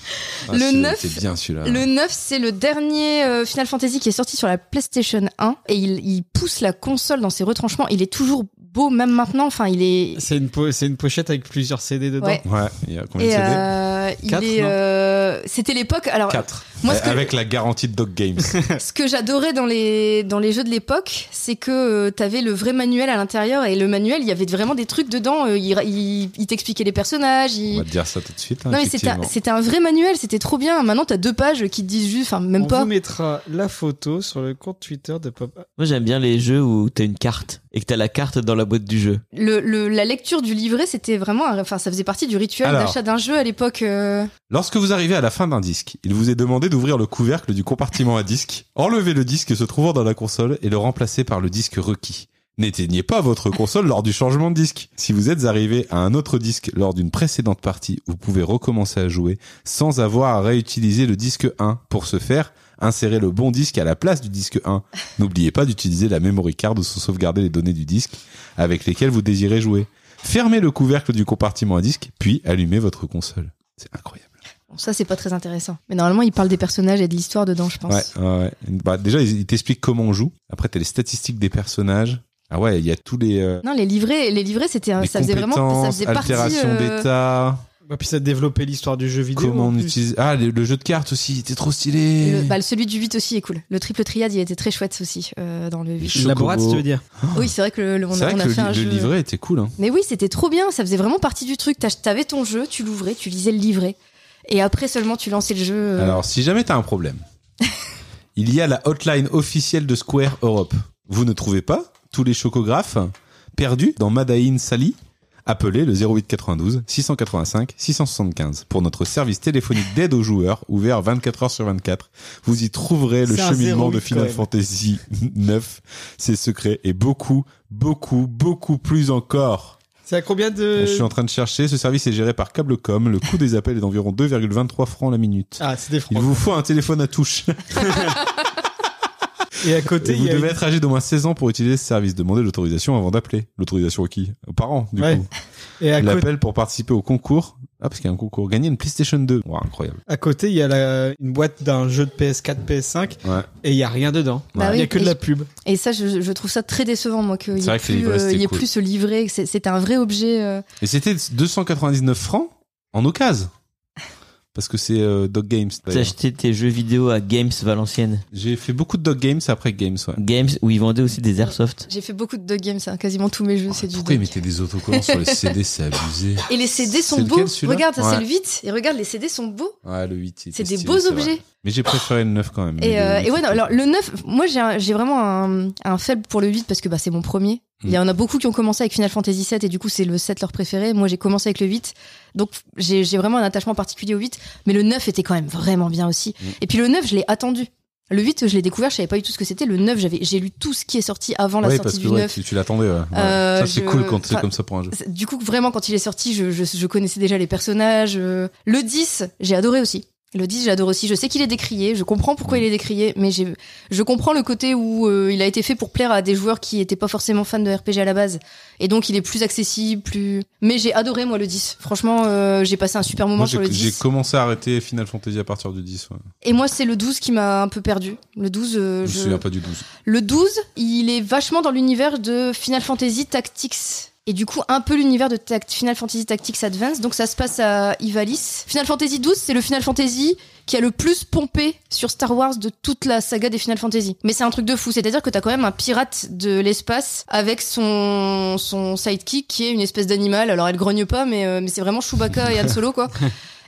S4: Le neuf-
S3: C'est bien celui-là.
S4: Le 9, c'est le dernier euh, Final Fantasy qui est sorti sur la PlayStation 1. Et il, il pousse la console dans ses retranchements. Il est toujours beau, même maintenant. Enfin, il est.
S1: C'est une, po- c'est une pochette avec plusieurs CD dedans.
S4: Ouais.
S3: Ouais, il y a combien
S4: Et
S3: de CD
S4: euh, il
S1: Quatre,
S4: est.
S1: non
S4: euh, C'était l'époque. Alors,
S3: 4.
S4: Moi, ce que,
S3: Eh, Avec la garantie de Dog Games.
S4: ce que j'adorais dans les, dans les jeux de l'époque, c'est que euh, t'avais le vrai manuel à l'intérieur et le manuel, il y avait vraiment des trucs dedans. euh, il il- il t'expliquait les personnages,
S3: On
S4: il,
S3: va te dire ça tout de suite. hein,
S4: Non mais c'était un-
S3: effectivement.
S4: c'était un vrai manuel, c'était trop bien. Maintenant t'as deux pages qui te disent juste, enfin même
S1: On
S4: pas.
S1: vous mettra la photo sur le compte Twitter de Pop.
S2: Moi, j'aime bien les jeux où t'as une carte et que t'as la carte dans la boîte du jeu.
S4: Le, le- la lecture du livret c'était vraiment, un- enfin ça faisait partie du rituel
S3: Alors.
S4: d'achat d'un jeu à l'époque. euh.
S3: Lorsque vous arrivez à la fin d'un disque, il vous est demandé d'ouvrir le couvercle du compartiment à disque, enlever le disque se trouvant dans la console et le remplacer par le disque requis. N'éteignez pas votre console lors du changement de disque. Si vous êtes arrivé à un autre disque lors d'une précédente partie, vous pouvez recommencer à jouer sans avoir à réutiliser le disque 1. Pour ce faire, insérez le bon disque à la place du disque 1. N'oubliez pas d'utiliser la memory card où sont sauvegardées les données du disque avec lesquelles vous désirez jouer. Fermez le couvercle du compartiment à disque, puis allumez votre console. C'est incroyable.
S4: Bon, ça c'est pas très intéressant. Mais normalement il parle des personnages et de l'histoire dedans je pense.
S3: Ouais, ouais, ouais. Bah, déjà, ils ils t'expliquent comment on joue. Après, t'as les statistiques des personnages. Ah ouais, il y a tous les, euh,
S4: Non les livrets, les livrets c'était, un-
S3: les
S4: Euh, ça faisait vraiment, ça
S3: compétences,
S4: faisait partie.
S3: altération
S4: euh,
S3: d'état,
S1: Bah, puis ça développait l'histoire du jeu vidéo.
S3: comment
S1: en
S3: on
S1: plus.
S3: utilise. Ah, le, le jeu de cartes aussi, il était trop stylé.
S4: le- bah, celui du 8 aussi est cool. Le triple triade, il était très chouette aussi euh, dans le 8.
S3: chou-
S1: La
S3: Chocobo.
S1: boîte, tu veux dire
S4: Oui, c'est vrai que le, le- on,
S3: C'est
S4: a,
S3: vrai
S4: on
S3: que
S4: a
S3: le,
S4: fait un
S3: li-
S4: jeu.
S3: le livret était cool. Hein.
S4: Mais oui, c'était trop bien, ça faisait vraiment partie du truc. T'ach- T'avais ton jeu, tu l'ouvrais, tu lisais le livret. Et après seulement tu lançais le jeu. euh,
S3: Alors, si jamais t'as un problème, il y a la hotline officielle de Square Europe. Vous ne trouvez pas tous les chocographes perdus dans Madain Sali Appelez le 08 92 685 675 pour notre service téléphonique d'aide aux joueurs ouvert 24 heures sur 24. Vous y trouverez le
S1: C'est un
S3: cheminement
S1: 08
S3: de Final
S1: quand même.
S3: Fantasy 9, ses secrets et beaucoup, beaucoup, beaucoup plus encore.
S1: C'est à combien de.
S3: Je suis en train de chercher. Ce service est géré par Cablecom. Le coût des appels est d'environ 2,23 francs la minute.
S1: Ah, c'est des
S3: Il
S1: francs.
S3: vous faut un téléphone à touche.
S1: Et à
S3: Et
S1: côté, il
S3: vous
S1: y a.
S3: devez
S1: une-
S3: être âgé d'au moins 16 ans pour utiliser ce service. Demandez l'autorisation avant d'appeler. L'autorisation à qui Aux parents, du
S1: Ouais.
S3: coup.
S1: Et à, côté-
S3: L'appel pour participer au concours. Ah, parce qu'il y a un concours. Gagner une PlayStation 2. Ouah, incroyable.
S1: à côté, il y a la- une boîte d'un jeu de PS4, PS5,
S3: Ouais.
S1: et il y a rien dedans.
S4: Bah
S1: il y a
S4: oui,
S1: que de
S4: et
S1: la
S4: je-
S1: pub.
S4: Et ça, je, je trouve ça très décevant, moi, qu'il
S3: C'est
S4: n'y
S3: vrai
S4: ait,
S3: que les
S4: plus,
S3: livres,
S4: euh,
S3: c'était
S4: il y ait
S3: cool.
S4: plus ce livret, que c'est- c'est un vrai objet. euh.
S3: Et c'était 299 francs en occasion. Parce que c'est euh, Dog Games.
S2: T'as
S3: d'ailleurs.
S2: acheté tes jeux vidéo à Games Valenciennes.
S3: J'ai fait beaucoup de Dog Games après Games, ouais.
S2: Games où ils vendaient aussi des airsoft.
S4: J'ai fait beaucoup de dog games, hein. quasiment tous mes jeux, c'est du
S3: Oh, Ah, Pourquoi ils
S4: dog.
S3: mettaient des autocollants sur les CD C'est abusé.
S4: Et les CD sont
S3: C'est lequel,
S4: beaux.
S3: celui-là
S4: regarde, ça
S3: Ouais.
S4: c'est le 8. Et regarde, les CD sont beaux.
S3: Ouais, le 8. il
S4: C'est
S3: était
S4: des
S3: stylé,
S4: beaux
S3: c'est vrai.
S4: objets.
S3: Mais j'ai préféré le 9 quand même. Mais
S4: Et,
S3: le
S4: euh,
S3: 8,
S4: et ouais, non,
S3: c'était-
S4: alors le 9, moi j'ai un- j'ai vraiment un, un faible pour le 8 parce que bah, c'est mon premier.
S3: Mm.
S4: Il y en a beaucoup qui ont commencé avec Final Fantasy 7 et du coup c'est le 7 leur préféré. Moi j'ai commencé avec le 8. Donc j'ai j'ai vraiment un attachement particulier au 8. Mais le 9 était quand même vraiment bien aussi.
S3: Mm.
S4: Et puis le 9, je l'ai attendu. Le 8, je l'ai découvert, je savais pas du tout ce que c'était. Le 9, j'avais- j'ai lu tout ce qui est sorti avant la
S3: Ouais, parce
S4: sortie
S3: que
S4: du
S3: ouais,
S4: 9.
S3: tu, tu l'attendais. ouais. Ouais.
S4: Euh,
S3: ça, c'est
S4: je-
S3: cool quand c'est
S4: enfin,
S3: comme ça pour un jeu.
S4: C'est- Du coup, vraiment, quand il est sorti, je, je- je connaissais déjà les personnages. euh. Le 10, j'ai adoré aussi. Le 10, j'adore aussi. Je sais qu'il est décrié, je comprends pourquoi il est décrié, mais j'ai- je comprends le côté où euh, il a été fait pour plaire à des joueurs qui n'étaient pas forcément fans de RPG à la base. Et donc, il est plus accessible, plus. Mais j'ai adoré, moi, le 10. Franchement, euh, j'ai passé un super moment
S3: Moi,
S4: sur le
S3: j'ai j'ai
S4: 10.
S3: commencé à arrêter Final Fantasy à partir du 10. ouais.
S4: Et moi, c'est le 12 qui m'a un peu perdu. Le 12, euh,
S3: Je me
S4: je-
S3: souviens pas du 12.
S4: Le 12, il est vachement dans l'univers de Final Fantasy Tactics. Et du coup, un peu l'univers de Tact- Final Fantasy Tactics Advance. Donc, ça se passe à Ivalice. Final Fantasy 12, c'est le Final Fantasy qui a le plus pompé sur Star Wars de toute la saga des Final Fantasy. Mais c'est un truc de fou. C'est-à-dire que t'as quand même un pirate de l'espace avec son, son sidekick qui est une espèce d'animal. Alors, elle grogne pas, mais, euh, mais c'est vraiment Chewbacca et Han Solo, quoi.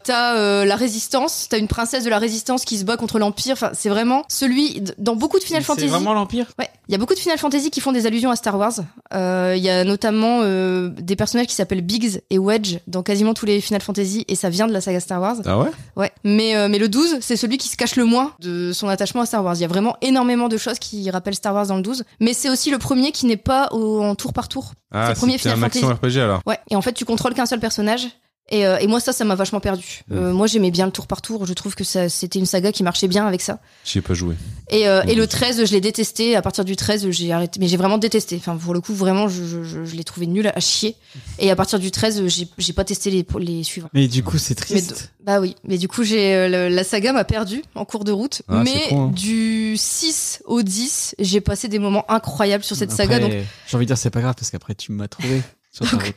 S4: T'as euh, la résistance, t'as une princesse de la résistance qui se bat contre l'Empire. Enfin, c'est vraiment celui d- dans beaucoup de Final
S1: C'est
S4: Fantasy.
S1: vraiment l'Empire
S4: Ouais, il y a beaucoup de Final Fantasy qui font des allusions à Star Wars. Euh, Il y a notamment euh, des personnages qui s'appellent Biggs et Wedge dans quasiment tous les Final Fantasy et ça vient de la saga Star Wars.
S3: Ah ouais
S4: Ouais. Mais, euh, mais le 12, c'est celui qui se cache le moins de son attachement à Star Wars. Il y a vraiment énormément de choses qui rappellent Star Wars dans le 12. Mais c'est aussi le premier qui n'est pas au- en tour par tour. C'est
S3: Ah,
S4: le premier
S3: c'était un
S4: Final
S3: action RPG alors.
S4: Ouais. Et en fait, tu contrôles qu'un seul personnage. Et, euh, et moi, ça, ça m'a vachement perdu. Euh, Moi, j'aimais bien le tour par tour. Je trouve que ça- c'était une saga qui marchait bien avec ça.
S3: J'y ai pas joué.
S4: Et, euh,
S3: Mmh.
S4: et le 13, je l'ai détesté. À partir du 13, j'ai arrêté. Mais j'ai vraiment détesté. Enfin, pour le coup, vraiment, je, je, je, je l'ai trouvé nul à chier.
S3: Mmh.
S4: Et à partir du 13, j'ai j'ai pas testé les, les suivants.
S1: Mais du coup, c'est
S4: Mais
S1: triste.
S4: d- bah oui, mais du coup, j'ai euh, le- la saga m'a perdu en cours de route.
S3: Ah, c'est
S4: mais
S3: con, hein.
S4: du 6 au 10, j'ai passé des moments incroyables sur cette
S1: Après,
S4: saga. Donc,
S1: J'ai envie de dire, c'est pas grave parce qu'après, tu m'as trouvé sur ta route.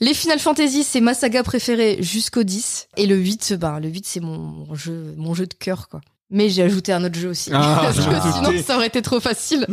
S4: les Final Fantasy, c'est ben, ma saga préférée jusqu'au 10. Et le 8, bah, le 8, c'est mon, mon jeu, mon jeu de cœur, quoi. Mais j'ai ajouté un autre jeu aussi.
S1: Ah, je
S4: parce
S1: me
S4: que sinon,
S1: doutais.
S4: ça aurait été trop facile.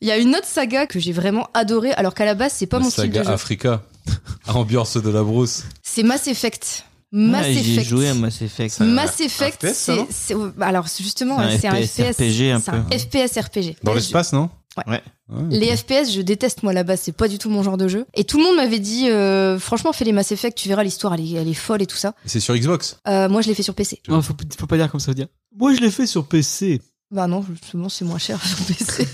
S4: Il y a une autre saga que j'ai vraiment adorée, alors qu'à la base, c'est pas mon style de
S3: Saga
S4: jeu.
S3: Africa. Ambiance de la brousse.
S4: C'est Mass Effect. Mass
S2: Ouais, J'ai
S4: Effect.
S2: Ah, joué à Mass Effect.
S4: Mass Effect,
S3: RTS, ça,
S4: c'est-
S3: non
S4: c'est. Alors, justement,
S2: C'est un
S4: c'est un
S2: FPS,
S4: FPS.
S2: RPG un
S4: c'est
S2: peu.
S4: FPS RPG.
S3: Dans
S4: Ouais,
S3: l'espace, non
S2: Ouais.
S4: je- Les FPS, je déteste moi là-bas, c'est pas du tout mon genre de jeu. Et tout le monde m'avait dit, euh, franchement, fais les Mass Effect, tu verras l'histoire, elle, est- elle est folle et tout ça.
S3: C'est sur Xbox.
S4: Euh, moi, je l'ai fait sur PC.
S1: Non, faut, faut pas dire comme ça. faut dire. Moi, je l'ai fait sur PC.
S4: Bah non, justement, c'est moins cher sur PC.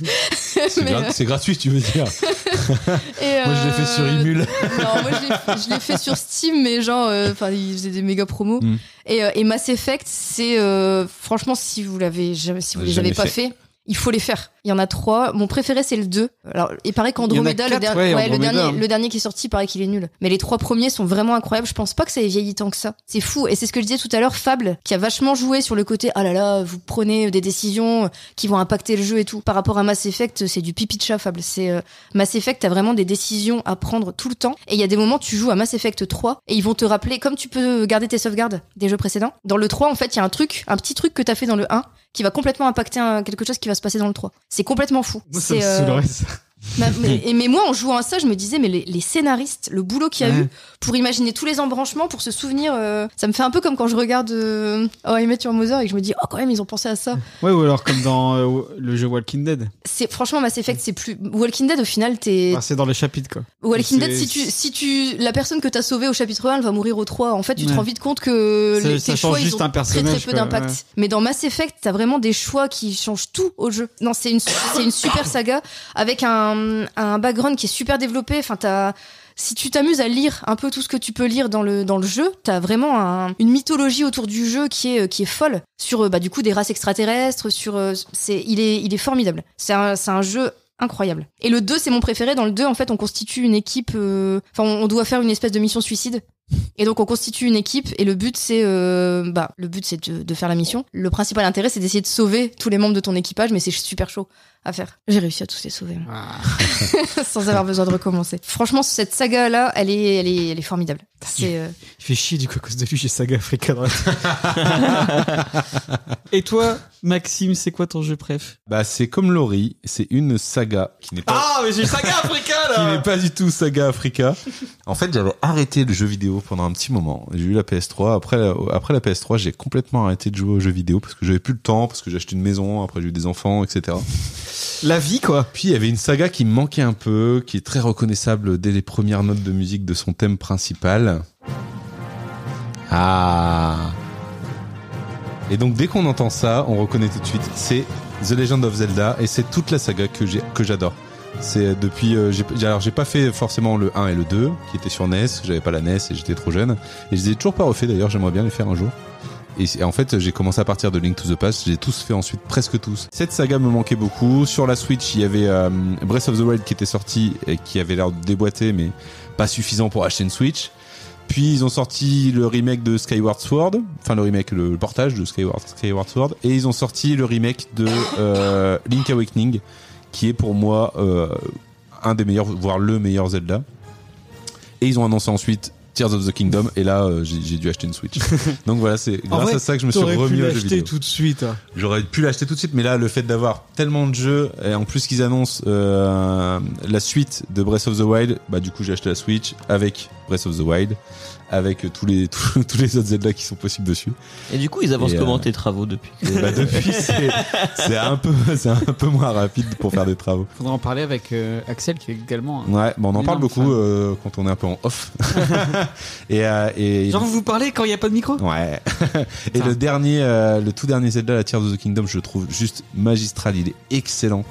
S3: C'est
S4: Mais,
S3: gra- c'est gratuit, tu veux dire.
S4: euh, et,
S3: Moi, je l'ai fait sur
S4: euh,
S3: Emule.
S4: Non, moi je l'ai- je l'ai fait sur Steam, mais genre, euh, enfin, ils faisaient des méga promos.
S3: Mm.
S4: Et, euh, et Mass Effect, c'est euh, franchement, si vous l'avez, jamais- si vous les
S3: Jamais
S4: avez pas
S3: fait.
S4: fait. Il faut les faire. Il y en a trois. Mon préféré, c'est le 2. Alors, il paraît qu'Andromeda,
S1: Il y en
S4: le,
S1: a quatre,
S4: der-
S1: ouais,
S4: ouais, le
S1: Andromeda,
S4: dernier,
S1: hein.
S4: le dernier qui est sorti, il paraît qu'il est nul. Mais les trois premiers sont vraiment incroyables. Je pense pas que ça ait vieilli tant que ça. C'est fou. Et c'est ce que je disais tout à l'heure, Fable, qui a vachement joué sur le côté, ah là là, vous prenez des décisions qui vont impacter le jeu et tout. Par rapport à Mass Effect, c'est du pipi de chat, Fable. C'est, euh, Mass Effect, t'as vraiment des décisions à prendre tout le temps. Et il y a des moments, tu joues à Mass Effect 3 et ils vont te rappeler, comme tu peux garder tes sauvegardes des jeux précédents. Dans le 3, en fait, il y a un truc, un petit truc que t'as fait dans le 1 qui va complètement impacter un- quelque chose qui va se passer dans le 3. C'est complètement fou.
S1: Moi, ça
S4: C'est,
S1: me
S4: euh,
S1: saoulerait, ça.
S4: ma- mais, et- mais moi, en jouant à ça, je me disais, mais les, les scénaristes, le boulot qu'il y a
S1: Ouais.
S4: eu pour imaginer tous les embranchements, pour se souvenir, euh, ça me fait un peu comme quand je regarde euh, Oh, I Met Your Mother et que je me dis, oh, quand même, ils ont pensé à ça.
S1: Ouais, ou alors comme dans euh, le jeu Walking Dead.
S4: C'est, franchement, Mass Effect, c'est plus. Walking Dead, au final, t'es,
S1: Enfin, c'est dans les chapitres, quoi.
S4: Walking
S1: C'est-
S4: Dead, si tu, si tu, la personne que t'as sauvée au chapitre 1, elle va mourir au 3. En fait, tu te
S1: Ouais.
S4: rends vite compte que
S1: Ça-
S4: euh, les,
S1: ça
S4: tes
S1: change
S4: choix, ils
S1: juste
S4: ont
S1: un
S4: très très
S1: personnage,
S4: peu
S1: quoi,
S4: d'impact.
S1: ouais.
S4: Mais dans Mass Effect, t'as vraiment des choix qui changent tout au jeu. Non, c'est une, c'est une super saga avec un, un background qui est super développé. Enfin, t'as, si tu t'amuses à lire un peu tout ce que tu peux lire dans le, dans le jeu, t'as vraiment un- une mythologie autour du jeu qui est, qui est folle. Sur, euh, bah, du coup, des races extraterrestres, sur, euh, c'est, il est, il est formidable. C'est un, c'est un jeu incroyable. Et le 2, c'est mon préféré. Dans le 2, en fait, on constitue une équipe, euh, enfin, on on doit faire une espèce de mission suicide. Et donc on constitue une équipe et le but c'est euh, bah le but c'est de, de faire la mission. Le principal intérêt c'est d'essayer de sauver tous les membres de ton équipage mais c'est super chaud à faire. J'ai réussi à tous les sauver. moi. sans avoir besoin de recommencer. Franchement, cette saga-là, elle est, elle est, elle est formidable. C'est, euh,
S1: Il fait chier du coup à cause de lui, j'ai Saga Africa dans la tête. Et toi, Maxime, c'est quoi ton jeu préf
S3: Bah, c'est comme Laurie, c'est une saga qui n'est
S1: Ah,
S3: pas,
S9: mais j'ai Saga Africa
S3: qui n'est pas du tout saga Africa. En fait, j'avais arrêté le jeu vidéo pendant un petit moment. J'ai eu la PS3. Après la, après la PS3, j'ai complètement arrêté de jouer aux jeux vidéo parce que j'avais plus le temps, parce que j'ai acheté une maison, après j'ai eu des enfants, etc.
S1: La vie, quoi.
S3: Puis il y avait une saga qui me manquait un peu, qui est très reconnaissable dès les premières notes de musique de son thème principal. Ah. Et donc dès qu'on entend ça, on reconnaît tout de suite. C'est The Legend of Zelda et c'est toute la saga que j'ai que j'adore. C'est depuis euh, j'ai- j'ai- alors j'ai pas fait forcément le 1 et le 2 qui étaient sur NES, j'avais pas la NES et j'étais trop jeune et je les ai toujours pas refait d'ailleurs, j'aimerais bien les faire un jour. Et c'est- en fait, j'ai commencé à partir de Link to the Past, j'ai tous fait ensuite, presque tous. Cette saga me manquait beaucoup. Sur la Switch, il y avait euh, Breath of the Wild qui était sorti et qui avait l'air de déboîter, mais pas suffisant pour acheter une Switch. Puis ils ont sorti le remake de Skyward Sword, enfin le remake, le, le portage de Skyward, Skyward Sword, et ils ont sorti le remake de euh, Link Awakening, qui est pour moi euh, un des meilleurs, voire le meilleur Zelda. Et ils ont annoncé ensuite Tears of the Kingdom, et là euh, j'ai j'ai dû acheter une Switch. Donc voilà, c'est
S1: En
S3: grâce
S1: vrai,
S3: à ça que je me suis
S1: T'aurais pu
S3: remis au jeu
S1: l'acheter
S3: vidéo.
S1: tout de suite. hein.
S3: J'aurais pu l'acheter tout de suite, mais là, le fait d'avoir tellement de jeux, et en plus qu'ils annoncent euh, la suite de Breath of the Wild, bah du coup j'ai acheté la Switch avec Breath of the Wild, avec tous les tous, tous les autres Zelda qui sont possibles dessus.
S2: Et du coup, ils avancent
S3: Et, euh,
S2: comment tes travaux depuis que-
S3: Bah depuis, c'est c'est un peu c'est un peu moins rapide pour faire des travaux.
S1: Faudra en parler avec euh, Axel qui est également. un-
S3: Ouais, bah on en parle
S1: Énorme
S3: beaucoup
S1: fan.
S3: euh, quand on est un peu en off. et euh, et
S1: Genre, vous parlez quand il n'y a pas de micro
S3: Ouais. Et le dernier, euh, le tout dernier Zelda, la Tears of the Kingdom, je le trouve juste magistral. Il est excellent.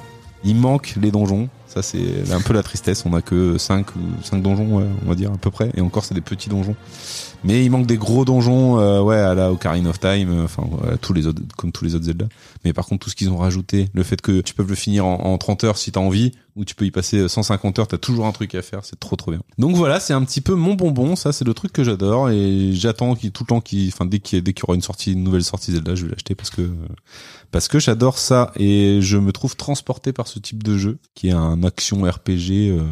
S3: Il manque les donjons. Ça, c'est un peu la tristesse. On a que 5 ou 5 donjons, ouais, on va dire, à peu près. Et encore, c'est des petits donjons. Mais il manque des gros donjons, euh, ouais, à la Ocarina of Time, euh, enfin, voilà, tous les autres, comme tous les autres Zelda. Mais par contre, tout ce qu'ils ont rajouté, le fait que tu peux le finir en, en 30 heures si t'as envie, ou tu peux y passer 150 heures, t'as toujours un truc à faire, c'est trop trop bien. Donc voilà, c'est un petit peu mon bonbon, ça c'est le truc que j'adore, et j'attends qu'il- tout le temps qu'il, enfin dès qu'il y a- dès qu'il y aura une sortie, une nouvelle sortie Zelda, je vais l'acheter euh, parce que, parce que j'adore ça, et je me trouve transporté par ce type de jeu, qui est un, en action RPG euh,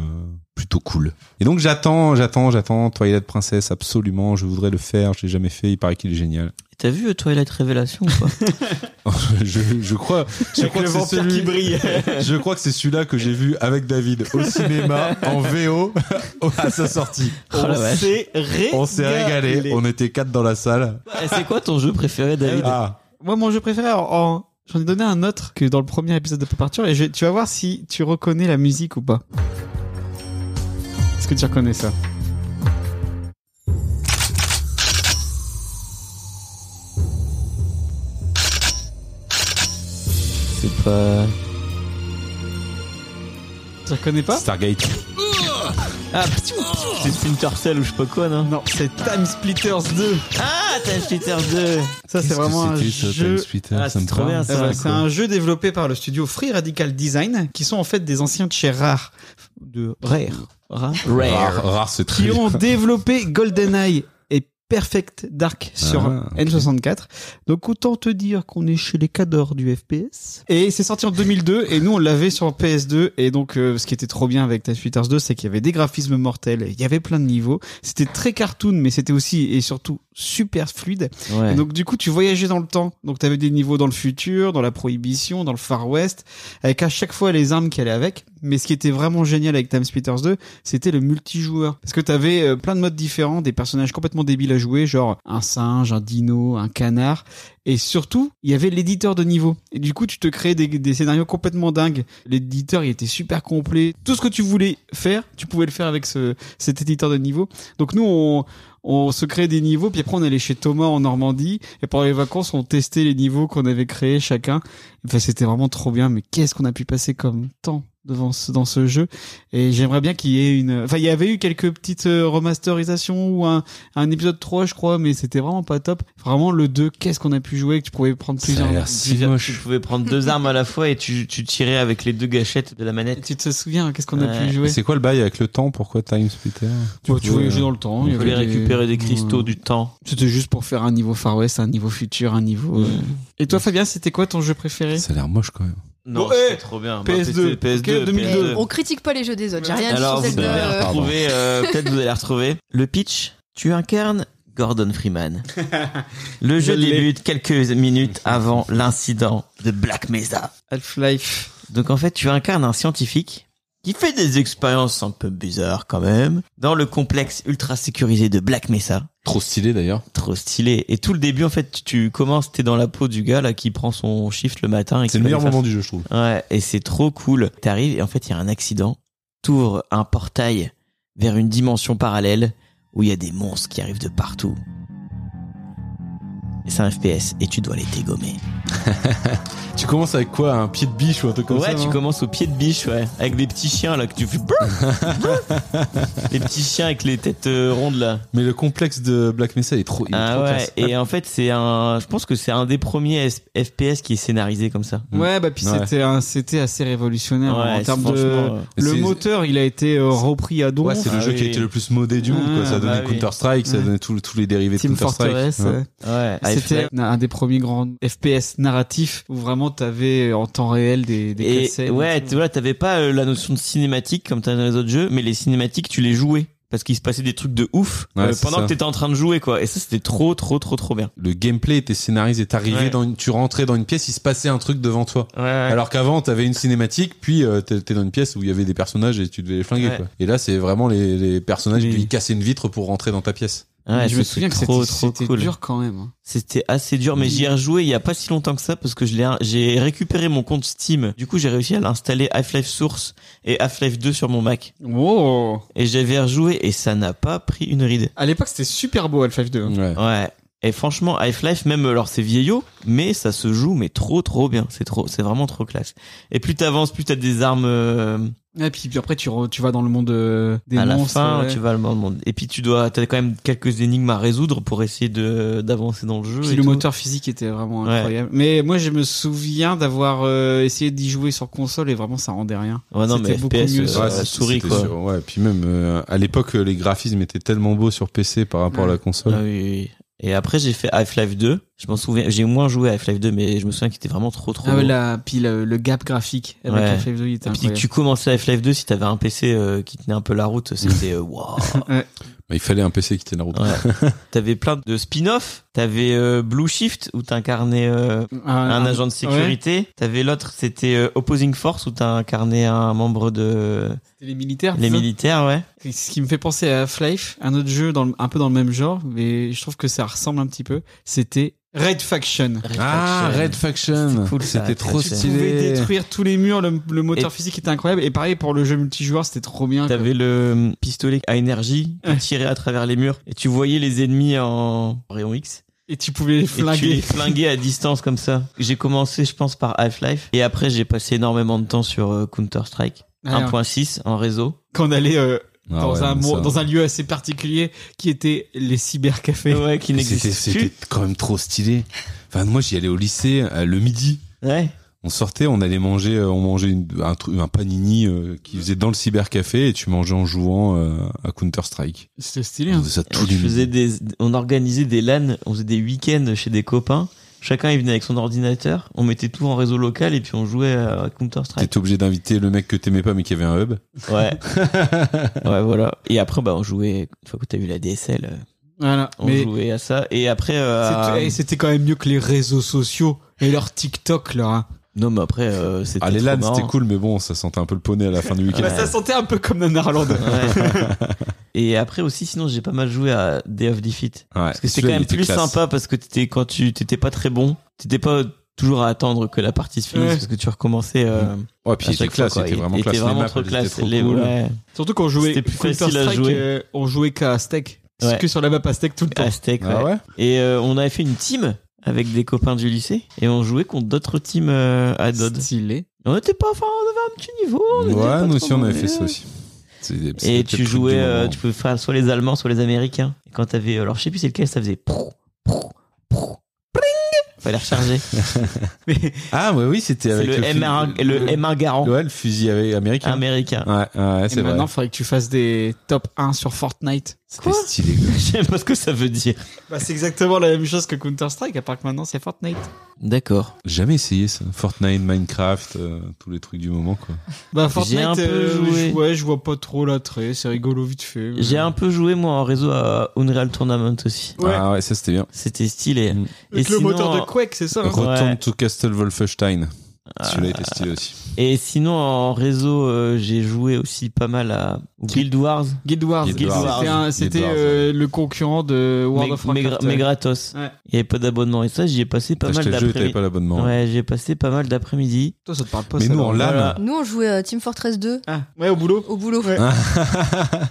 S3: plutôt cool. Et donc j'attends, j'attends, j'attends Twilight Princess absolument. Je voudrais le faire. Je l'ai jamais fait. Il paraît qu'il est génial.
S2: T'as vu euh, Twilight Révélation ou pas
S3: je, je crois, je crois que c'est celui-
S9: brille.
S3: je crois que c'est celui-là que j'ai vu avec David au cinéma en VO à sa sortie.
S2: Oh la vache.
S9: s'est régalé.
S3: On s'est régalé. On était quatre dans la salle.
S2: Eh, C'est quoi ton jeu préféré, David
S3: Ah,
S1: Moi, mon jeu préféré, en- en- j'en ai donné un autre que dans le premier épisode de Pop Arthur, et je- tu vas voir si tu reconnais la musique ou pas. Est-ce que tu reconnais ça
S2: C'est pas.
S1: Tu reconnais pas
S3: Stargate.
S2: Ah, ptiou, ptiou, c'est Splinter Cell ou je sais pas quoi, non
S1: Non, c'est Time Splitters 2.
S2: Ah, Time Splitter 2
S1: Ça, c'est vraiment un jeu.
S2: Ah, c'est trop bien
S1: Eh
S2: ça.
S1: ben, c'est un jeu développé par le studio Free Radical Design, qui sont en fait des anciens de chez Rare, de Rare, Rare
S2: Rare.
S3: Rare, rare, c'est très
S1: qui ont développé GoldenEye et Perfect Dark sur
S3: Ah, ok.
S1: N64. Donc autant te dire qu'on est chez les cadors du FPS. Et c'est sorti en 2002 et nous on l'avait sur PS2 et donc euh, ce qui était trop bien avec Time Splitters 2 c'est qu'il y avait des graphismes mortels, il y avait plein de niveaux, c'était très cartoon mais c'était aussi et surtout super fluide.
S2: Ouais.
S1: Et donc du coup, tu voyageais dans le temps. Donc tu avais des niveaux dans le futur, dans la prohibition, dans le Far West, avec à chaque fois les armes qui allaient avec. Mais ce qui était vraiment génial avec Time Splitters 2, c'était le multijoueur parce que tu avais plein de modes différents, des personnages complètement débiles à jouer, genre un singe, un dino, un canard et surtout, il y avait l'éditeur de niveau. Et du coup, tu te créais des, des scénarios complètement dingues. L'éditeur, il était super complet. Tout ce que tu voulais faire, tu pouvais le faire avec ce, cet éditeur de niveau. Donc nous, on, on se créait des niveaux, puis après on allait chez Thomas en Normandie, et pendant les vacances, on testait les niveaux qu'on avait créés chacun. Enfin, c'était vraiment trop bien, mais qu'est-ce qu'on a pu passer comme temps devant ce, dans ce jeu et j'aimerais bien qu'il y ait une enfin il y avait eu quelques petites euh, remasterisations ou un, un épisode 3 je crois mais c'était vraiment pas top vraiment le 2 qu'est-ce qu'on a pu jouer que tu pouvais prendre plusieurs
S2: Tu- Tu pouvais prendre deux armes à la fois et tu, tu tirais avec les deux gâchettes de la manette.
S1: tu te souviens qu'est-ce qu'on a
S2: Ouais.
S1: pu jouer
S3: C'est quoi le bail avec le temps Pourquoi Time Splitter euh,
S1: Bah, tu
S3: pouvais-
S1: voyageais dans le temps il y
S2: Tu voulais
S1: avait des-
S2: récupérer des cristaux
S1: Ouais.
S2: du temps.
S1: c'était juste pour faire un niveau Far West un niveau futur un niveau euh, Et toi, Fabien, c'était quoi ton jeu préféré
S3: Ça a l'air moche quand même.
S2: Non,
S1: Bon,
S2: c'est
S1: eh,
S2: trop bien. Bah,
S1: PS2,
S2: PS2,
S1: ok, 2002.
S4: Mais On critique pas les jeux des autres, j'ai rien
S2: Alors,
S4: dit
S2: vous
S4: sur
S2: allez
S4: Zelda, euh,
S2: retrouver, euh, peut-être vous allez retrouver. Le pitch, tu incarnes Gordon Freeman. Le jeu
S1: Je l'ai.
S2: débute quelques minutes avant l'incident de Black Mesa.
S1: Half-Life.
S2: Donc en fait, tu incarnes un scientifique qui fait des expériences un peu bizarres quand même dans le complexe ultra sécurisé de Black Mesa.
S3: Trop stylé d'ailleurs.
S2: Trop stylé. Et tout le début, en fait, tu, tu commences, t'es dans la peau du gars là qui prend son shift le matin. et qui
S3: C'est le
S2: va
S3: meilleur
S2: aller faire
S3: moment du jeu, je trouve.
S2: Ouais, et c'est trop cool. T'arrives et en fait, il y a un accident. T'ouvres un portail vers une dimension parallèle où il y a des monstres qui arrivent de partout. Et c'est un FPS et tu dois les dégommer.
S3: Tu commences avec quoi Un pied de biche ou un truc comme ça
S2: ouais, tu
S3: non
S2: commences au pied de biche, ouais. Avec des petits chiens là que tu fais. brrr, brrr. les petits chiens avec les têtes euh, rondes là.
S3: Mais le complexe de Black Mesa est trop. il est
S2: Ah
S3: trop
S2: ouais,
S3: classe.
S2: et en fait, c'est un. Je pense que c'est un des premiers S- FPS qui est scénarisé comme ça.
S3: Mm.
S1: Ouais, bah puis
S3: Ouais.
S1: c'était un- c'était assez révolutionnaire hein, en
S2: Ouais,
S1: termes de.
S2: franchement, euh,
S1: Le
S3: C'est-
S1: moteur, il a été euh, repris à don.
S3: Ouais, c'est le
S2: Ah
S3: jeu qui a
S2: oui.
S3: été le plus modé du monde. Quoi. Ça
S1: Ah,
S3: donnait
S2: bah oui.
S3: Counter Strike, ça
S1: Ouais.
S3: donnait tous tous les dérivés de
S1: Team
S3: Counter Strike.
S1: Fortress.
S3: Ouais.
S1: euh,
S2: Ouais, Ah,
S1: C'était un des premiers grands FPS narratifs où vraiment t'avais euh, en temps réel des, des
S2: Et
S1: cutscenes
S2: ouais,
S1: tout.
S2: tu vois, t'avais pas euh, la notion de cinématique comme t'as dans les autres jeux, mais les cinématiques, tu les jouais. Parce qu'il se passait des trucs de ouf
S3: Ouais,
S2: euh,
S3: c'est
S2: pendant
S3: ça.
S2: que t'étais en train de jouer, quoi. Et ça, c'était trop, trop, trop, trop bien.
S3: Le gameplay était scénarisé. T'arrivais
S2: Ouais.
S3: dans une, tu rentrais dans une pièce, il se passait un truc devant toi.
S2: Ouais, ouais.
S3: Alors qu'avant, t'avais une cinématique, puis euh, t'es t'es dans une pièce où il y avait des personnages et tu devais les flinguer.
S2: Ouais.
S3: Quoi. Et là, c'est vraiment les, les personnages
S1: Oui.
S3: qui cassaient une vitre pour rentrer dans ta pièce.
S1: Mais je me
S2: c'était
S1: souviens que
S2: trop,
S1: c'était
S2: trop
S1: c'était
S2: cool.
S1: dur quand même. hein.
S2: C'était assez dur, mais j'y ai rejoué il y a pas si longtemps que ça parce que je l'ai, j'ai récupéré mon compte Steam. Du coup, j'ai réussi à l'installer Half-Life Source et Half-Life 2 sur mon Mac.
S1: Wow.
S2: Et j'avais rejoué et ça n'a pas pris une ride.
S1: À l'époque, c'était super beau Half-Life 2. hein.
S3: Ouais.
S2: Ouais. Et franchement, Half-Life, même alors c'est vieillot, mais ça se joue mais trop trop bien. C'est trop, c'est vraiment trop classe. Et plus t'avances, plus t'as des armes euh,
S1: Et puis, puis après, tu, re- tu vas dans le monde euh, des
S2: à la
S1: monstres.
S2: fin.
S1: ouais.
S2: Tu vas à le monde. Et puis tu dois, t'as quand même quelques énigmes à résoudre pour essayer de d'avancer dans le jeu.
S1: Puis
S2: et
S1: le
S2: tout.
S1: moteur physique était vraiment
S2: Ouais.
S1: incroyable. Mais moi, je me souviens d'avoir euh, essayé d'y jouer sur console et vraiment, ça rendait rien.
S2: Ouais, non,
S1: c'était
S2: mais
S1: beaucoup
S2: FPS,
S1: mieux
S2: euh,
S1: sur-
S2: la
S3: c'est-
S2: souris,
S3: c'était
S2: quoi.
S3: sûr, ouais. Puis même euh, à l'époque, les graphismes étaient tellement beaux sur PC par rapport à la
S2: Ah
S3: console.
S2: oui, oui, oui. Et après, j'ai fait Half-Life 2. Je m'en souviens, j'ai moins joué à Half-Life 2, mais je me souviens qu'il était vraiment trop, trop.
S1: Ah ouais,
S2: beau.
S1: là, puis le, le gap graphique avec
S2: Ouais.
S1: la Half-Life 2, il était
S2: Et puis,
S1: incroyable.
S2: tu commençais Half-Life 2, si t'avais un PC euh, qui tenait un peu la route, c'était euh, waouh.
S3: Bah, il fallait un PC qui tienne la route.
S2: Ouais. T'avais plein de spin-off. T'avais euh, Blue Shift où t'incarnais euh,
S1: Ah,
S2: un agent de sécurité. T'avais l'autre, c'était euh, Opposing Force où t'incarnais un membre de
S1: C'était les militaires.
S2: les
S1: c'est Ah, ça
S2: militaires, ouais.
S1: Et Ce qui me fait penser à Half-Life, un autre jeu dans le- un peu dans le même genre, mais je trouve que ça ressemble un petit peu. C'était Red Faction.
S3: Ah, Red Faction.
S2: C'était cool, ça,
S3: C'était trop
S2: Red Faction.
S1: Tu pouvais
S3: stylé.
S1: détruire tous les murs, le, le moteur
S2: Oh, Et-
S1: physique était incroyable. Et pareil pour le jeu multijoueur, c'était trop bien. quoi.
S2: T'avais le euh, pistolet à énergie qui tirait à travers les murs et tu voyais les ennemis en rayon X
S1: Et tu pouvais les
S2: et tu les
S1: flinguer.
S2: flinguais à distance comme ça. J'ai commencé je pense par Half-Life et après j'ai passé énormément de temps sur euh, Counter-Strike
S1: Ah,
S2: 1.6 en réseau.
S1: Quand on allait euh,
S3: Ah
S1: dans,
S3: ouais,
S1: un,
S3: mais
S1: mo-
S3: ça-
S1: dans un lieu assez particulier qui était les cybercafés.
S2: Ouais, qui
S3: C'était
S2: n'existe
S3: c'était
S2: plus.
S3: quand même trop stylé. Enfin, moi, j'y allais au lycée euh, le midi.
S2: Ouais.
S3: On sortait, on allait manger, euh, on mangeait une- un, truc- un panini euh, qui faisait dans le cybercafé et tu mangeais en jouant euh, à Counter Strike.
S1: C'était stylé.
S3: On
S1: hein.
S3: faisait ça tous
S2: On
S3: les midis.
S2: faisait des, on organisait des LAN, on faisait des week-ends chez des copains. Chacun il venait avec son ordinateur, on mettait tout en réseau local et puis on jouait à Counter Strike.
S3: T'étais obligé d'inviter le mec que t'aimais pas mais qui avait un hub.
S2: Ouais. ouais, voilà. Et après, bah, on jouait, une fois que t'as eu la DSL, euh,
S1: Voilà.
S2: on
S1: Mais
S2: jouait à ça. Et après, euh, à-
S1: c'était- eh, c'était quand même mieux que les réseaux sociaux et leur TikTok là. hein.
S2: non, mais après, euh, c'était.
S3: Ah, les
S2: trop
S3: LAN,
S2: marrant. Ah
S3: c'était cool, mais bon, ça sentait un peu le poney à la fin du week-end.
S2: Ouais.
S1: Bah, ça sentait un peu comme Nanarland.
S2: Ouais. Et après aussi, sinon, j'ai pas mal joué à Day of Defeat.
S3: Ouais,
S2: Parce que c'était
S3: Ah, celui-là,
S2: quand
S3: il
S2: même
S3: était
S2: plus
S3: classe.
S2: sympa parce que t'étais, quand tu t'étais pas très bon, t'étais pas toujours à attendre que la partie se finisse
S1: Ouais.
S2: parce que tu recommençais. euh,
S3: Ouais, puis
S2: à
S3: il était
S2: chaque fois,
S3: classe,
S2: quoi.
S3: il était vraiment
S2: il
S3: classe.
S2: était
S3: Les
S2: vraiment
S3: maps,
S2: trop
S3: elles étaient
S2: classe.
S3: trop
S2: Les-
S3: cool.
S2: ouais.
S1: Surtout quand on jouait
S2: C'était plus facile à
S1: Counter-Strike,
S2: jouer.
S1: euh, on jouait qu'à steak.
S2: Ouais. Eh,
S1: C'est que sur la map à steak tout le temps.
S2: À steak,
S3: Ah
S2: ouais.
S3: ouais
S2: Et euh, on avait fait une team avec des copains du lycée et on jouait contre d'autres teams euh, à Dodd.
S1: Stylé.
S2: On était pas, enfin, on avait un petit niveau. on était
S3: Ouais,
S2: pas
S3: nous
S2: trop
S3: aussi, on
S2: bons,
S3: avait
S2: mais,
S3: fait ça
S2: euh,
S3: aussi. C'est- c'était
S2: Et
S3: peut-être hein. le
S2: tu
S3: truc du
S2: jouais, euh,
S3: moment.
S2: tu pouvais faire soit les Allemands, soit les Américains. Et quand t'avais, euh, alors je sais plus c'est lequel, ça faisait prou, prou, prou, pling. Fallait recharger.
S3: Ah, ouais, oui, c'était
S2: C'est
S3: avec
S2: le, M1,
S3: fusil-
S2: le, M1 garant
S3: Ouais, le fusil avec- américain.
S2: américain.
S3: Ouais, ouais,
S1: Et
S3: c'est vrai.
S1: maintenant, il faudrait que tu fasses des top 1 sur Fortnite.
S3: C'était stylé. quoi.
S2: Je sais pas ce que ça veut dire.
S1: Bah, c'est exactement la même chose que Counter-Strike, à part que maintenant, c'est Fortnite.
S2: D'accord.
S3: Jamais essayé ça. Fortnite, Minecraft, euh, tous les trucs du moment, quoi.
S1: Bah,
S2: J'ai un
S1: Fortnite,
S2: peu
S1: euh,
S2: joué.
S1: je- ouais, je vois pas trop l'attrait. C'est rigolo vite fait. mais-
S2: J'ai un peu joué moi en réseau à Unreal Tournament aussi.
S1: Ouais.
S3: Ah ouais, ça c'était bien.
S2: C'était stylé.
S3: Mm.
S1: Avec
S2: Et
S1: le
S2: sinon, euh,
S1: moteur de Quake, c'est ça. hein.
S2: Re-
S3: Return
S2: Ouais.
S3: to Castle Wolfenstein.
S2: Ah.
S3: Celui-là était stylé aussi.
S2: Et sinon en réseau, euh, j'ai joué aussi pas mal à Guild Wars,
S1: Guild Wars.
S3: Guild
S1: C'était
S2: Wars.
S1: un-
S3: Guild
S1: C'était
S3: Wars,
S1: euh, le concurrent de World
S2: mais,
S1: of
S2: mais
S1: Warcraft.
S2: gra- mais gratos.
S1: Ouais.
S2: Il y avait pas d'abonnement et ça, j'y ai passé pas mal
S3: T'achetais le jeu et t'avais
S2: d'après-midi.
S3: pas l'abonnement.
S2: Ouais, j'ai passé pas mal d'après-midi.
S1: Toi, ça te parle pas,
S3: Mais
S1: ça,
S3: nous,
S1: alors.
S3: en LAN,
S2: Voilà.
S4: Nous, on jouait à Team Fortress 2
S1: Ah, ouais, au boulot.
S4: au boulot.
S1: Ouais.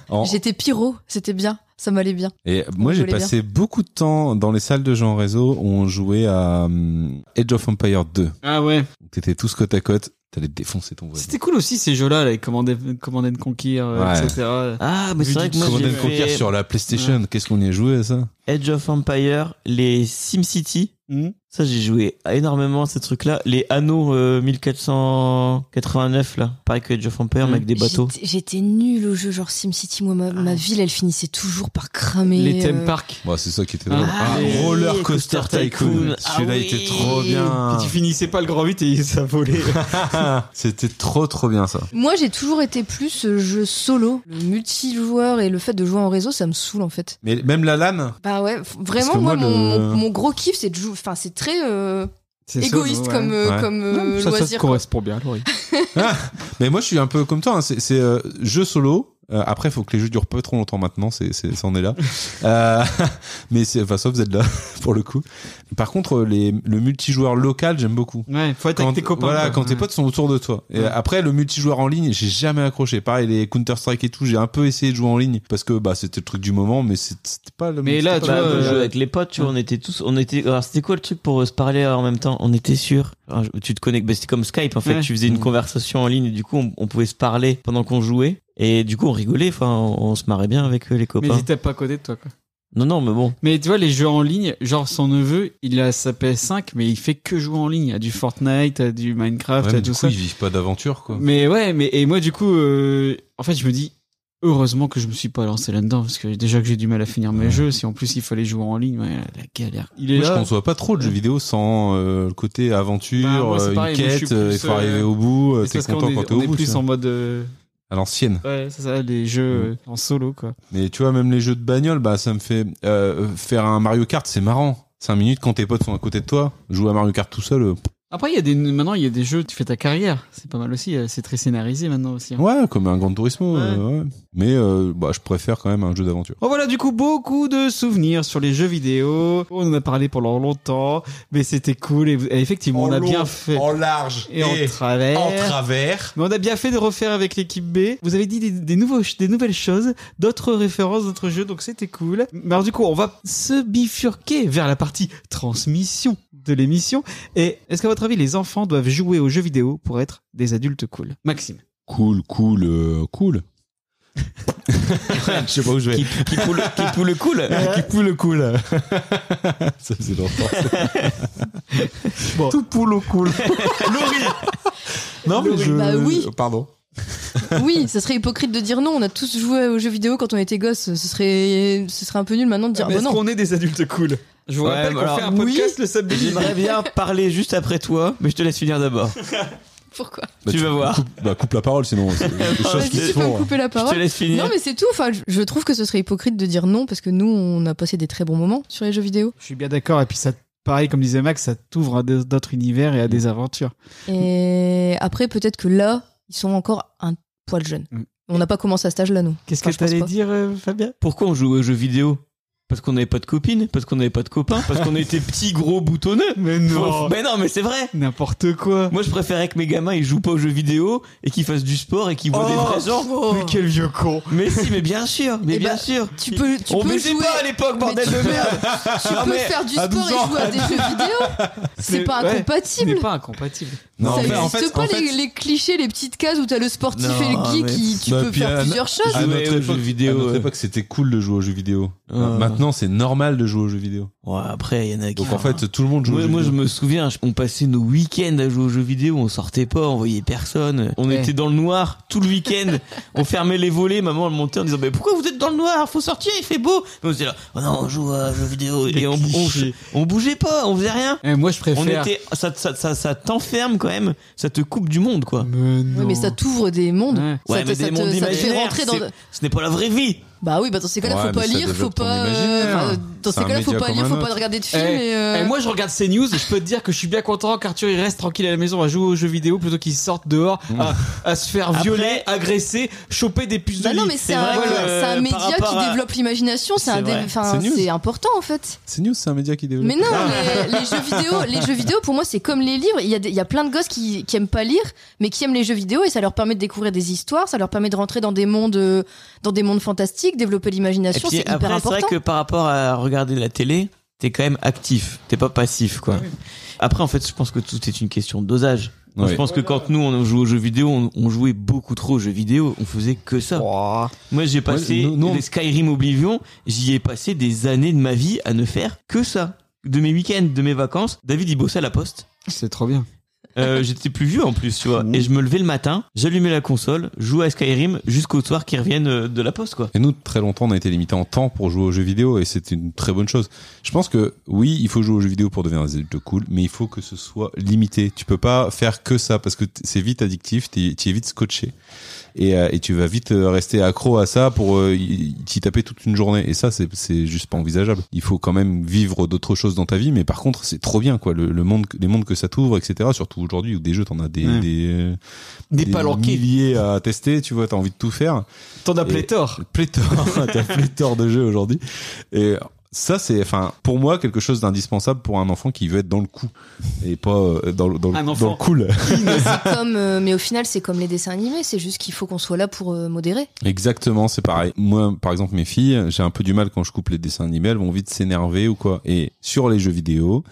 S3: en-
S4: J'étais pyro, c'était bien, ça m'allait bien.
S3: Et moi,
S4: On
S3: j'ai
S4: voulait
S3: passé beaucoup de temps dans les salles de jeux en réseau où on jouait à hum, Age of Empire 2.
S1: Ah ouais.
S3: T'étais tous côte à côte, t'allais défoncer ton voisin.
S1: C'était cool aussi ces jeux-là, les Command, and- Command and Conquer, euh,
S3: Ouais.
S1: etc.
S2: Ah, mais
S1: Vu
S2: c'est vrai
S1: du
S2: que moi
S3: Command
S2: j'ai
S3: and Conquer
S2: fait
S3: sur la PlayStation, qu'est-ce qu'on y a joué à ça
S2: Edge of Empire, les SimCity.
S1: Mhm.
S2: Ça, j'ai joué à énormément à ces trucs-là. Les anneaux euh, 1489, là. Pareil que Edge of Empire,
S1: Mhm.
S2: mais avec
S4: Mmh.
S2: des bateaux. Ah.
S4: J'étais- J'étais nulle au jeu, genre SimCity. Moi, ma, ma ville, elle finissait toujours par cramer.
S1: les theme
S4: euh,
S1: park.
S3: Bah, c'est ça qui était drôle.
S1: Ah, oui.
S3: Roller Coaster
S2: Coaster Tycoon.
S3: Tycoon.
S2: Ah
S3: Celui-là
S2: oui.
S3: était trop bien.
S1: Puis tu finissais pas le grand 8 et ça volait.
S3: C'était trop trop bien ça.
S4: Moi, j'ai toujours été plus euh, jeu solo. Le multijoueur et le fait de jouer en réseau, ça me saoule en fait.
S3: Mais même la LAN,
S4: Bah ouais, f-
S3: que
S4: vraiment, moi,
S3: moi,
S4: mon,
S3: le-
S4: mon- mon gros kiff, c'est de jouer. Enfin, c'est très euh,
S1: C'est solo,
S4: égoïste
S1: ouais.
S4: comme, euh,
S3: Ouais.
S4: comme
S1: Non,
S4: euh,
S1: ça, ça
S4: loisir.
S1: se correspond bien, Laurie.
S3: Mais moi, je suis un peu comme toi. hein. C'est, c'est euh, jeu solo. Euh, après, il faut que les jeux durent pas trop longtemps maintenant. C'est, c'est, ça en est là. Euh, mais c'est, enfin, sauf Zelda pour le coup. Par contre, les, le multijoueur local, j'aime beaucoup.
S1: Ouais, faut être
S3: Quand,
S1: avec tes copains.
S3: voilà,
S1: quoi.
S3: quand tes
S1: Ouais.
S3: potes sont autour de toi. Et
S1: Ouais.
S3: après, le multijoueur en ligne, j'ai jamais accroché. Pareil, les Counter Strike et tout, j'ai un peu essayé de jouer en ligne parce que bah c'était le truc du moment, mais c'est- c'était pas le.
S1: Mais
S3: c'était
S1: là,
S3: pas
S1: tu
S2: Bah,
S3: le-
S1: vois,
S2: on
S1: euh,
S2: jouait avec les potes, tu vois, on était tous, on était, alors c'était quoi le truc pour euh, se parler euh, en même temps? On était sûr. Alors, je- tu te connectes, bah, c'était comme Skype, en fait,
S1: Ouais.
S2: tu faisais une
S3: Mm.
S2: conversation en ligne et du coup, on, on pouvait se parler pendant qu'on jouait. Et du coup, on rigolait, enfin, on, on se marrait bien avec euh, les
S1: Mais
S2: copains.
S1: ils étaient pas à côté de toi, quoi.
S2: Non, non, mais bon.
S1: Mais tu vois, les jeux en ligne, genre son neveu, il a sa PS5, mais il fait que jouer en ligne. Il y a du Fortnite, il y a du Minecraft, il
S3: Ouais,
S1: y
S3: mais
S1: a
S3: du
S1: tout
S3: coup,
S1: Ah, ça.
S3: ils vivent pas d'aventure quoi.
S1: Mais ouais, mais et moi du coup, euh, en fait, je me dis, Heureusement que je me suis pas lancé là-dedans parce que déjà que j'ai du mal à finir mes jeux, si en plus il fallait jouer en ligne, ouais, la galère. Il est
S3: Moi, je
S1: là.
S3: conçois pas trop le jeu vidéo sans euh, le côté aventure,
S1: Bah, moi, c'est
S3: euh,
S1: pareil,
S3: une
S1: moi, je suis
S3: quête, euh, il
S1: plus,
S3: faut
S1: euh,
S3: arriver au bout, euh,
S1: C'est
S3: t'es
S1: parce qu'on
S3: content
S1: est-
S3: quand t'es
S1: on
S3: au
S1: est
S3: bout. tu
S1: plus
S3: vois.
S1: en mode euh,
S3: À l'ancienne.
S1: ouais, c'est ça, les jeux euh, en solo quoi.
S3: Mais tu vois, même les jeux de bagnole, bah, ça me fait euh, faire un Mario Kart, c'est marrant. 5 minutes quand tes potes sont à côté de toi, jouer à Mario Kart tout seul. euh,
S1: Après il y a des maintenant il y a des jeux tu fais ta carrière, c'est pas mal aussi, euh, c'est très scénarisé maintenant aussi. hein.
S3: ouais, comme un Grand Turismo.
S1: Ouais.
S3: euh, ouais. Mais euh, bah, je préfère quand même un jeu d'aventure.
S1: Bon voilà du coup beaucoup de souvenirs sur les jeux vidéo. On en a parlé pendant longtemps, mais c'était cool et, vous- et effectivement on a bien fait
S3: large
S1: et, en travers.
S3: travers.
S1: mais on a bien fait de refaire avec l'équipe B. Vous avez dit des, des nouveaux, des nouvelles choses, d'autres références, d'autres jeux, donc c'était cool. Mais alors du coup, on va se bifurquer vers la partie transmission de l'émission. Et est-ce qu'à votre avis, les enfants doivent jouer aux jeux vidéo pour être des adultes cool Maxime.
S3: Cool, cool, euh, cool. je sais pas où je vais.
S2: Qui, qui poule, qui poule cool.
S3: Qui poule le cool. Euh, ça faisait longtemps.
S9: Tout poule au cool.
S3: Non, mais je.
S4: Bah oui.
S3: Pardon.
S4: Oui, ça serait hypocrite de dire non. On a tous joué aux jeux vidéo quand on était gosse. Ce serait, ce serait un peu nul maintenant de dire bah non.
S1: est des adultes cool Je vous
S2: Ouais,
S1: rappelle qu'on
S2: alors,
S1: fait un
S2: oui.
S1: podcast le samedi.
S2: J'aimerais bien parler juste après toi, mais je te laisse finir d'abord.
S4: Pourquoi
S2: Tu vas voir.
S3: Coupe, bah, coupe la parole sinon. C'est des choses
S4: Vas-y,
S3: qui se
S4: tu peux me
S3: font.
S4: couper la
S2: Je te
S4: parole.
S2: laisse finir.
S4: Non, mais c'est tout. Enfin, je- je trouve que ce serait hypocrite de dire non parce que nous, on a passé des très bons moments sur les jeux vidéo.
S1: Je suis bien d'accord. Et puis ça, pareil, comme disait Max, ça t'ouvre à des- d'autres univers et à des aventures.
S4: Et après, peut-être que là, ils sont encore un poil jeunes.
S1: Mm.
S4: On n'a pas commencé à cet âge-là, nous.
S1: Qu'est-ce
S4: Enfin,
S1: que
S4: je pense
S1: t'allais
S4: pas.
S1: dire, euh, Fabien
S2: Pourquoi on jouait aux jeux vidéo Parce qu'on n'avait pas de copines, parce qu'on n'avait pas de copains, parce qu'on était petits gros boutonneux.
S1: Mais
S2: Faut- Mais non, mais c'est vrai.
S1: N'importe quoi
S2: Moi, je préférais que mes gamins ils jouent pas aux jeux vidéo et qu'ils fassent du sport et qu'ils voient des vrais gens.
S1: Mais quel vieux con
S2: Mais si, mais bien sûr, mais
S4: Oh, Eh
S2: bien
S4: bah,
S2: sûr.
S4: tu peux- tu
S2: on
S4: peux
S2: baisait
S4: jouer.
S2: pas à l'époque,
S4: Mais
S2: bordel
S4: tu
S2: de
S4: peux-
S2: merde.
S4: Tu
S2: Non,
S4: peux
S2: mais
S4: faire du
S3: à
S4: sport
S3: 12 ans,
S4: et jouer à des jeux vidéo. C'est
S1: Mais-
S4: pas
S1: ouais,
S4: incompatible.
S1: n'est pas incompatible.
S3: Non,
S4: ça
S3: mais
S4: n'existe
S3: en fait-
S4: pas
S3: en fait-
S4: les, les clichés, les petites cases où t'as le sportif
S2: Non,
S4: et le geek
S2: mais-
S4: qui tu
S3: Bah,
S4: peux
S3: puis
S4: faire
S3: à-
S4: plusieurs choses.
S3: à
S2: Jouer
S3: notre
S2: aux
S3: époque-
S2: jeux vidéo,
S3: À notre
S2: ouais.
S3: époque, c'était cool de jouer aux jeux vidéo.
S2: Euh.
S3: Maintenant, c'est normal de jouer aux jeux vidéo.
S2: Ouais, après, il y en a qui.
S3: Donc en fait, tout le monde joue. aux
S2: Ouais,
S3: jeux
S2: moi je
S3: vidéo.
S2: me souviens, je- on passait nos week-ends à jouer aux jeux vidéo, on sortait pas, on voyait personne, on
S1: Ouais.
S2: était dans le noir tout le week-end, on fermait les volets, maman elle montait en disant mais pourquoi vous êtes dans le noir, faut sortir, il fait beau. Et on se là, oh non on joue à jeux vidéo
S1: Des
S2: et on,
S1: clichés.
S2: on, on bougeait pas, on faisait rien.
S1: Eh, moi, je
S2: On
S1: préfère...
S2: était, ça, ça, ça, ça t'enferme quand même, ça te coupe du monde quoi.
S1: Mais
S4: Oui,
S1: non.
S4: mais ça t'ouvre des mondes.
S1: Ouais.
S4: Ça
S2: Ouais,
S4: te-
S2: mais
S4: ça
S2: des
S4: te-
S2: mondes
S4: ça te fait
S2: imaginaires,
S4: rentrer dans
S2: c'est-
S4: le-
S2: ce n'est pas la vraie vie.
S4: Bah oui, bah dans ces cas-là,
S3: Ouais,
S4: faut
S3: mais
S4: pas
S3: ça
S4: lire, faut
S3: développe ton
S4: pas.
S3: imaginaire.
S4: enfin, dans
S3: C'est
S4: ces
S3: un
S4: cas-là, faut
S3: média
S4: pas
S3: comme
S4: lire,
S3: un
S4: faut pas
S3: autre.
S4: regarder de
S1: Eh,
S4: films. et, euh,
S1: eh, moi je regarde CNews et je peux te dire que je suis bien content qu'Arthur il reste tranquille à la maison à jouer aux jeux vidéo plutôt qu'il sorte dehors à, à se faire
S2: Après-
S1: violer, agresser, choper des puces
S4: Bah
S1: de
S4: non,
S1: lit.
S4: mais
S2: c'est
S4: c'est un,
S2: vrai que,
S4: c'est un
S2: euh, par
S4: média
S2: rapport
S4: qui
S2: à-
S4: développe l'imagination, c'est
S2: C'est
S4: un dé-
S2: vrai.
S4: enfin,
S3: C'est news.
S4: c'est important en fait.
S3: C'est news, c'est un média qui développe.
S4: Mais non, les, les jeux vidéo, les jeux vidéo pour moi c'est comme les livres. Il y, a des- il y a plein de gosses qui, qui aiment pas lire, mais qui aiment les jeux vidéo et ça leur permet de découvrir des histoires, ça leur permet de rentrer dans des mondes, euh, dans des mondes fantastiques, développer
S2: Et
S4: l'imagination,
S2: puis
S4: c'est hyper
S2: après, c'est
S4: important.
S2: vrai que par rapport à regarder la télé, t'es quand même actif, t'es pas passif, quoi. Après, en fait, je pense que tout est une question de dosage. Moi,
S3: Ouais.
S2: Je pense que quand nous, on jouait aux jeux vidéo, on, on jouait beaucoup trop aux jeux vidéo, on faisait que ça. Moi, j'ai passé
S3: nous- nous, on-
S2: les Skyrim Oblivion, j'y ai passé des années de ma vie à ne faire que ça. De mes week-ends, de mes vacances, David, il bossait à la poste.
S1: C'est trop bien.
S2: Euh, J'étais plus vieux en plus, tu vois. Et je me levais le matin, j'allumais la console, jouais à Skyrim jusqu'au soir qu'ils reviennent euh, de la poste, quoi.
S3: Et nous, très longtemps, on a été limité en temps pour jouer aux jeux vidéo et c'est une très bonne chose. Je pense que oui, il faut jouer aux jeux vidéo pour devenir des adultes cool, mais il faut que ce soit limité. Tu peux pas faire que ça parce que t- c'est vite addictif, t'es- tu es vite scotché et, euh, et tu vas vite euh, rester accro à ça pour euh, y- t'y taper toute une journée. Et ça, c'est- c'est juste pas envisageable. Il faut quand même vivre d'autres choses dans ta vie, mais par contre, c'est trop bien quoi. Le, le monde, que- les mondes que ça t'ouvre, etc. Surtout aujourd'hui où des jeux, t'en as des
S1: Ouais.
S3: des, euh,
S1: Des palanqués.
S3: milliers à tester. Tu vois, t'as envie de tout faire
S1: T'en as
S3: Et-
S1: pléthore.
S3: pléthore, t'as pléthore de jeux aujourd'hui. Et ça, c'est, enfin, pour moi, quelque chose d'indispensable pour un enfant qui veut être dans le coup et pas euh, dans, le- dans, le-
S1: Un
S3: dans
S1: enfant.
S3: le cool.
S4: C'est comme, euh, mais au final c'est comme les dessins animés, c'est juste qu'il faut qu'on soit là pour euh, modérer.
S3: Exactement, c'est pareil. Moi, par exemple, mes filles, j'ai un peu du mal quand je coupe les dessins animés, elles vont vite s'énerver ou quoi. Et sur les jeux vidéo,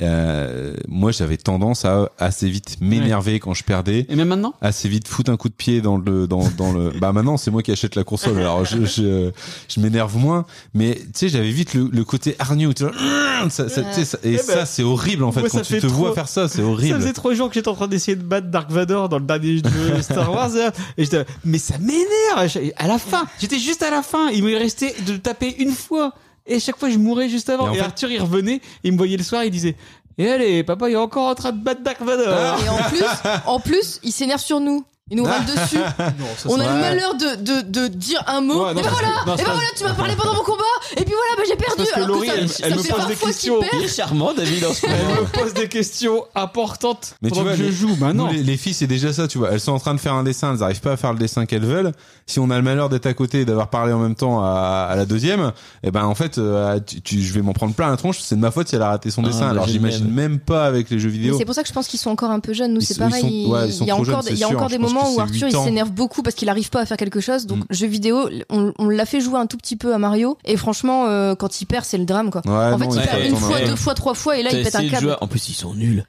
S3: euh, moi, j'avais tendance à assez vite m'énerver quand je perdais.
S1: Et même maintenant
S3: assez vite foutre un coup de pied dans le dans dans le bah maintenant c'est moi qui achète la console alors je je, je m'énerve moins mais tu sais j'avais vite le le, le côté hargneux, tu vois, ça, ça, tu sais, ça- et
S9: Eh ben,
S3: ça c'est horrible en fait
S9: moi,
S3: quand
S9: ça
S3: tu
S9: fait
S3: te vois
S9: trop-
S3: faire ça, c'est horrible.
S9: Ça faisait trois jours que j'étais en train d'essayer de battre Dark Vador dans le dernier jeu Star Wars. là. Et j'étais, mais ça m'énerve! Je- À la fin! J'étais juste à la fin! Il me restait de le taper une fois! Et chaque fois, je mourais juste
S3: Et
S9: avant.
S3: en
S9: Et,
S3: fait-
S9: Arthur, il revenait, il me voyait le soir, il disait, et allez, papa, il est encore en train de battre Dark
S2: Oh.
S9: Vador!
S3: Ah.
S4: Et en plus, en plus, il s'énerve sur nous. Il nous râle dessus. on a le malheur de, de, de dire un mot.
S9: Ouais, non,
S4: et ben
S9: c'est-
S4: voilà,
S9: non,
S4: et
S9: c'est
S4: ben
S9: pas-
S4: voilà, tu m'as parlé pendant mon combat. Et puis voilà, bah j'ai perdu.
S9: Parce que
S4: Alors
S9: Laurie,
S4: ça,
S9: elle-
S4: ça
S9: elle me
S4: fait
S9: pose
S4: 20
S9: des
S4: fois qu'il
S9: questions.
S4: perd.
S2: Il est charmant, David, en ce
S9: Elle
S2: moment.
S9: me pose des questions importantes
S3: Mais tu
S9: pendant
S3: vois,
S9: que je
S3: les-
S9: joue. Bah
S3: Nous,
S9: non!
S3: les, les filles, c'est déjà ça, tu vois. Elles sont en train de faire un dessin, elles n'arrivent pas à faire le dessin qu'elles veulent. Si on a le malheur d'être à côté et d'avoir parlé en même temps à, à la deuxième, eh ben en fait, euh, tu, tu- je vais m'en prendre plein la tronche. C'est de ma faute si elle a raté son
S2: Ah,
S3: dessin.
S2: bah,
S3: Alors
S2: j'ai
S3: j'imagine
S2: le
S3: même pas avec les jeux
S4: Mais
S3: vidéo.
S4: c'est pour ça que je pense qu'ils sont encore un peu jeunes. Nous,
S3: Ils
S4: c'est
S3: sont- ils
S4: pareil.
S3: sont- ouais, ils sont
S4: il y a
S3: trop
S4: encore,
S3: jeunes,
S4: des- il y a
S3: c'est sûr.
S4: encore
S3: Je
S4: des
S3: pense que
S4: moments
S3: c'est
S4: où Arthur
S3: huit
S4: il
S3: ans.
S4: s'énerve beaucoup parce qu'il arrive pas à faire quelque chose. Donc,
S3: Mm.
S4: jeux vidéo, on, on l'a fait jouer un tout petit peu à Mario. Et franchement, euh, quand il perd, c'est le drame quoi.
S3: Ouais,
S4: en fait,
S3: Ah non, il
S4: il perd
S3: faut
S4: une
S3: attendre
S4: fois,
S3: un peu.
S4: deux fois, trois fois, et là
S2: T'as
S4: il pète un
S2: essayé de
S4: câble.
S2: jouer- En plus, ils sont nuls.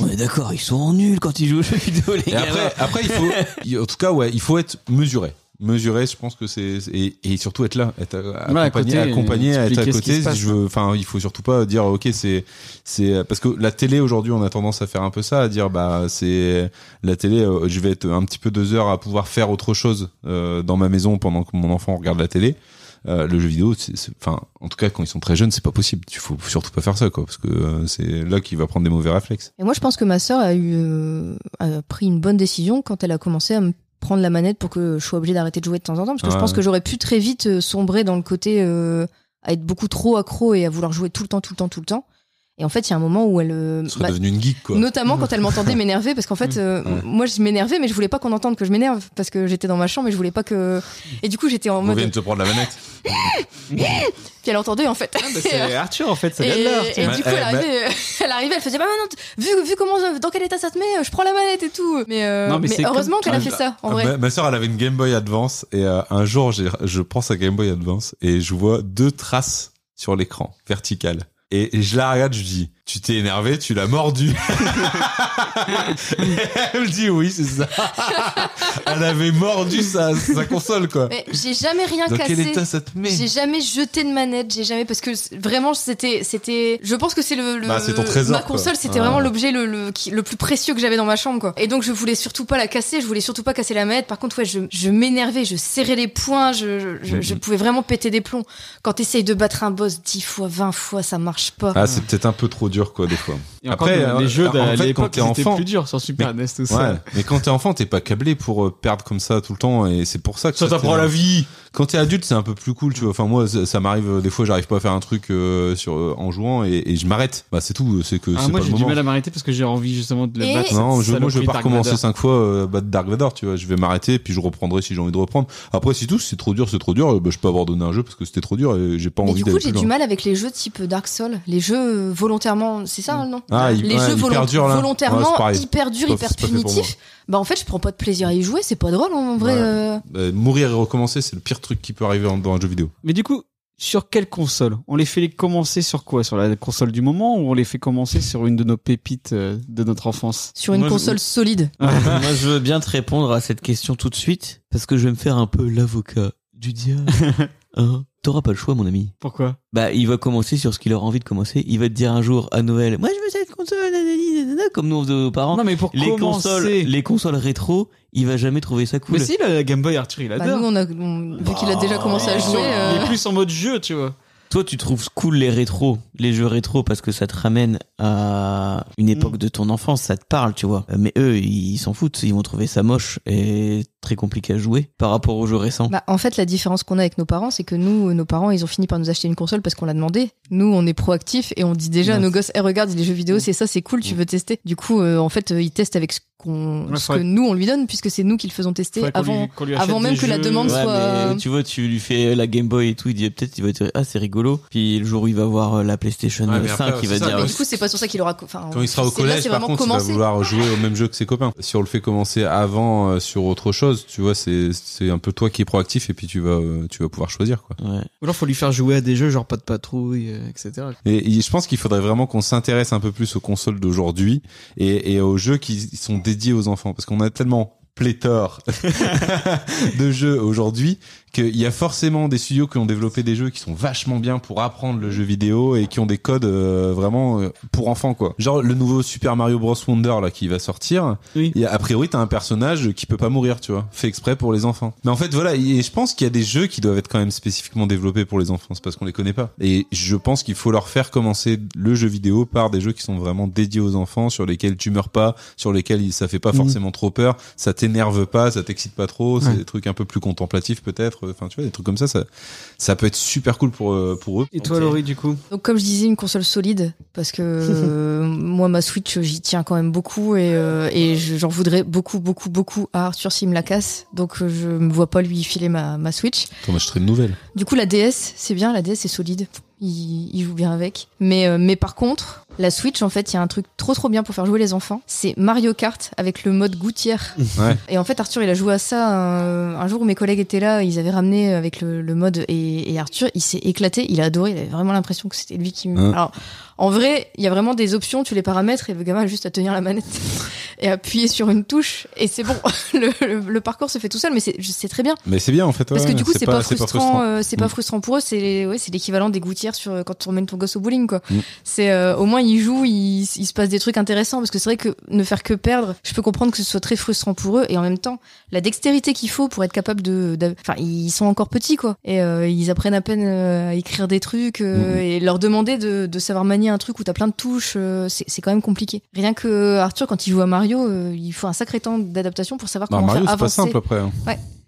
S2: On est d'accord, ils sont nuls quand ils jouent aux jeux vidéo, les
S3: Et
S2: gars.
S3: après, après, il faut, il- en tout cas, ouais, il faut être mesuré. Mesuré, je pense que c'est c'est- et, et surtout être là, être euh,
S1: Ouais, à
S3: accompagné,
S1: côté,
S3: accompagné,
S1: expliquer
S3: être à
S1: ce qui se
S3: côté.
S1: passe.
S3: Si je veux, enfin, il faut surtout pas dire ok, c'est c'est euh, parce que la télé aujourd'hui, on a tendance à faire un peu ça, à dire bah c'est la télé, euh, je vais être un petit peu deux heures à pouvoir faire autre chose euh, dans ma maison pendant que mon enfant regarde la télé. Euh, le jeu vidéo, c'est- c'est- enfin, en tout cas, quand ils sont très jeunes, c'est pas possible. Il faut surtout pas faire ça, quoi, parce que euh, c'est là qu'il va prendre des mauvais réflexes.
S4: Et moi, je pense que ma sœur a eu euh, a pris une bonne décision quand elle a commencé à me prendre la manette pour que je sois obligée d'arrêter de jouer de temps en temps, parce que je
S3: Ouais.
S4: pense que j'aurais pu très vite euh, sombrer dans le côté euh, à être beaucoup trop accro et à vouloir jouer tout le temps, tout le temps, tout le temps. Et en fait, il y a un moment où elle, euh,
S3: Il serait
S4: bah,
S3: devenu une geek, quoi.
S4: Notamment quand elle m'entendait m'énerver, parce qu'en fait, euh,
S3: Ouais.
S4: moi je m'énervais, mais je voulais pas qu'on entende que je m'énerve, parce que j'étais dans ma chambre et je voulais pas que. Et du coup, j'étais en
S3: On vient
S4: mode.
S3: de te prendre la manette.
S4: Puis elle entendait en fait.
S3: Ah,
S9: C'est Arthur, en fait, ça
S4: Et,
S9: vient de là.
S4: et
S3: Bah,
S4: du coup,
S3: eh,
S4: elle arrivait, elle, arrivait, elle faisait Bah non, t- vu, vu comment, dans quel état ça te met, euh, je prends la manette et tout. Mais, euh,
S9: Non, mais
S4: mais
S9: c'est
S4: heureusement qu'elle a
S3: Ah,
S4: fait ça, en
S3: Ah,
S4: vrai.
S3: Ma, ma soeur, elle avait une Game Boy Advance et euh, un jour, j'ai- je prends sa Game Boy Advance et je vois deux traces sur l'écran verticales. Et, et je la regarde, je dis, tu t'es énervé, tu l'as mordu. elle me dit oui, c'est ça. elle avait mordu sa, sa console, quoi.
S4: Mais j'ai jamais rien
S3: Dans quel
S4: cassé.
S3: état ça te met
S4: J'ai jamais jeté de manette, j'ai jamais parce que c'est- vraiment c'était c'était je pense que c'est le, le-
S3: Bah, c'est ton trésor,
S4: ma console
S3: quoi.
S4: c'était
S3: Ah.
S4: vraiment l'objet le, le qui- le plus précieux que j'avais dans ma chambre quoi. Et donc je voulais surtout pas la casser, je voulais surtout pas casser la manette. Par contre ouais, je, je m'énervais, je serrais les poings, je je, je- je pouvais vraiment péter des plombs. Quand t'essayes de battre un boss 10 fois, 20 fois, ça marche pas.
S3: Ah, c'est peut-être un peu trop dur, quoi, des fois.
S1: Et encore,
S3: Après,
S1: dans
S3: euh,
S1: les jeux de
S3: en fait, quand
S1: l'époque,
S3: t'es
S1: c'était
S3: enfant-
S1: plus dur sur Super
S9: E
S1: NES, tout ça.
S3: Ouais, mais quand t'es enfant, t'es pas câblé pour euh, perdre comme ça tout le temps, et c'est pour ça que
S9: Ça t'apprend
S3: t'énerve.
S9: la vie!
S3: Quand t'es adulte, c'est un peu plus cool, tu vois. Enfin moi, ça, ça m'arrive euh, des fois, j'arrive pas à faire un truc euh, sur euh, en jouant et, et je m'arrête. Bah c'est tout, c'est que
S1: Ah,
S3: c'est
S1: moi,
S3: pas le
S1: j'ai du
S3: moment.
S1: mal à m'arrêter parce que j'ai envie justement de le
S4: Et-
S1: battre.
S3: Non, je, moi je vais
S1: Saloperie
S3: pas
S1: Dark
S3: recommencer
S1: Vador.
S3: cinq fois euh, bah, de Dark Vador, tu vois. Je vais m'arrêter puis je reprendrai si j'ai envie de reprendre. Après si tout, c'est trop dur, c'est trop dur. euh, Bah, je peux abandonner un jeu parce que c'était trop dur et j'ai pas
S4: Mais
S3: envie
S4: du coup,
S3: d'aller plus
S4: j'ai du
S3: loin.
S4: mal avec les jeux type Dark Souls, les jeux volontairement, c'est ça non
S3: Ah, il-
S4: les
S3: ouais,
S4: jeux
S3: hyper
S4: volont-
S3: dur, là. Ouais,
S4: volontairement
S3: c'est pareil.
S4: hyper durs,
S3: Pas-
S4: hyper
S3: c'est pas fait pour
S4: punitifs. Bah en fait, je prends pas de plaisir à y jouer, c'est pas drôle en vrai.
S3: Ouais.
S4: euh.
S3: Euh, mourir et recommencer, c'est le pire truc qui peut arriver en- dans un jeu vidéo.
S1: Mais du coup, sur quelle console On les fait les commencer sur quoi Sur la console du moment ou on les fait commencer sur une de nos pépites euh, de notre enfance
S4: sur une
S2: Moi, je-
S4: console solide.
S2: Moi, je veux bien te répondre à cette question tout de suite, parce que je vais me faire un peu l'avocat du diable. Hein T'auras pas le choix, mon ami.
S1: Pourquoi
S2: Bah, il va commencer sur ce qu'il aura envie de commencer. Il va te dire un jour à Noël, moi, je veux cette console, nanani, nanana, comme nous on faisait aux parents.
S1: Non, mais pour
S2: les
S1: commencer.
S2: consoles, les consoles rétro, il va jamais trouver ça cool.
S1: Mais si, la, la Game Boy Arthur, il
S4: Bah,
S1: adore.
S4: nous, on a, on- vu
S3: Bah,
S4: qu'il a déjà commencé à
S1: Il est sur-
S4: jouer. euh,
S1: Il est plus en mode jeu, tu vois.
S2: Toi, tu trouves cool les rétros, les jeux rétro, parce que ça te ramène à une
S1: Mm.
S2: époque de ton enfance, ça te parle, tu vois. Euh, Mais eux, ils s'en foutent, ils vont trouver ça moche et très compliqué à jouer par rapport aux jeux récents.
S4: Bah, en fait, la différence qu'on a avec nos parents, c'est que nous, euh, nos parents, ils ont fini par nous acheter une console parce qu'on l'a demandé. Nous, on est proactifs et on dit déjà à nos gosses, Eh, regarde, les jeux vidéo, c'est ça, c'est cool, tu veux tester. Du coup, euh, en fait, euh, ils testent avec ce, qu'on,
S1: Ouais,
S4: ce
S1: faudrait-
S4: que nous, on lui donne, puisque c'est nous qui le faisons tester
S1: Faudrait qu'on lui-
S4: avant.
S1: qu'on lui
S4: avant
S1: achète
S4: même
S1: des
S4: que la
S1: jeux. euh.
S4: demande soit-
S1: Ouais.
S4: soit-
S2: mais tu vois, tu lui fais la Game Boy et tout, il dit peut-être, il va dire, ah, c'est rigolo. Puis le jour où il va voir euh, la PlayStation
S3: Ouais, mais
S2: 5,
S3: après,
S2: il va
S3: c'est ça,
S2: dire, euh,
S4: Mais
S3: Ah ouais.
S4: du coup, c'est pas sur ça qu'il aura. co- Enfin,
S3: Quand il sera au
S4: c'est- là,
S3: collège,
S4: c'est
S3: par
S4: vraiment
S3: contre, il va
S4: commencer.
S3: vouloir jouer au même jeu que ses copains. Si on le fait commencer avant euh, sur autre chose, tu vois, c'est c'est un peu toi qui es proactif et puis tu vas euh, tu vas pouvoir choisir quoi.
S2: ouais.
S1: Ou alors, faut lui faire jouer à des jeux genre pas de patrouille, euh, etc.
S3: Et, et je pense qu'il faudrait vraiment qu'on s'intéresse un peu plus aux consoles d'aujourd'hui et, et aux jeux qui sont dédiés aux enfants parce qu'on a tellement pléthore de jeux aujourd'hui qu'il y a forcément des studios qui ont développé des jeux qui sont vachement bien pour apprendre le jeu vidéo et qui ont des codes euh, vraiment euh, pour enfants quoi. Genre le nouveau Super Mario Bros Wonder là qui va sortir,
S1: Oui.
S3: il y a, a priori t'as un personnage qui peut pas mourir tu vois, fait exprès pour les enfants. Mais en fait voilà, et je pense qu'il y a des jeux qui doivent être quand même spécifiquement développés pour les enfants, c'est parce qu'on les connaît pas. Et je pense qu'il faut leur faire commencer le jeu vidéo par des jeux qui sont vraiment dédiés aux enfants, sur lesquels tu meurs pas, sur lesquels il- ça fait pas
S1: Mhm.
S3: forcément trop peur, ça t'énerve pas, ça t'excite pas trop, c'est
S1: Ouais.
S3: des trucs un peu plus contemplatifs peut-être, enfin tu vois des trucs comme ça, ça ça peut être super cool pour euh, pour eux.
S1: Et toi,
S3: Ok.
S1: Laurie, du coup
S4: Donc comme je disais, une console solide parce que euh, moi ma Switch j'y tiens quand même beaucoup et, euh, et je- j'en voudrais beaucoup beaucoup beaucoup à Arthur s'il me la casse. Donc euh, je me vois pas lui filer ma, ma Switch.
S3: Attends, moi, je serais une nouvelle.
S4: Du coup la DS c'est bien, la DS est solide, il, il joue bien avec. Mais euh, mais par contre la Switch en fait il y a un truc trop trop bien pour faire jouer les enfants, c'est Mario Kart avec le mode gouttière.
S3: Ouais.
S4: Et en fait Arthur il a joué à ça un, un jour où mes collègues étaient là, ils avaient ramené avec le, le mode et, et Arthur il s'est éclaté, il a adoré, il avait vraiment l'impression que c'était lui qui.
S3: Hein.
S4: Alors en vrai, il y a vraiment des options, tu les paramètres et le gamin a juste à tenir la manette et appuyer sur une touche et c'est bon. Le, le- le parcours se fait tout seul, mais c'est je- c'est très bien
S3: Mais c'est bien en fait.
S4: parce
S3: ouais,
S4: que du coup c'est pas, frustrant, euh, c'est pas
S3: Mm.
S4: frustrant pour eux, c'est ouais, c'est l'équivalent des gouttières sur euh, quand tu emmènes ton gosse au bowling quoi.
S3: Mm.
S4: C'est euh, au moins il joue, il, il se passe des trucs intéressants parce que c'est vrai que ne faire que perdre, je peux comprendre que ce soit très frustrant pour eux et en même temps la dextérité qu'il faut pour être capable de, d'a- enfin ils sont encore petits quoi et euh, ils apprennent à peine euh, à écrire des trucs
S3: Mm,
S4: euh, et leur demander de, de savoir manier un truc où t'as plein de touches, euh, c'est c'est quand même compliqué. Rien que euh, Arthur quand il joue à Mario, euh, il faut un sacré temps d'adaptation pour savoir
S3: Bah,
S4: comment
S3: Mario
S4: faire
S3: c'est pas
S4: avancer.
S3: simple après. hein.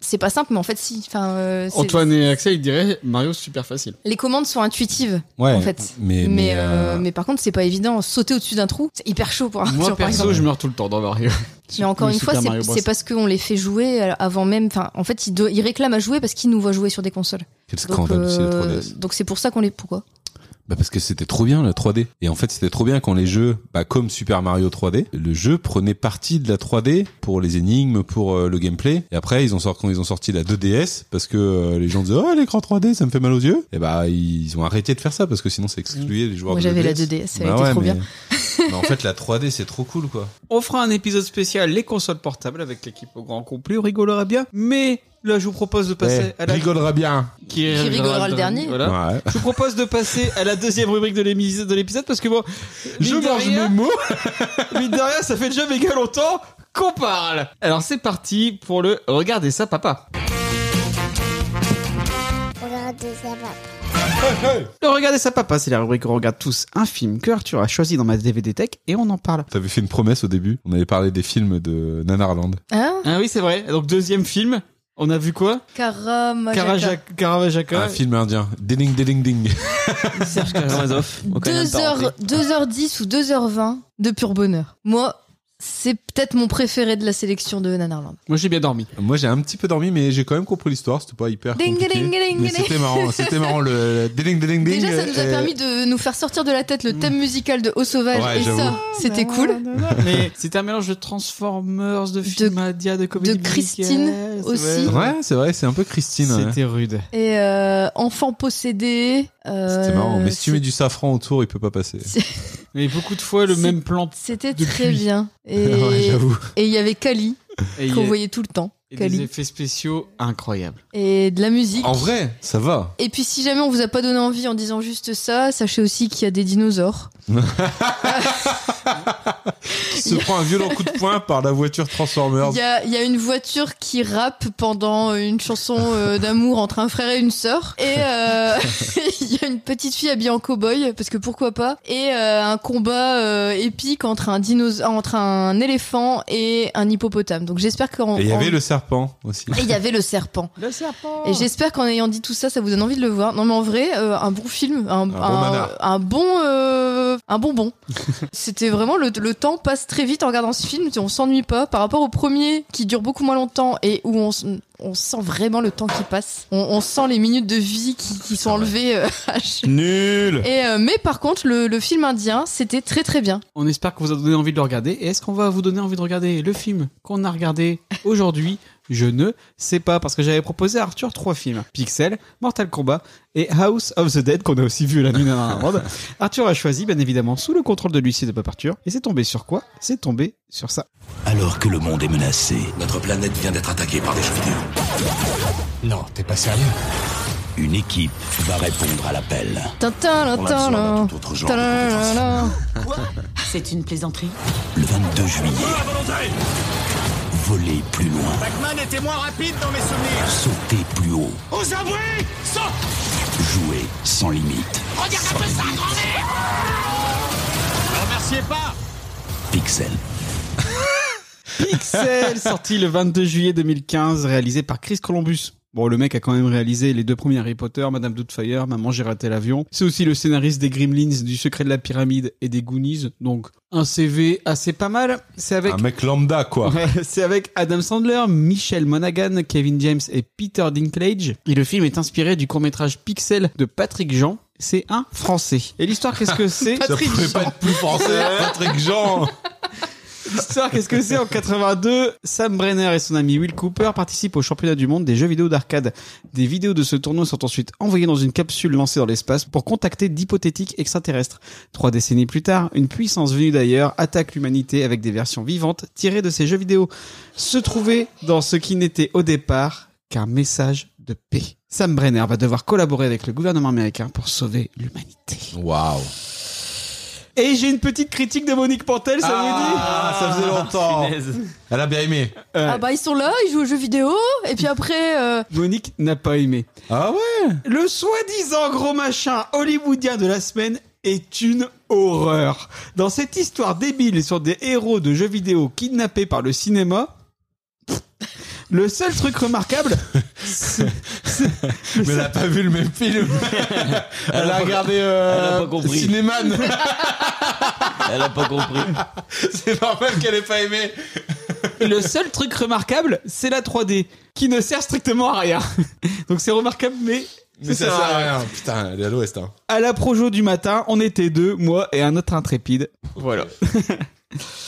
S4: C'est pas simple mais en fait si, enfin euh, c'est-
S1: Antoine et Axel, ils diraient Mario, c'est super facile.
S4: les commandes sont intuitives,
S3: Ouais.
S4: En fait.
S3: Mais
S4: mais,
S3: mais,
S4: euh,
S3: euh,
S4: mais par contre, c'est pas évident. Sauter au-dessus d'un trou, c'est hyper chaud pour
S1: Moi,
S4: Arthur, par
S1: perso,
S4: exemple.
S1: je meurs tout le temps dans Mario.
S4: Mais encore
S1: Le
S4: une fois,
S1: Super
S4: c'est-
S1: Mario Bros.
S4: c'est parce qu'on les fait jouer euh, avant même. Enfin, en fait, ils, do- ils réclament à jouer parce qu'ils nous voient jouer sur des consoles.
S3: quel
S4: Donc,
S3: scandale aussi, la
S4: euh,
S3: 3DS.
S4: donc c'est pour ça qu'on les. Pourquoi
S3: Bah parce que c'était trop bien la 3D. Et en fait, c'était trop bien quand les jeux, bah comme Super Mario 3D, le jeu prenait partie de la 3D pour les énigmes, pour euh, le gameplay. Et après, ils ont sorti quand ils ont sorti la 2DS parce que euh, les gens disaient "Oh, l'écran 3D, ça me fait mal aux yeux." Et bah ils ont arrêté de faire ça parce que sinon ça excluait les joueurs
S4: Moi,
S3: de
S4: j'avais la
S3: 2DS.
S4: 2DS, elle
S3: Bah
S4: était
S3: ouais,
S4: trop
S3: mais-
S4: bien.
S3: mais en fait, la 3D, c'est trop cool quoi.
S1: On fera un épisode spécial les consoles portables avec l'équipe au grand complet. On rigolera bien. Mais là, je vous propose de passer
S3: Eh,
S1: à la Hein
S3: rigolera bien.
S1: qui
S4: rigolera le dernier.
S1: Voilà.
S3: Ouais.
S1: Je vous propose de passer à la deuxième rubrique de l'émi- de l'épisode parce que bon,
S3: Je
S1: mine de
S3: mange
S1: rien-
S3: mes mots.
S1: Mine de rien, ça fait déjà méga longtemps qu'on parle. Alors c'est parti pour le Regardez ça, papa.
S5: Regardez ça, papa.
S1: Le Regardez ça, papa, c'est la rubrique où on regarde tous un film que Arthur a choisi dans ma DVD Tech et on en parle.
S3: T'avais fait une promesse au début. On avait parlé des films de Nanarland.
S4: Hein
S1: Ah oui, c'est vrai. Donc deuxième film, on a vu quoi
S4: Karamajaka.
S1: Karavajaka. Karavajaka.
S3: Un film indien. Ding ding ding ding.
S2: Serge Karamazov. on connaît même
S4: 2
S2: pas, en fait.
S4: heures, 2h10 ou 2h20 de pur bonheur. Moi, c'est peut-être mon préféré de la sélection de Nanarland.
S1: Moi j'ai bien dormi.
S3: Moi, j'ai un petit peu dormi, mais j'ai quand même compris l'histoire. C'était pas hyper
S4: Ding,
S3: compliqué.
S4: ding, ding,
S3: mais
S4: ding.
S3: c'était marrant. C'était marrant le ding ding ding ding.
S4: Déjà, ça nous a
S3: euh, hmm.
S4: permis de nous faire sortir de la tête le thème musical de Haut Sauvage
S3: Ouais,
S4: et ça,
S3: j'avoue.
S4: c'était cool.
S1: Mais c'est un mélange de Transformers, de
S4: films
S1: films indiens, de comédie
S4: de Christine
S1: musicale, c'est
S4: aussi.
S1: vrai.
S3: Euh, Ouais, c'est vrai. C'est un peu Christine. hein. ouais.
S1: C'était rude.
S4: Et euh, enfant possédé. euh,
S3: C'était marrant. Mais si tu
S4: c'est-
S3: mets du safran autour, il peut pas passer.
S1: Mais beaucoup de fois le
S4: C'est-
S1: même plan.
S4: C'était
S1: depuis.
S4: très bien. Et
S3: Ouais, j'avoue.
S4: et il y avait Kali,
S1: Et il y
S4: qu'on
S1: a-
S4: voyait tout le temps.
S1: et des
S4: Kali.
S1: effets spéciaux incroyables.
S4: Et de la musique.
S3: En vrai, ça va.
S4: Et puis, si jamais on vous a pas donné envie en disant juste ça, sachez aussi qu'il y a des dinosaures.
S3: Il se prend un violent coup de poing par la voiture Transformers.
S4: Il y a, il y a une voiture qui rappe pendant une chanson euh, d'amour entre un frère et une sœur. Et euh, il y a une petite fille habillée en cow-boy, parce que pourquoi pas. Et euh, un combat euh, épique entre un, dinosa- entre un éléphant et un hippopotame. Donc j'espère qu'en.
S3: Et il y
S4: en-
S3: avait le serpent aussi.
S4: Et il y avait le serpent.
S1: Le serpent.
S4: Et j'espère qu'en ayant dit tout ça, ça vous donne envie de le voir. Non, mais en vrai, euh, un bon film, un,
S3: bon
S4: un,
S3: nanar.
S4: un bon, euh, un bonbon. C'était vraiment le, le temps passe très vite en regardant ce film. On s'ennuie pas par rapport au premier qui dure beaucoup moins longtemps et où on, s- on sent vraiment le temps qui passe. On, on sent les minutes de vie qui, qui sont enlevées. euh, à chaque-
S3: Nul.
S4: et euh, mais par contre, le, le film indien, c'était très très bien.
S1: On espère que vous a donné envie de le regarder. Et est-ce qu'on va vous donner envie de regarder le film qu'on a regardé aujourd'hui Je ne sais pas, parce que j'avais proposé à Arthur trois films. Pixel, Mortal Kombat et House of the Dead, qu'on a aussi vu la nuit d'un Arthur a choisi, bien évidemment, sous le contrôle de l'huissier de Pop Arthur. Et c'est tombé sur quoi C'est tombé sur ça.
S11: Alors que le monde est menacé. Notre planète vient d'être attaquée par des jeux vidéo. Non, t'es pas sérieux Une équipe va répondre à l'appel.
S4: Tintin,
S11: On a besoin d'un tout autre genre de compétences.
S12: C'est une plaisanterie.
S11: Le 22 juillet. Voler plus loin.
S13: Pac-Man était moins rapide dans mes souvenirs.
S11: Sauter plus haut.
S13: Aux abris Saute
S11: Jouer sans limite.
S13: Regarde un peu ça, grand-mère Ne remerciez pas
S11: Pixel.
S1: Pixel, sorti le 22 juillet 2015, réalisé par Chris Columbus. Bon, le mec a quand même réalisé les deux premiers Harry Potter, Madame Doubtfire, Maman j'ai raté l'avion. C'est aussi le scénariste des Gremlins, du Secret de la Pyramide et des Goonies. Donc, un CV assez pas mal. C'est avec...
S3: Un mec lambda, quoi.
S1: Ouais, c'est avec Adam Sandler, Michel Monaghan, Kevin James et Peter Dinklage. Et le film est inspiré du court-métrage Pixel de Patrick Jean. C'est un français. Et l'histoire, qu'est-ce que c'est
S3: Ça pouvait pas être plus français, Patrick Jean.
S1: L'histoire, qu'est-ce que c'est En 82, Sam Brenner et son ami Will Cooper participent au championnat du monde des jeux vidéo d'arcade. Des vidéos de ce tournoi sont ensuite envoyées dans une capsule lancée dans l'espace pour contacter d'hypothétiques extraterrestres. Trois décennies plus tard, une puissance venue d'ailleurs attaque l'humanité avec des versions vivantes tirées de ces jeux vidéo. Se trouver dans ce qui n'était au départ qu'un message de paix. Sam Brenner va devoir collaborer avec le gouvernement américain pour sauver l'humanité.
S3: Waouh.
S1: Et j'ai une petite critique de Monique Pantel, ça vous dit
S3: Ah, ça faisait longtemps. Elle a bien aimé.
S1: Ouais.
S4: Ah bah ils sont là, ils jouent aux jeux vidéo, et puis après... euh,
S1: Monique n'a pas aimé.
S3: Ah ouais.
S1: Le soi-disant gros machin hollywoodien de la semaine est une horreur. Dans cette histoire débile sur des héros de jeux vidéo kidnappés par le cinéma, le seul truc remarquable, c'est- c'est- le
S3: Mais elle
S1: seul-
S3: a pas vu le même film. Elle a
S2: pas-
S3: regardé
S2: elle a
S3: euh,
S2: pas compris.
S3: Cinéman.
S2: Elle a pas compris.
S3: C'est normal qu'elle ait pas aimé.
S1: le seul truc remarquable, c'est la 3D, qui ne sert strictement à rien. Donc c'est remarquable, mais,
S3: Mais ça sert à rien. Putain, elle est à l'ouest. Hein.
S1: À la projo du matin, on était deux, moi et un autre intrépide. Voilà.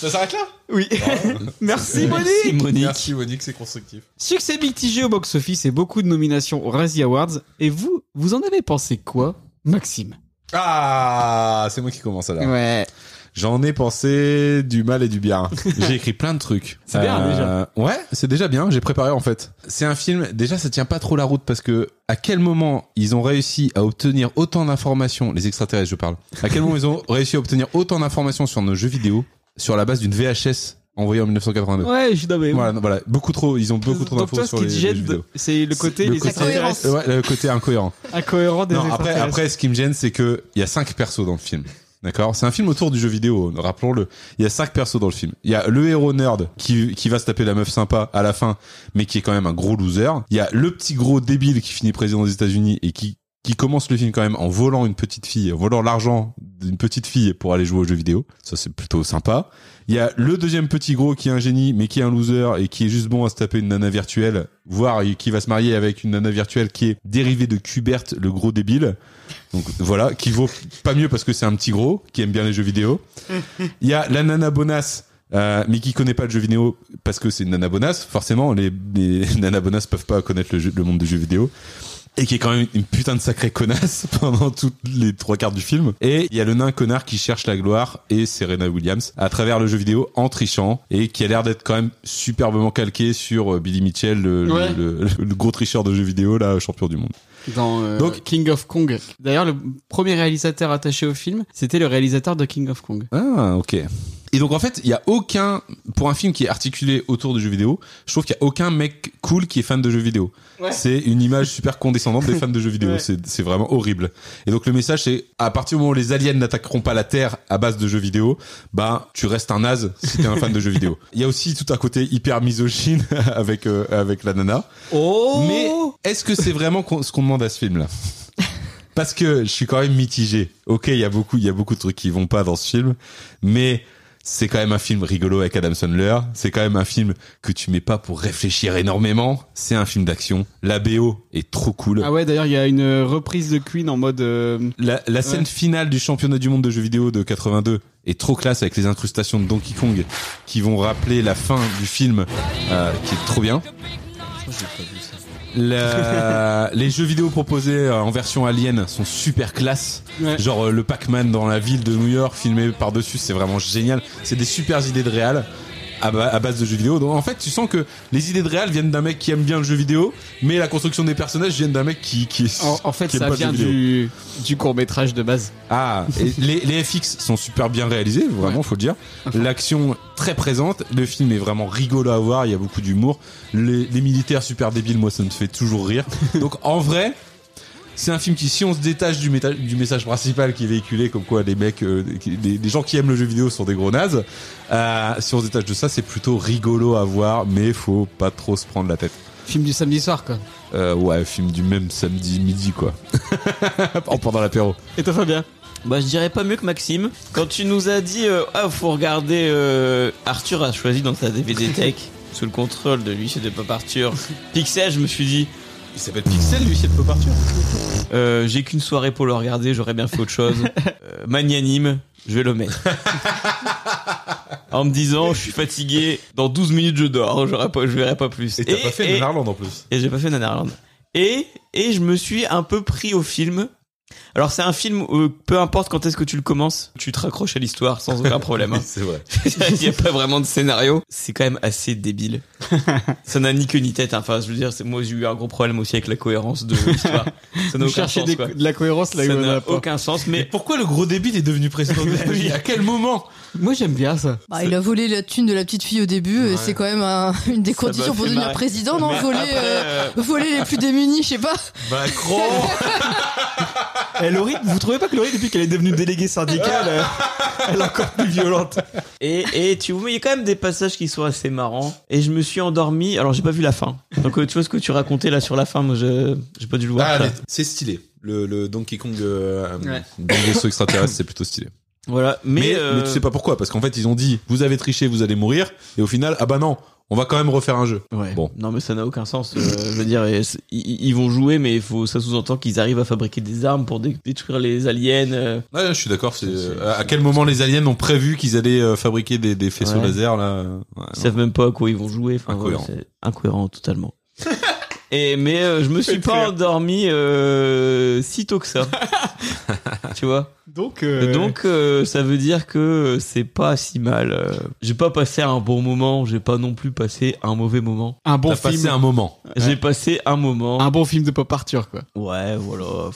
S3: Ça s'arrête là
S1: Oui. Merci
S2: Merci,
S1: Monique.
S2: Monique.
S3: Merci Monique, c'est constructif.
S1: Succès mitigé au box-office et beaucoup de nominations aux Razzie Awards. Et vous, vous en avez pensé quoi, Maxime
S3: Ah, c'est moi qui commence alors.
S1: Ouais.
S3: J'en ai pensé du mal et du bien. J'ai écrit plein de trucs.
S1: C'est bien,
S3: déjà. Ouais, c'est déjà bien. J'ai préparé en fait. C'est un film. Déjà, ça tient pas trop la route parce que à quel moment ils ont réussi à obtenir autant d'informations, les extraterrestres, je parle. À quel moment ils ont réussi à obtenir autant d'informations sur nos jeux vidéo sur la base d'une VHS envoyée en 1982.
S1: Ouais, je suis d'accord.
S3: Voilà, non, voilà, beaucoup trop. Ils ont beaucoup trop
S1: Donc
S3: d'infos
S1: toi, ce
S3: sur
S1: qui
S3: les,
S1: te
S3: les jeux
S1: gêne,
S3: vidéo.
S1: c'est le côté
S3: Le
S1: des
S3: côté-
S1: extraterrestres
S3: Ouais, le côté incohérent.
S1: incohérents des
S3: Non, après,
S1: extraterrestres.
S3: après, ce qui me gêne, c'est que il y a cinq persos dans le film. D'accord C'est un film autour du jeu vidéo, rappelons-le. Il y a cinq persos dans le film. Il y a le héros nerd qui, qui va se taper la meuf sympa à la fin, mais qui est quand même un gros loser. Il y a le petit gros débile qui finit président des États-Unis et qui qui commence le film quand même en volant une petite fille, en volant l'argent d'une petite fille pour aller jouer aux jeux vidéo. Ça, c'est plutôt sympa. Il y a le deuxième petit gros qui est un génie, mais qui est un loser et qui est juste bon à se taper une nana virtuelle, voire qui va se marier avec une nana virtuelle qui est dérivée de Kubert, le gros débile. Donc voilà, qui vaut pas mieux parce que c'est un petit gros qui aime bien les jeux vidéo. Il y a la nana bonasse. euh, mais qui connaît pas le jeu vidéo parce que c'est une nana bonasse forcément les, les nanas bonasses peuvent pas connaître le, jeu- le monde du jeu vidéo et qui est quand même une putain de sacrée connasse pendant toutes les trois quarts du film. Et il y a le nain connard qui cherche la gloire et Serena Williams à travers le jeu vidéo en trichant et qui a l'air d'être quand même superbement calqué sur euh, Billy Mitchell, le, le-
S1: Ouais.
S3: le- le gros tricheur de jeux vidéo, là, champion du monde.
S1: Dans euh,
S3: Donc-
S1: King of Kong. D'ailleurs, le premier réalisateur attaché au film, c'était le réalisateur de King of Kong.
S3: Ah, ok. Et donc en fait, il y a aucun pour un film qui est articulé autour de jeux vidéo, je trouve qu'il y a aucun mec cool qui est fan de jeux vidéo. C'est une image super condescendante des fans de jeux vidéo,
S1: Ouais.
S3: c'est c'est vraiment horrible. Et donc le message c'est à partir du moment où les aliens n'attaqueront pas la Terre à base de jeux vidéo, bah tu restes un naze si t'es un fan de jeux vidéo. Il y a aussi tout un côté hyper misogyne avec euh, avec la nana.
S1: Oh
S3: Mais est-ce que c'est vraiment qu'on- ce qu'on demande à ce film-là Parce que je suis quand même mitigé. Ok, il y a beaucoup, il y a beaucoup de trucs qui vont pas dans ce film, mais c'est quand même un film rigolo avec Adam Sandler. C'est quand même un film que tu mets pas pour réfléchir énormément. C'est un film d'action. La BO est trop cool.
S1: Ah ouais, d'ailleurs, il y a une euh, reprise de Queen en mode... euh,
S3: La, la scène
S1: Ouais.
S3: finale du championnat du monde de jeux vidéo de 82 est trop classe avec les incrustations de Donkey Kong qui vont rappeler la fin du film, euh, qui est trop bien. La- les jeux vidéo proposés euh, en version alien sont super classe.
S1: Ouais.
S3: Genre euh, le Pac-Man dans la ville de New York filmé par-dessus, c'est vraiment génial. C'est des super idées de réal à, ba- à base de jeux vidéo. Donc en fait, tu sens que les idées de réal viennent d'un mec qui aime bien le jeu vidéo, mais la construction des personnages vient d'un mec qui qui est-
S1: En, en fait,
S3: qui aime
S1: ça
S3: pas le
S1: vient
S3: jeu vidéo.
S1: du, du court métrage de base.
S3: Ah, et les, les FX sont super bien réalisés, vraiment, faut le dire. L'action très présente, le film est vraiment rigolo à voir, il y a beaucoup d'humour. Les, les militaires super débiles, moi, ça me fait toujours rire. Donc, en vrai, c'est un film qui, si on se détache du, méta- du message principal qui est véhiculé, comme quoi les mecs, euh, qui- les, les gens qui aiment le jeu vidéo sont des gros nazes, euh, si on se détache de ça, c'est plutôt rigolo à voir, mais faut pas trop se prendre la tête.
S1: Film du samedi soir, quoi.
S3: Euh, ouais, film du même samedi midi, quoi. en pendant l'apéro.
S1: Et toi, Fabien
S2: Bah, je dirais pas mieux que Maxime. Quand tu nous as dit, euh, ah, faut regarder, euh, Arthur a choisi dans sa DVD Tech, sous le contrôle de l'huissier de Pop Arthur, Pixel, je me suis dit.
S3: Il s'appelle Pixel, l'huissier de Pop Arthur
S2: euh, J'ai qu'une soirée pour le regarder, j'aurais bien fait autre chose. Euh, magnanime, je vais le mettre. en me disant, je suis fatigué, dans 12 minutes je dors, j'aurais pas, je verrai pas plus.
S3: Et t'as pas fait
S2: et-
S3: Nanarland en plus.
S2: Et j'ai pas fait Nanarland. Et, et je me suis un peu pris au film. Alors c'est un film, où, peu importe quand est-ce que tu le commences, tu te raccroches à l'histoire sans aucun problème. hein.
S3: c'est vrai.
S2: Il n'y a pas vraiment de scénario. C'est quand même assez débile. Ça n'a ni queue ni tête. hein. Enfin, je veux dire, c'est- moi j'ai eu un gros problème aussi avec la cohérence de l'histoire. Ça n'a
S1: Vous
S2: aucun
S1: cherchez
S2: sens.
S1: des-
S2: quoi.
S1: de la cohérence là où
S2: Ça
S1: il y en a
S2: n'a
S1: pas.
S2: aucun sens. Mais
S3: pourquoi le gros débile est devenu président
S1: des États-Unis
S3: À quel moment
S1: Moi, j'aime bien ça.
S4: Bah, il a volé la thune de la petite fille au début, et
S1: Ouais.
S4: c'est quand même un- une des
S1: Ça
S4: conditions
S1: m'a
S4: pour
S1: fait
S4: devenir
S1: marrer.
S4: président, non
S1: Mais
S4: voler,
S1: après,
S4: euh,
S1: euh,
S4: voler les plus démunis, je sais pas.
S3: Macron
S1: Et Eh, Laurie, vous trouvez pas que Laurie, depuis qu'elle est devenue déléguée syndicale, euh, elle est encore plus violente
S2: Et, et tu vois, il y a quand même des passages qui sont assez marrants. Et je me suis endormi. Alors, j'ai pas vu la fin. Donc, euh, tu vois ce que tu racontais là sur la fin, moi, je, j'ai pas dû le voir.
S3: Ah,
S2: ça.
S3: mais c'est stylé. Le, le Donkey Kong euh,
S2: Ouais.
S3: Donkey Kong extraterrestre, c'est plutôt stylé.
S2: Voilà, mais,
S3: mais,
S2: euh,
S3: mais tu sais pas pourquoi, parce qu'en fait ils ont dit vous avez triché, vous allez mourir, et au final ah bah non, on va quand même refaire un jeu. Bon,
S2: Non, mais ça n'a aucun sens. euh, je veux dire, et c'est- ils, ils vont jouer, mais il faut, ça sous-entend qu'ils arrivent à fabriquer des armes pour dé- détruire les aliens. euh.
S3: ouais, je suis d'accord. C'est euh, à quel moment les aliens ont prévu qu'ils allaient euh, fabriquer des, des faisceaux
S2: Ouais.
S3: laser là Ouais,
S2: Ils savent même pas à quoi ils vont jouer. Enfin,
S3: Incohérent.
S2: voilà, c'est incohérent totalement. Et mais euh, je me suis pas endormi euh, si tôt que ça. tu vois.
S1: Donc, euh,
S2: donc euh, ça veut dire que c'est pas si mal. euh. J'ai pas passé un bon moment, j'ai pas non plus passé un mauvais moment.
S1: Un bon T'as film. passé un moment.
S2: J'ai
S1: Ouais.
S2: passé un moment.
S1: Un bon film de Pop Arthur, quoi.
S2: Ouais, voilà.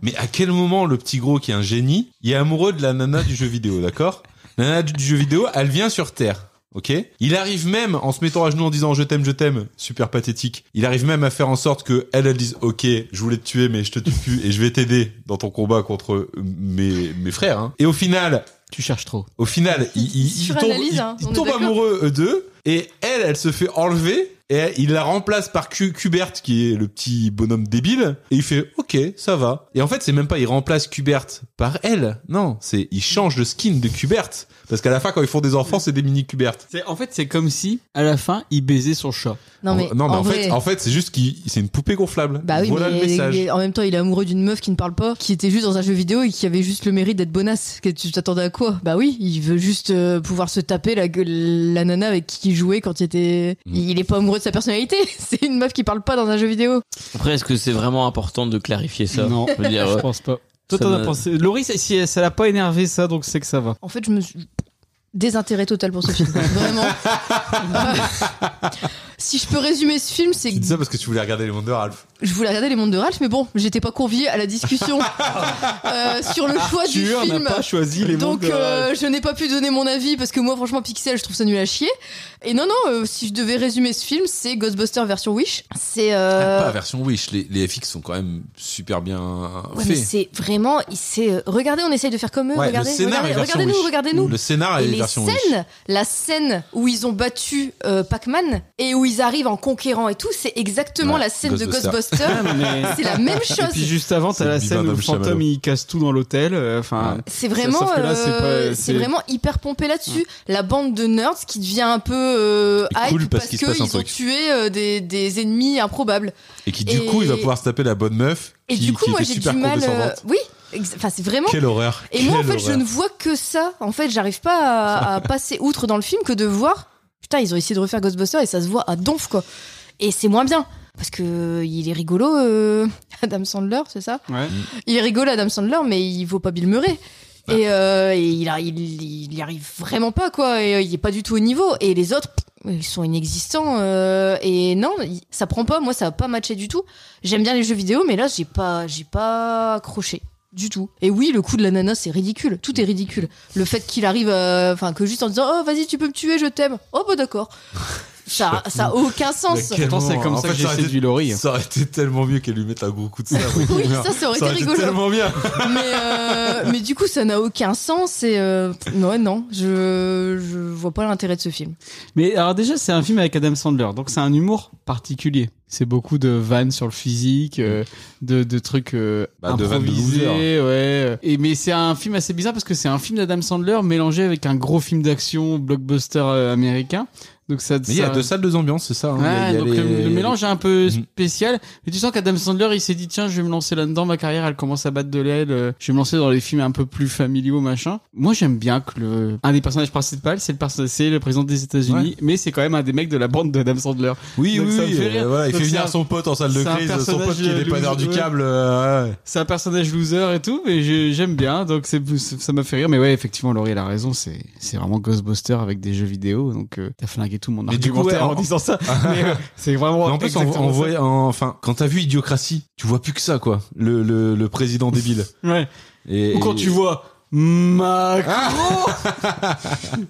S3: Mais à quel moment le petit gros qui est un génie, il est amoureux de la nana du jeu vidéo, d'accord La nana du jeu vidéo, elle vient sur Terre. Ok Il arrive même, en se mettant à genoux en disant je t'aime, je t'aime, super pathétique, il arrive même à faire en sorte que elle, elle dise ok, je voulais te tuer mais je te tue plus et je vais t'aider dans ton combat contre euh, mes, mes frères. hein. Et au final...
S1: Tu cherches trop.
S3: Au final, il, il, il tombe,
S4: Suranalyse,
S3: il-
S4: hein,
S3: il
S4: on est
S3: tombe
S4: d'accord.
S3: amoureux eux deux et elle, elle se fait enlever et elle- il la remplace par Q- Kubert qui est le petit bonhomme débile et il fait ok ça va et en fait c'est même pas il remplace Kubert par elle non c'est il change le skin de Kubert parce qu'à la fin quand ils font des enfants c'est des mini Kubert
S1: C'est- En fait, c'est comme si, à la fin, il baisait son chat.
S4: Non, mais
S3: en, non, mais
S4: en
S3: en
S4: vrai-
S3: fait en fait c'est juste qu'il c'est une poupée gonflable
S4: Bah oui,
S3: voilà
S4: mais
S3: le message
S4: il est- en même temps, il est amoureux d'une meuf qui ne parle pas, qui était juste dans un jeu vidéo et qui avait juste le mérite d'être bonasse. Que tu t'attendais à quoi Bah oui, il veut juste euh, pouvoir se taper la, gueule- la nana avec qui il jouait quand il était.
S3: Mm.
S4: Il est pas amoureux de sa personnalité. C'est une meuf qui parle pas dans un jeu vidéo.
S2: Après, est-ce que c'est vraiment important de clarifier ça
S1: Non,
S2: Je veux dire,
S1: je
S2: euh,
S1: pense pas. Toi,
S2: ça
S1: t'en as
S2: me-
S1: pensé. Laurie, ça- si ça l'a pas énervé, ça, donc c'est que ça va.
S4: En fait, je me suis. Désintérêt total pour ce film. Vraiment. si je peux résumer ce film, c'est
S3: tu
S4: que
S3: dis ça parce que tu voulais regarder les Wonder Alf
S4: je voulais regarder Les Mondes de Ralph, mais bon, j'étais pas conviée à la discussion euh, sur le choix du
S1: Arthur n'a
S4: film.
S1: pas choisi Les Mondes
S4: Donc,
S1: de
S4: euh,
S1: Ralph.
S4: je n'ai pas pu donner mon avis parce que moi, franchement, Pixel, je trouve ça nul à chier. Et non, non, euh, si je devais résumer ce film, c'est Ghostbuster version Wish. C'est. euh,
S3: Ah, pas version Wish les, les FX sont quand même super bien
S4: ouais, mais
S3: faits
S4: c'est vraiment. il- C'est. euh, Regardez, on essaye de faire comme eux.
S3: Ouais,
S4: regardez,
S3: le scénar
S4: regardez,
S3: est version
S4: regardez-nous,
S3: Wish.
S4: regardez-nous.
S3: Le scénar est
S4: Et les
S3: version
S4: scènes,
S3: Wish.
S4: la scène où ils ont battu euh, Pac-Man et où ils arrivent en conquérant et tout, c'est exactement
S1: Ouais,
S4: la scène de
S1: Ghostbuster.
S4: Ghostbuster. c'est la
S1: Ah,
S4: même
S1: Et
S4: chose.
S1: puis juste avant,
S3: C'est
S1: t'as la
S3: le
S1: scène
S3: bivin
S1: où le
S3: d'Homme
S1: fantôme
S3: Chamallow.
S1: il casse tout dans l'hôtel. euh, Enfin,
S4: C'est vraiment,
S1: sauf que là, c'est pas-
S4: euh,
S1: c'est-
S4: c'est vraiment hyper pompé là-dessus. La bande de nerds qui devient un peu euh, hype
S3: cool parce
S4: parce,
S3: qu'il se passe
S4: qu'ils
S3: un
S4: ont
S3: truc.
S4: tué euh, des, des ennemis improbables.
S3: et qui du coup il va pouvoir se taper la bonne meuf
S4: Et
S3: qui,
S4: du coup,
S3: qui
S4: moi,
S3: était
S4: j'ai du
S3: super
S4: mal. euh,
S3: condescendante
S4: oui, ex- enfin, c'est vraiment.
S3: Quelle horreur.
S4: Et moi, en
S3: Quelle
S4: fait, je
S3: horreur.
S4: ne vois que ça. En fait, j'arrive pas à, à passer outre dans le film que de voir. Putain, ils ont essayé de refaire Ghostbusters et ça se voit à donf, quoi. Et c'est moins bien. parce que il est rigolo euh, Adam Sandler, c'est ça
S1: Ouais.
S4: Il est rigolo Adam Sandler, mais il vaut pas Bill Murray. Et, euh, et il, a- il, il y arrive vraiment pas quoi. Et, euh, il est pas du tout au niveau. Et les autres, pff, ils sont inexistants. euh, et non, il- ça prend pas. Moi, ça a pas matché du tout. J'aime bien les jeux vidéo, mais là, j'ai pas, j'ai pas accroché du tout. Et oui, le coup de l'ananas, c'est ridicule. Tout est ridicule. Le fait qu'il arrive, euh, enfin, que juste en disant, oh vas-y, tu peux me tuer, je t'aime. Oh bah d'accord. Ça, ça a aucun sens.
S3: Mais quel
S1: Pourtant, c'est
S3: moment.
S1: comme
S3: En
S1: ça
S3: fait,
S1: que j'ai
S3: aurait été-
S1: séduit Laurie.
S3: Ça aurait été tellement mieux qu'elle lui mette un gros coup de sabre.
S4: Oui, ça, ça aurait été rigolo.
S3: tellement bien.
S4: mais, euh, mais du coup, ça n'a aucun sens. Et euh, non, non, je, je vois pas l'intérêt de ce film.
S1: Mais alors déjà, c'est un film avec Adam Sandler, donc c'est un humour particulier. C'est beaucoup de vannes sur le physique, euh, de, de trucs euh,
S3: Mm. Bah, de vannes de
S1: improvisés,
S3: loser.
S1: ouais. Et mais c'est un film assez bizarre parce que c'est un film d'Adam Sandler mélangé avec un gros film d'action blockbuster euh, américain. Donc ça,
S3: Mais il y a
S1: ça-
S3: deux salles, deux ambiances, c'est ça. hein.
S1: Ouais,
S3: Il y a- il y a
S1: Ah, donc
S3: les- Mhm.
S1: le, le
S3: les-
S1: mélange est un peu spécial. Mais tu sens qu'Adam Sandler, il s'est dit tiens, je vais me lancer là-dedans, ma carrière, elle commence à battre de l'aile. euh, Je vais me lancer dans les films un peu plus familiaux, machin. Moi, j'aime bien que le un des personnages principaux, c'est le perso- c'est le président des États-Unis,
S3: Ouais.
S1: mais c'est quand même un des mecs de la bande d'Adam Sandler.
S3: Oui,
S1: Donc
S3: oui,
S1: ça me
S3: oui,
S1: fait
S3: euh,
S1: rire.
S3: voilà, il
S1: Donc
S3: fait
S1: c'est
S3: venir
S1: un-
S3: son pote en salle de
S1: c'est un
S3: crise, son
S1: personnage,
S3: pote qui est
S1: euh,
S3: dépanneur du
S1: loser, ouais.
S3: câble. euh, ouais.
S1: C'est un personnage loser et tout, mais je- j'aime bien, donc c'est ça m'a fait rire. Mais ouais, effectivement, Laurie elle a raison, c'est c'est vraiment Ghostbuster avec des jeux vidéo, donc euh, t'as flingué tout mon
S3: Mais du coup,
S1: argumentaire
S3: ouais,
S1: en
S3: en-
S1: disant ça. mais euh, c'est vraiment.
S3: Mais en plus, en,
S1: exactement
S3: en
S1: ça.
S3: voyant- en- enfin, quand t'as vu Idiocratie, tu vois plus que ça, quoi. Le, le, le président débile.
S1: Ouais.
S3: Et,
S1: Ou quand
S3: et-
S1: tu vois Macron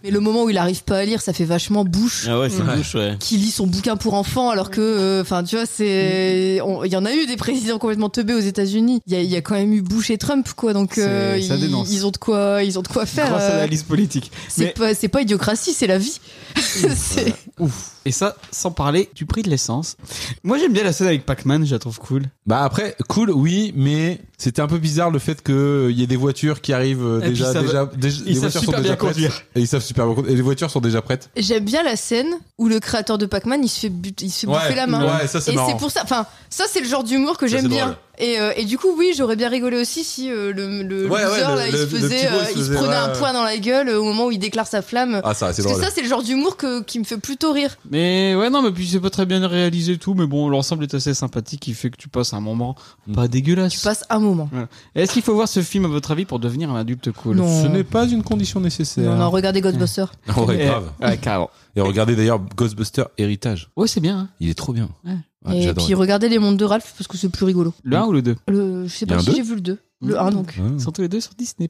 S4: Mais le moment où il arrive pas à lire, ça fait vachement bouche.
S2: Ah ouais, c'est
S4: Mm.
S2: bouche, ouais.
S4: Qui lit son bouquin pour enfants alors que, euh, enfin, tu vois, c'est, on- il y en a eu des présidents complètement teubés aux États-Unis. Il y a, il y a quand même eu Bush et Trump, quoi. Donc euh,
S1: C'est- ça
S4: ils,
S1: dénonce.
S4: ils ont de quoi, ils ont de quoi faire.
S1: grâce à
S4: euh,
S1: la liste politique.
S4: c'est
S1: Mais,
S4: pas, c'est pas idiocratie, c'est la vie. C'est-
S1: ouf. Et ça, sans parler du prix de l'essence. Moi, j'aime bien la scène avec Pac-Man, je la trouve cool.
S3: Bah après, cool, oui, mais c'était un peu bizarre le fait que il y ait des voitures qui arrivent euh,
S1: Et puis
S3: déjà,
S1: ça va-
S3: déjà, déjà-
S1: ils
S3: les
S1: savent
S3: voitures sont
S1: super bien
S3: déjà prêtes.
S1: conduire.
S3: Et ils savent super bien conduire. Et les voitures sont déjà prêtes.
S4: J'aime bien la scène où le créateur de Pac-Man il se fait, but- il se fait
S3: Ouais,
S4: bouffer la main.
S3: ouais, ça, c'est
S4: et
S3: marrant.
S4: c'est pour ça, enfin, ça c'est le genre d'humour que
S3: Ça,
S4: j'aime
S3: c'est
S4: bien.
S3: drôle.
S4: Et, euh, et du coup, oui, j'aurais bien rigolé aussi si euh, le, le
S3: Ouais, ouais,
S4: loser,
S3: le-
S4: là, il,
S3: le-
S4: se
S3: le petit
S4: faisait,
S3: gros,
S4: euh,
S3: il se
S4: il se
S3: faisait,
S4: prenait un
S3: ouais.
S4: point dans la gueule euh, au moment où il déclare sa flamme.
S3: Ah, ça, c'est
S4: Parce que
S3: drôle.
S4: ça, c'est le genre d'humour que, qui me fait plutôt rire.
S1: Mais ouais, non, mais puis c'est pas très bien réalisé et tout, mais bon, l'ensemble est assez sympathique, il fait que tu passes un moment pas dégueulasse.
S4: Tu passes un moment.
S1: Voilà. Et Est-ce qu'il faut voir ce film à votre avis pour devenir un adulte cool
S4: Non.
S3: Ce n'est pas une condition nécessaire.
S4: On a regardé Ghostbusters.
S3: Oh, Ouais,
S1: Eh,
S3: grave.
S1: ouais, carrément.
S3: Et regardez d'ailleurs Ghostbuster Héritage.
S1: Ouais, c'est bien. hein.
S3: Il est trop bien.
S1: Ouais.
S3: Ouais,
S4: et
S3: j'adore.
S4: puis regardez les mondes de Ralph parce que c'est plus rigolo.
S1: Le 1 ou le 2
S4: Le, je sais
S3: Il y a un
S4: pas si
S3: deux
S4: j'ai vu le 2. Le 1 donc.
S3: Ouais.
S1: Ils sont tous les deux sur Disney+.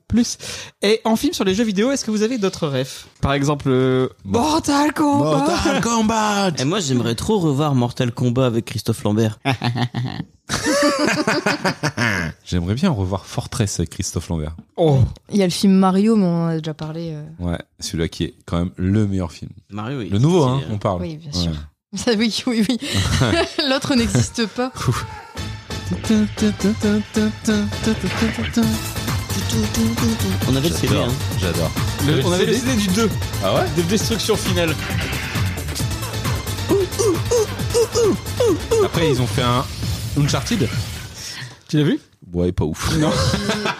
S1: Et en film sur les jeux vidéo, est-ce que vous avez d'autres refs Par exemple, euh, Mortal
S4: Oh,
S1: Kombat
S4: bah.
S3: Mortal Kombat
S4: Eh.
S2: Et moi, j'aimerais trop revoir Mortal Kombat avec Christophe Lambert.
S3: J'aimerais bien revoir Fortress avec Christophe Lambert.
S1: Oh.
S4: Il y a le film Mario, mais on en a déjà parlé. euh.
S3: Ouais, celui-là qui est quand même le meilleur film.
S2: Mario, il- euh,
S3: Le nouveau, hein,
S2: c'est-
S3: on parle.
S4: Oui, bien
S3: Ouais.
S4: sûr. Ça, oui, oui, oui. L'autre n'existe pas.
S2: On avait le CD,
S3: J'adore.
S2: hein.
S3: J'adore.
S1: Le- on avait le CD du 2,
S3: Ah ouais
S1: de Destruction Finale.
S3: Après, ils ont fait un Uncharted.
S1: Tu l'as vu
S3: Ouais, pas ouf. Non.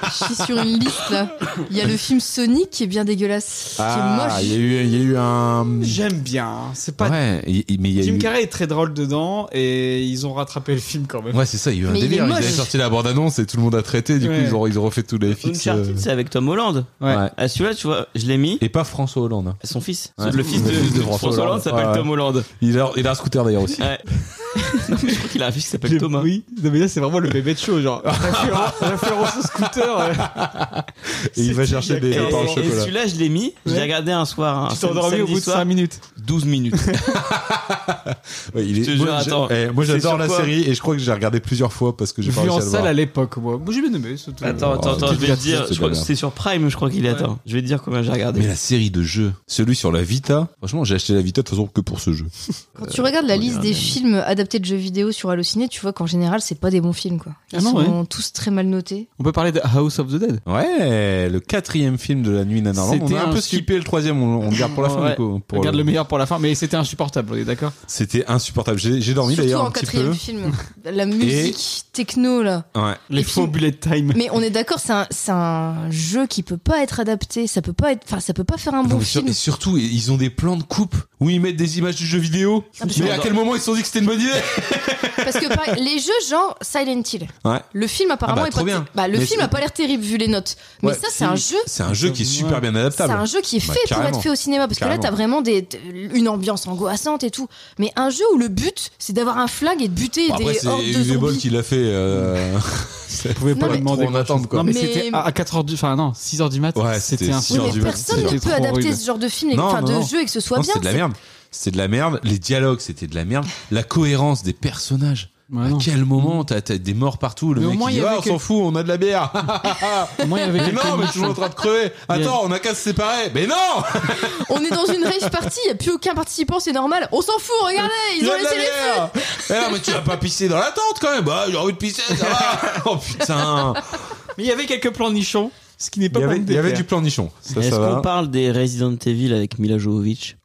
S4: Je suis sur une liste là. Il y a le film Sonic qui est bien dégueulasse,
S3: Ah, il
S4: qui
S3: y,
S4: est
S3: a
S4: moche.
S3: eu- il y a eu un.
S1: J'aime bien. hein. C'est pas
S3: Ouais, il- il- mais il y a
S1: Jim
S3: eu.
S1: Carrey est très drôle dedans et ils ont rattrapé le film quand même.
S3: Ouais, c'est ça, il y a eu un
S4: Mais il est
S3: délire. Ils
S4: moche.
S3: avaient sorti la bande-annonce et tout le monde a traité. Du
S1: Ouais.
S3: coup, ils ont, ils ont refait tous les fixes. euh.
S2: Uncharted, c'est avec Tom Holland.
S1: Ouais.
S2: Ah, celui-là, tu vois, je l'ai mis.
S3: Et pas François Hollande. hein.
S2: Son fils.
S3: Ouais.
S2: Le fils de, de François Hollande s'appelle
S3: Ouais.
S2: Tom Holland.
S3: Il a, il a un scooter d'ailleurs aussi.
S2: Ouais. Non, mais je crois qu'il a un fils qui s'appelle
S1: J'ai-
S2: Thomas.
S1: Ah Oui, non, mais là c'est vraiment le bébé de show, genre référence, référence au scooter. euh.
S3: Et il va
S1: C'est-
S3: chercher des
S2: Et,
S3: pains au
S2: et
S3: chocolat.
S2: celui-là, je l'ai mis. Je l'ai
S1: Ouais.
S2: regardé un soir.
S1: Tu t'es endormi au bout de 5 minutes.
S2: 12 minutes.
S3: Ouais, il est-
S2: Je te jure,
S3: moi, j'ai-
S2: attends.
S3: eh, moi,
S2: C'est
S3: j'adore
S2: sur
S3: la
S2: quoi
S3: série et je crois que j'ai regardé plusieurs fois parce que j'ai pas
S1: Vu
S3: réussi
S1: en
S3: à le
S1: salle
S3: voir.
S1: à l'époque, moi. Moi j'ai bien aimé. Oh, c'est tout.
S2: Attends, attends, attends, je vais te dire. Je crois que
S3: merde.
S2: c'est sur Prime, je crois qu'il est. Attends, je vais te dire combien j'ai regardé.
S3: Mais la série de jeux, celui sur la Vita, franchement, j'ai acheté la Vita de toute façon que pour ce jeu.
S4: Quand tu regardes
S3: Oh,
S4: la
S2: on
S4: liste
S2: dirait
S4: des
S2: bien.
S4: films adaptés de jeux vidéo sur Allociné, tu vois qu'en général c'est pas des bons films quoi. Ils
S1: Ah non,
S4: sont tous très mal notés.
S1: On peut parler de House of the Dead.
S3: Ouais, le quatrième film de la nuit nanarland. On
S1: C'était
S3: a un
S1: un
S3: peu
S1: sup-
S3: skippé le troisième, on, on le garde pour la fin
S1: Ouais.
S3: du coup. Pour
S1: Regarde le meilleur pour la fin, mais c'était insupportable, on est d'accord
S3: C'était insupportable. J'ai j'ai dormi
S4: Surtout
S3: d'ailleurs
S4: en
S3: un petit
S4: quatrième
S3: peu.
S4: film, la musique techno là.
S3: Ouais.
S1: Les
S4: Et
S1: faux
S4: puis-
S1: bullet time.
S4: Mais on est d'accord, c'est un, c'est un jeu qui peut pas être adapté, ça peut pas être, enfin ça peut pas faire un
S3: Non,
S4: bon
S3: mais sur-
S4: film.
S3: et surtout, ils ont des plans de coupe où ils mettent des images du jeu vidéo.
S4: Ah, parce
S3: mais
S4: que-
S3: à quel moment ils se sont dit que c'était une bonne idée
S4: Parce que pareil, les jeux genre Silent Hill.
S3: Ouais.
S4: Le film apparemment
S3: Ah bah,
S4: est
S3: trop
S4: pas
S3: bien.
S4: ter- bah, le
S3: Mais
S4: film
S3: c'est-
S4: a pas l'air terrible vu les notes. Mais
S3: Ouais,
S4: ça c'est un jeu
S3: C'est un jeu qui est super bien adaptable.
S4: C'est un jeu qui est
S3: Bah,
S4: fait pour
S3: carrément.
S4: être fait au cinéma parce que là
S3: Carrément.
S4: t'as vraiment des, t- une ambiance angoissante et tout. Mais un jeu où le but c'est d'avoir un flingue et de buter
S3: Bon, Bah, Après,
S4: des
S3: c'est
S4: hordes de
S3: Uwe Boll
S4: zombies.
S3: qui l'a fait. Euh... Vous
S1: pouvez pas
S4: Non, mais-
S1: demander.
S3: Trop en attente, quoi.
S1: Non, mais,
S4: Mais-
S1: c'était à 4h du, enfin non, 6h du mat.
S3: Ouais,
S1: c'était
S3: c'était
S1: un
S3: 6 heures
S4: Oui,
S3: du
S4: mais
S3: mat,
S4: personne
S3: c'est
S4: ne
S3: trop
S4: peut adapter
S3: rude.
S4: ce genre de film, et-
S3: Non,
S4: enfin
S3: non,
S4: de
S3: non.
S4: jeu et que ce soit
S3: Non,
S4: bien.
S3: C'est de la
S4: c'est-
S3: merde. C'est de la merde. Les dialogues, c'était de la merde. La cohérence des personnages.
S1: Ouais,
S3: à
S1: Ah non.
S3: quel moment t'as t'as des morts partout Le
S1: Mais au
S3: mec
S1: moins,
S3: il dit
S1: il y avait
S3: Ah, on
S1: que-
S3: s'en fout, on a de la bière.
S1: Au moins, il y avait
S3: mais
S1: quelques
S3: non, mais
S1: émotions.
S3: toujours en train de crever.
S1: Il y a-
S3: Attends, on a qu'à se séparer. Mais non
S4: On est dans une rave party, il n'y a plus aucun participant, c'est normal. On s'en fout, regardez,
S3: Il
S4: ils
S3: y
S4: ont
S3: a de la
S4: laissé les
S3: bière. Eh non, mais tu vas pas pisser dans la tente quand même. Bah, j'ai envie de pisser, ça va. Oh putain.
S1: Mais il y avait quelques plans nichons, ce qui n'est pas
S3: Il y avait,
S1: bon de
S3: il y avait
S1: défaire.
S3: du plan nichon. Ça,
S2: Est-ce
S3: ça va.
S2: qu'on parle des Resident Evil avec Mila Jovovich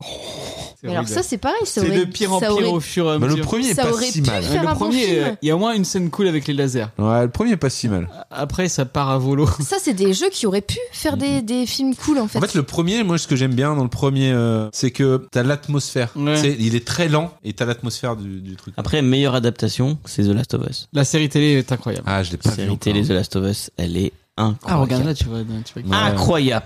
S4: Mais alors ça c'est pareil, ça
S1: C'est de
S4: aurait-
S1: pire en
S4: ça
S1: pire
S4: aurait-
S1: au fur et à
S3: Bah, le
S1: mesure.
S3: premier est
S4: ça
S3: pas
S4: aurait
S3: si
S4: pu
S3: mal.
S4: faire-
S1: le
S4: un bon
S1: premier,
S4: film.
S1: euh, il y a au moins une scène cool avec les lasers.
S3: Ouais, le premier est pas si mal.
S1: Après, ça part à volo.
S4: Ça c'est des jeux qui auraient pu faire des, des films cool en fait.
S3: Mm-hmm. En fait, le premier, moi, ce que j'aime bien dans le premier, euh, c'est que t'as l'atmosphère.
S1: Ouais.
S3: Tu sais, Il est très lent et t'as l'atmosphère du, du truc.
S2: Après, meilleure adaptation, c'est The Last of Us.
S1: La série télé est incroyable.
S3: Ah, je l'ai
S2: La
S3: pas vu.
S2: série
S3: encore.
S2: télé The Last of Us, elle est
S1: Ah, regarde là,
S2: incroyable.
S1: tu vois. Tu vois
S3: Ouais.
S2: Ah, Incroyable.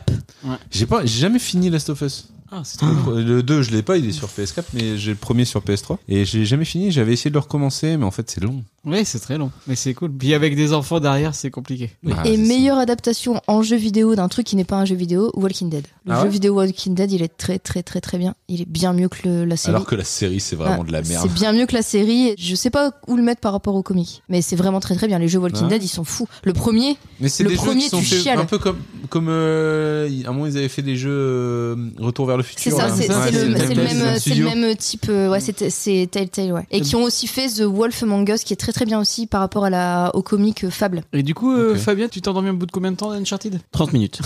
S3: J'ai pas, j'ai jamais fini Last of Us.
S1: Ah, c'est trop cool.
S3: Le 2, je l'ai pas, il est sur PS4, mais j'ai le premier sur PS3. Et j'ai jamais fini, j'avais essayé de le recommencer, mais en fait, c'est long.
S1: Oui, c'est très long, mais c'est cool. Puis avec des enfants derrière, c'est compliqué.
S3: Ah, c'est
S4: Et
S3: ça.
S4: meilleure adaptation en jeu vidéo d'un truc qui n'est pas un jeu vidéo, Walking Dead. Le
S3: Ah
S4: jeu
S3: ouais
S4: vidéo Walking Dead, il est très très très très bien. Il est bien mieux que le- la série.
S3: Alors que la série, c'est vraiment
S4: Ah,
S3: de la merde.
S4: C'est bien mieux que la série. Je sais pas où le mettre par rapport au comic, mais c'est vraiment très très bien. Les jeux Walking
S3: Ouais.
S4: Dead, ils sont fous. Le premier,
S3: Mais c'est
S4: Le
S3: des jeux
S4: premier,
S3: qui sont
S4: tu
S3: faits
S4: chiales.
S3: un peu comme, comme euh, à un moment ils avaient fait des jeux euh, Retour vers le futur.
S4: c'est ça,
S3: là.
S4: c'est
S3: Ouais,
S4: c'est le, c'est le
S3: même-
S4: même, c'est
S3: studio.
S4: le même type. euh, Ouais, c'est c'est Telltale, ouais. Et qui ont aussi fait The Wolf Among Us, qui est très très bien aussi par rapport à la au comic euh, Fable.
S1: Et du coup, euh,
S3: Ok.
S1: Fabien, tu t'es endormi au bout de combien de temps d'Uncharted
S2: 30 minutes.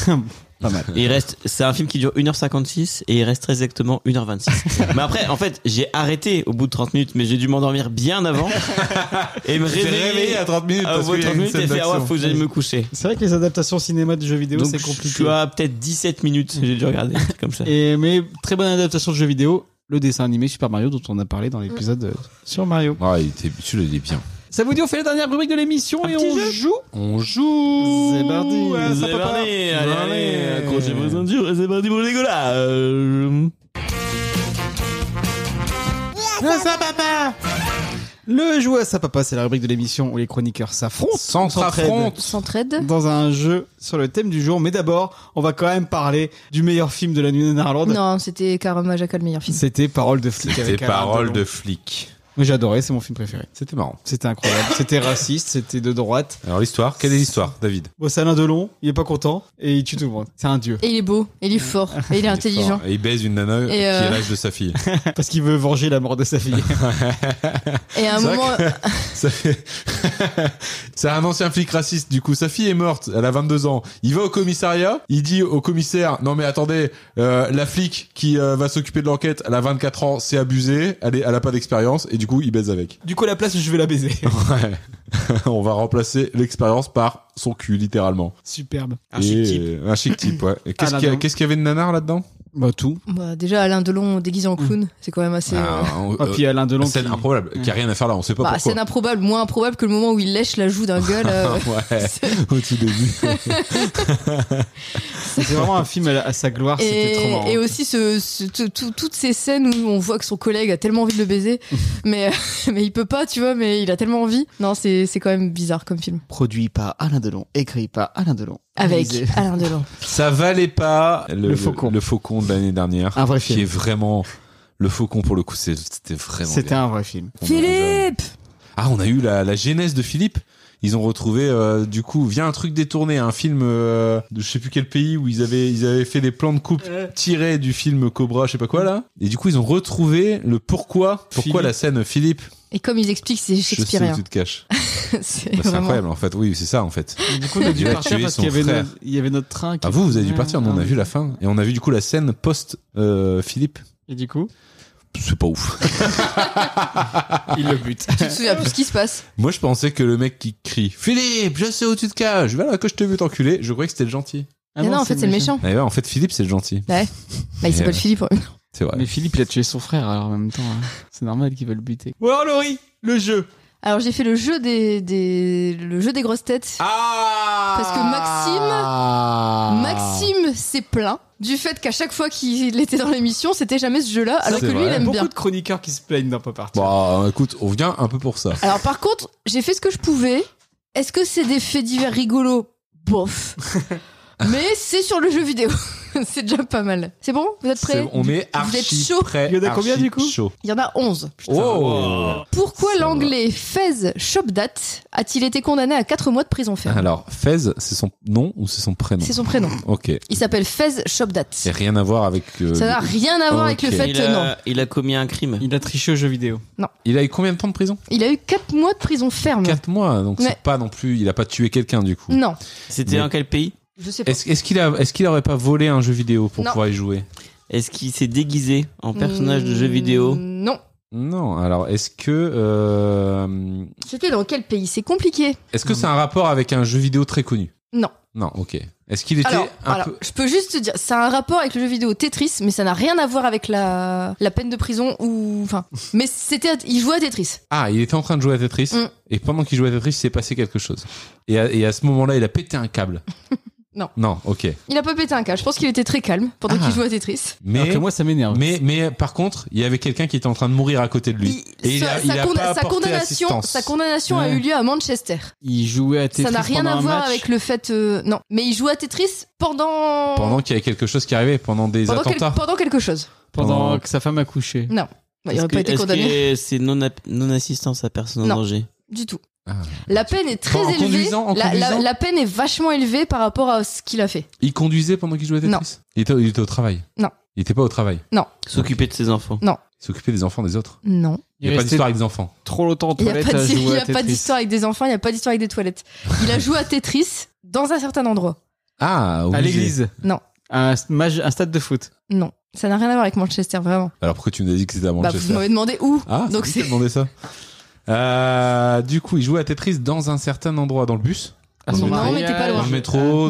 S1: Pas mal.
S2: Et il reste, c'est un film qui dure 1h56 et il reste très exactement 1h26. mais après, en fait, j'ai arrêté au bout de 30 minutes, mais j'ai dû m'endormir bien avant et me
S3: J'ai réveillé
S2: réveiller
S3: à 30 minutes. ah,
S2: au
S3: parce
S2: bout de
S3: qu'il y a
S2: 30
S3: une
S2: minutes et
S3: scène
S2: faire, ouais,
S3: d'action.
S2: faut que j'aille me coucher.
S1: C'est vrai que les adaptations cinéma de jeux vidéo,
S2: Donc,
S1: c'est
S2: je
S1: compliqué.
S2: suis à peut-être 17 minutes, j'ai dû regarder un truc comme ça.
S1: Et, mais très bonne adaptation de jeux vidéo, le dessin animé Super Mario dont on a parlé dans l'épisode euh, sur Mario.
S3: Ah, il était, tu l'as dit bien.
S1: Ça vous dit, on fait la dernière rubrique de l'émission et on joue
S3: On joue.
S1: C'est parti.
S3: Ouais,
S2: Vous
S3: euh, ça
S2: avez
S3: peut pas.
S2: parlé, allez, allez,
S3: Allez.
S2: accrochez vos ceintures et c'est parti pour les gars Euh,
S1: Le jeu à sa papa, c'est la rubrique de l'émission où les chroniqueurs s'affrontent.
S3: S'entre-affrontent.
S4: S'entraide.
S1: Dans un jeu sur le thème du jour, mais d'abord, on va quand même parler du meilleur film de la nuit en Irlande.
S4: Non, c'était Karama Jaka le meilleur film.
S1: C'était Parole de flic
S3: C'était
S1: avec Alain
S3: paroles
S1: Delon.
S3: de flic.
S1: Mais j'adorais, c'est mon film préféré.
S3: C'était marrant.
S1: C'était incroyable, c'était raciste, c'était de droite.
S3: Alors l'histoire, quelle est l'histoire, David
S1: Bon, c'est Alain Delon, il est pas content et il tue tout le monde. C'est un dieu.
S4: Et il est beau, et il est fort, et il est intelligent.
S3: Et il baise une nana qui
S4: euh,
S3: est l'âge de sa fille.
S1: Parce qu'il veut venger la mort de sa fille.
S4: Et à un
S3: C'est vrai
S4: moment,
S3: Ça fait- C'est un ancien flic raciste, du coup sa fille est morte, elle a 22 ans. Il va au commissariat, il dit au commissaire "Non mais attendez, euh, la flic qui euh, va s'occuper de l'enquête, elle a 24 ans, c'est abusé, elle est elle a pas d'expérience et du coup il baise avec."
S1: du coup, à la place, je vais la baiser.
S3: Ouais. On va remplacer l'expérience par son cul littéralement.
S1: Superbe.
S2: Un chic
S3: Et-
S2: type.
S3: Un chic type, ouais. Et Qu'est-ce
S1: Alain
S3: qu'il y, a-
S1: Delon.
S3: qu'est-ce qu'il y avait de nanar là-dedans
S1: Bah, tout.
S4: bah, déjà Alain Delon déguisé en
S3: Hmm.
S4: clown, c'est quand même assez. euh,
S3: Ah, on-
S1: Et puis Alain Delon.
S3: scène
S1: qui-
S3: improbable, qui a rien à faire là, on sait pas
S4: bah,
S3: pourquoi.
S4: scène improbable, moins improbable que le moment où il lèche la joue d'un gueule. euh,
S3: ouais, au tout début.
S1: C'est vraiment un film à, la- à sa
S3: Ah,
S1: gloire, c'était trop marrant.
S4: et, et aussi ce, ce- tout- tout- toutes ces scènes où on voit que son collègue a tellement envie de le baiser, mais, mais il peut pas, tu vois, mais il a tellement envie. Non, c'est c'est quand même bizarre comme film.
S1: Produit par Alain Delon, écrit par Alain Delon.
S4: Avec
S1: Réalisé.
S4: Alain Delon.
S3: Ça valait pas le,
S1: Le faucon.
S3: le faucon de l'année dernière.
S1: Un vrai film.
S3: Qui est vraiment. Le faucon, pour le coup, c'est- c'était vraiment.
S1: C'était
S3: bien.
S1: un vrai film.
S3: On a-
S4: Philippe
S3: Ah, on a eu la, la genèse de Philippe. Ils ont retrouvé, euh, du coup, via un truc détourné, un film euh, de je sais plus quel pays où ils avaient, ils avaient fait des plans de coupe tirés du film Cobra, je sais pas quoi là. Et du coup, ils ont retrouvé le pourquoi. Pourquoi
S1: Philippe.
S3: la scène Philippe
S4: Et comme ils expliquent, c'est
S3: Je sais où
S4: shakespearien.
S3: tu te caches.
S4: C'est
S3: Bah, c'est
S4: vraiment-
S3: incroyable en fait. Oui, c'est ça en fait.
S1: Et du coup, on a dû
S3: Il a
S1: partir
S3: tué
S1: parce
S3: son
S1: qu'il y, avait
S3: frère.
S1: notre- il y avait notre train. Qui...
S3: Ah, vous, vous avez dû partir. Nous, on a
S1: Ouais.
S3: vu la fin. Et on a vu du coup la scène post-Philippe.
S1: Et du coup,
S3: c'est pas ouf. Ah.
S1: il le bute.
S4: Tu te souviens plus ce qui se passe.
S3: Moi, je pensais que le mec qui crie Philippe, je sais où tu te caches, va là que je te vu t'enculer, je croyais que c'était le gentil.
S1: Ah
S4: Mais non, en fait, c'est le méchant.
S3: Mais ouais, en fait, Philippe, c'est le gentil.
S4: Bah, il
S3: Et
S4: s'appelle
S3: euh,
S4: Philippe.
S3: C'est vrai.
S1: Mais Philippe, il a tué son frère, alors en même temps, hein, c'est normal qu'ils veulent buter. Ou alors, Laurie, le jeu.
S4: Alors j'ai fait le jeu des, des le jeu des grosses têtes.
S9: Ah
S4: Parce Ah. que Maxime Maxime s'est plaint du fait qu'à chaque fois qu'il était dans l'émission, c'était jamais ce jeu-là, alors que
S9: C'est
S4: lui
S9: vrai.
S4: il aime
S9: beaucoup
S4: bien.
S9: de chroniqueurs qui se plaignent d'un peu partout.
S3: Bon, Bah, écoute, on vient un peu pour ça.
S4: Alors par contre, j'ai fait ce que je pouvais. Est-ce que c'est des faits divers rigolos Bof. Mais c'est sur le jeu vidéo. c'est déjà pas mal. C'est bon Vous êtes
S3: C'est-
S4: prêts
S3: on est
S4: Vous êtes
S3: archi
S4: chaud
S3: prêt.
S9: Il y en a combien,
S3: archi
S9: du coup
S3: chaud.
S4: Il y en a 11.
S3: Oh
S4: Pourquoi l'anglais Fez Shopdat a-t-il été condamné à 4 mois de prison ferme
S3: Alors, Fez, c'est son nom ou c'est son prénom
S4: C'est son prénom.
S3: Ok.
S4: Il s'appelle Fez Shopdat.
S3: C'est rien à voir avec. euh,
S4: Ça n'a
S3: le-
S4: rien à voir avec le
S3: Ok.
S4: fait
S2: il,
S4: que non.
S2: a, il a commis un crime.
S1: Il a triché aux jeux vidéo.
S3: Il a eu combien de temps de prison
S4: Il a eu 4 mois de prison ferme.
S3: 4 mois, donc
S4: Ouais.
S3: c'est pas non plus. Il a pas tué quelqu'un du coup.
S4: Non,
S2: C'était
S3: Mais-
S2: dans quel pays
S4: je sais pas.
S3: Est-ce est-ce qu'il a, est-ce qu'il aurait pas volé un jeu vidéo pour
S4: Non.
S3: pouvoir y jouer
S2: Est-ce qu'il s'est déguisé en personnage de
S3: Hmm.
S2: jeu vidéo
S4: Hmm, Non.
S3: Non. Alors, est-ce que, euh,
S4: C'était dans quel pays C'est compliqué.
S3: est-ce que c'est un rapport avec un jeu vidéo très connu
S4: Non.
S3: Non. Ok. Est-ce qu'il était
S4: Alors,
S3: un
S4: alors,
S3: peu
S4: je peux juste te dire, ça a un rapport avec le jeu vidéo Tetris, mais ça n'a rien à voir avec la, la peine de prison ou. Enfin. Mais c'était. Il jouait à Tetris.
S3: Ah, il était en train de jouer à Tetris
S4: Mm.
S3: et pendant qu'il jouait à Tetris, il s'est passé quelque chose. Et à, et à ce moment-là, il a pété un câble.
S4: Non.
S3: Non. Ok.
S4: Il a pas pété un câble. Je pense qu'il était très calme pendant
S3: Ah.
S4: qu'il jouait à Tetris.
S3: Mais
S1: Alors que moi, ça m'énerve.
S3: Mais, mais par contre, il y avait quelqu'un qui était en train de mourir à côté de lui.
S4: Il-
S3: et il a,
S4: sa,
S3: il
S4: sa
S3: a
S4: con-
S3: pas
S4: sa
S3: apporté
S4: condamnation,
S3: assistance.
S4: sa condamnation a
S1: Ouais.
S4: eu lieu à Manchester.
S1: Il jouait à Tetris.
S4: ça n'a rien
S1: pendant
S4: à
S1: un
S4: voir
S1: match.
S4: avec le fait. euh, non. Mais il joue à Tetris pendant.
S3: Pendant qu'il y avait quelque chose qui arrivait, pendant des
S4: pendant, quel-
S3: attentats.
S4: pendant quelque chose.
S1: Pendant
S3: Pendant-
S1: que sa femme a couché.
S4: Non. Bah, il
S2: Est-ce
S4: n'aurait pas
S2: que-
S4: été
S2: est-ce
S4: condamné
S2: que C'est non, ap- non assistance à personne en
S4: Non.
S2: danger.
S4: du tout.
S3: Ah.
S4: La peine est très
S3: En
S4: élevée.
S3: conduisant, en
S4: la, la-
S3: conduisant
S4: la peine est vachement élevée par rapport à ce qu'il a fait.
S3: Il conduisait pendant qu'il jouait à Tetris
S4: Non.
S3: Il, était, il était au travail
S4: Non.
S3: Il était pas au travail.
S2: S'occuper de ses enfants.
S3: Il s'occupait des enfants des autres.
S4: Non.
S3: Il n'y a pas
S1: restait
S3: d'histoire avec des enfants.
S1: trop longtemps en
S4: Il n'y a
S1: toilette
S4: pas
S1: à
S4: de- il
S1: jouer
S4: y
S1: à
S4: a pas
S1: Tetris.
S4: d'histoire avec des enfants, il n'y a pas d'histoire avec des toilettes. Il a joué à Tetris dans un certain endroit.
S3: Ah, au
S1: À
S3: musée.
S1: l'église.
S4: Non.
S1: Un, s- mage- un stade de foot.
S4: Non. Ça n'a rien à voir avec Manchester, vraiment.
S3: Alors pourquoi tu nous as dit que c'était à
S4: Bah, vous
S3: Manchester
S4: m'avez demandé où.
S3: Ah,
S4: Donc
S3: c'est
S4: c'est.
S3: demandé ça. Euh, du coup, il jouait à Tetris dans un certain endroit, dans le bus,
S1: À son
S3: Non,
S1: mari.
S4: mais t'es pas
S3: dans
S4: loin.
S3: le
S4: Ouais.
S3: métro,
S4: Euh,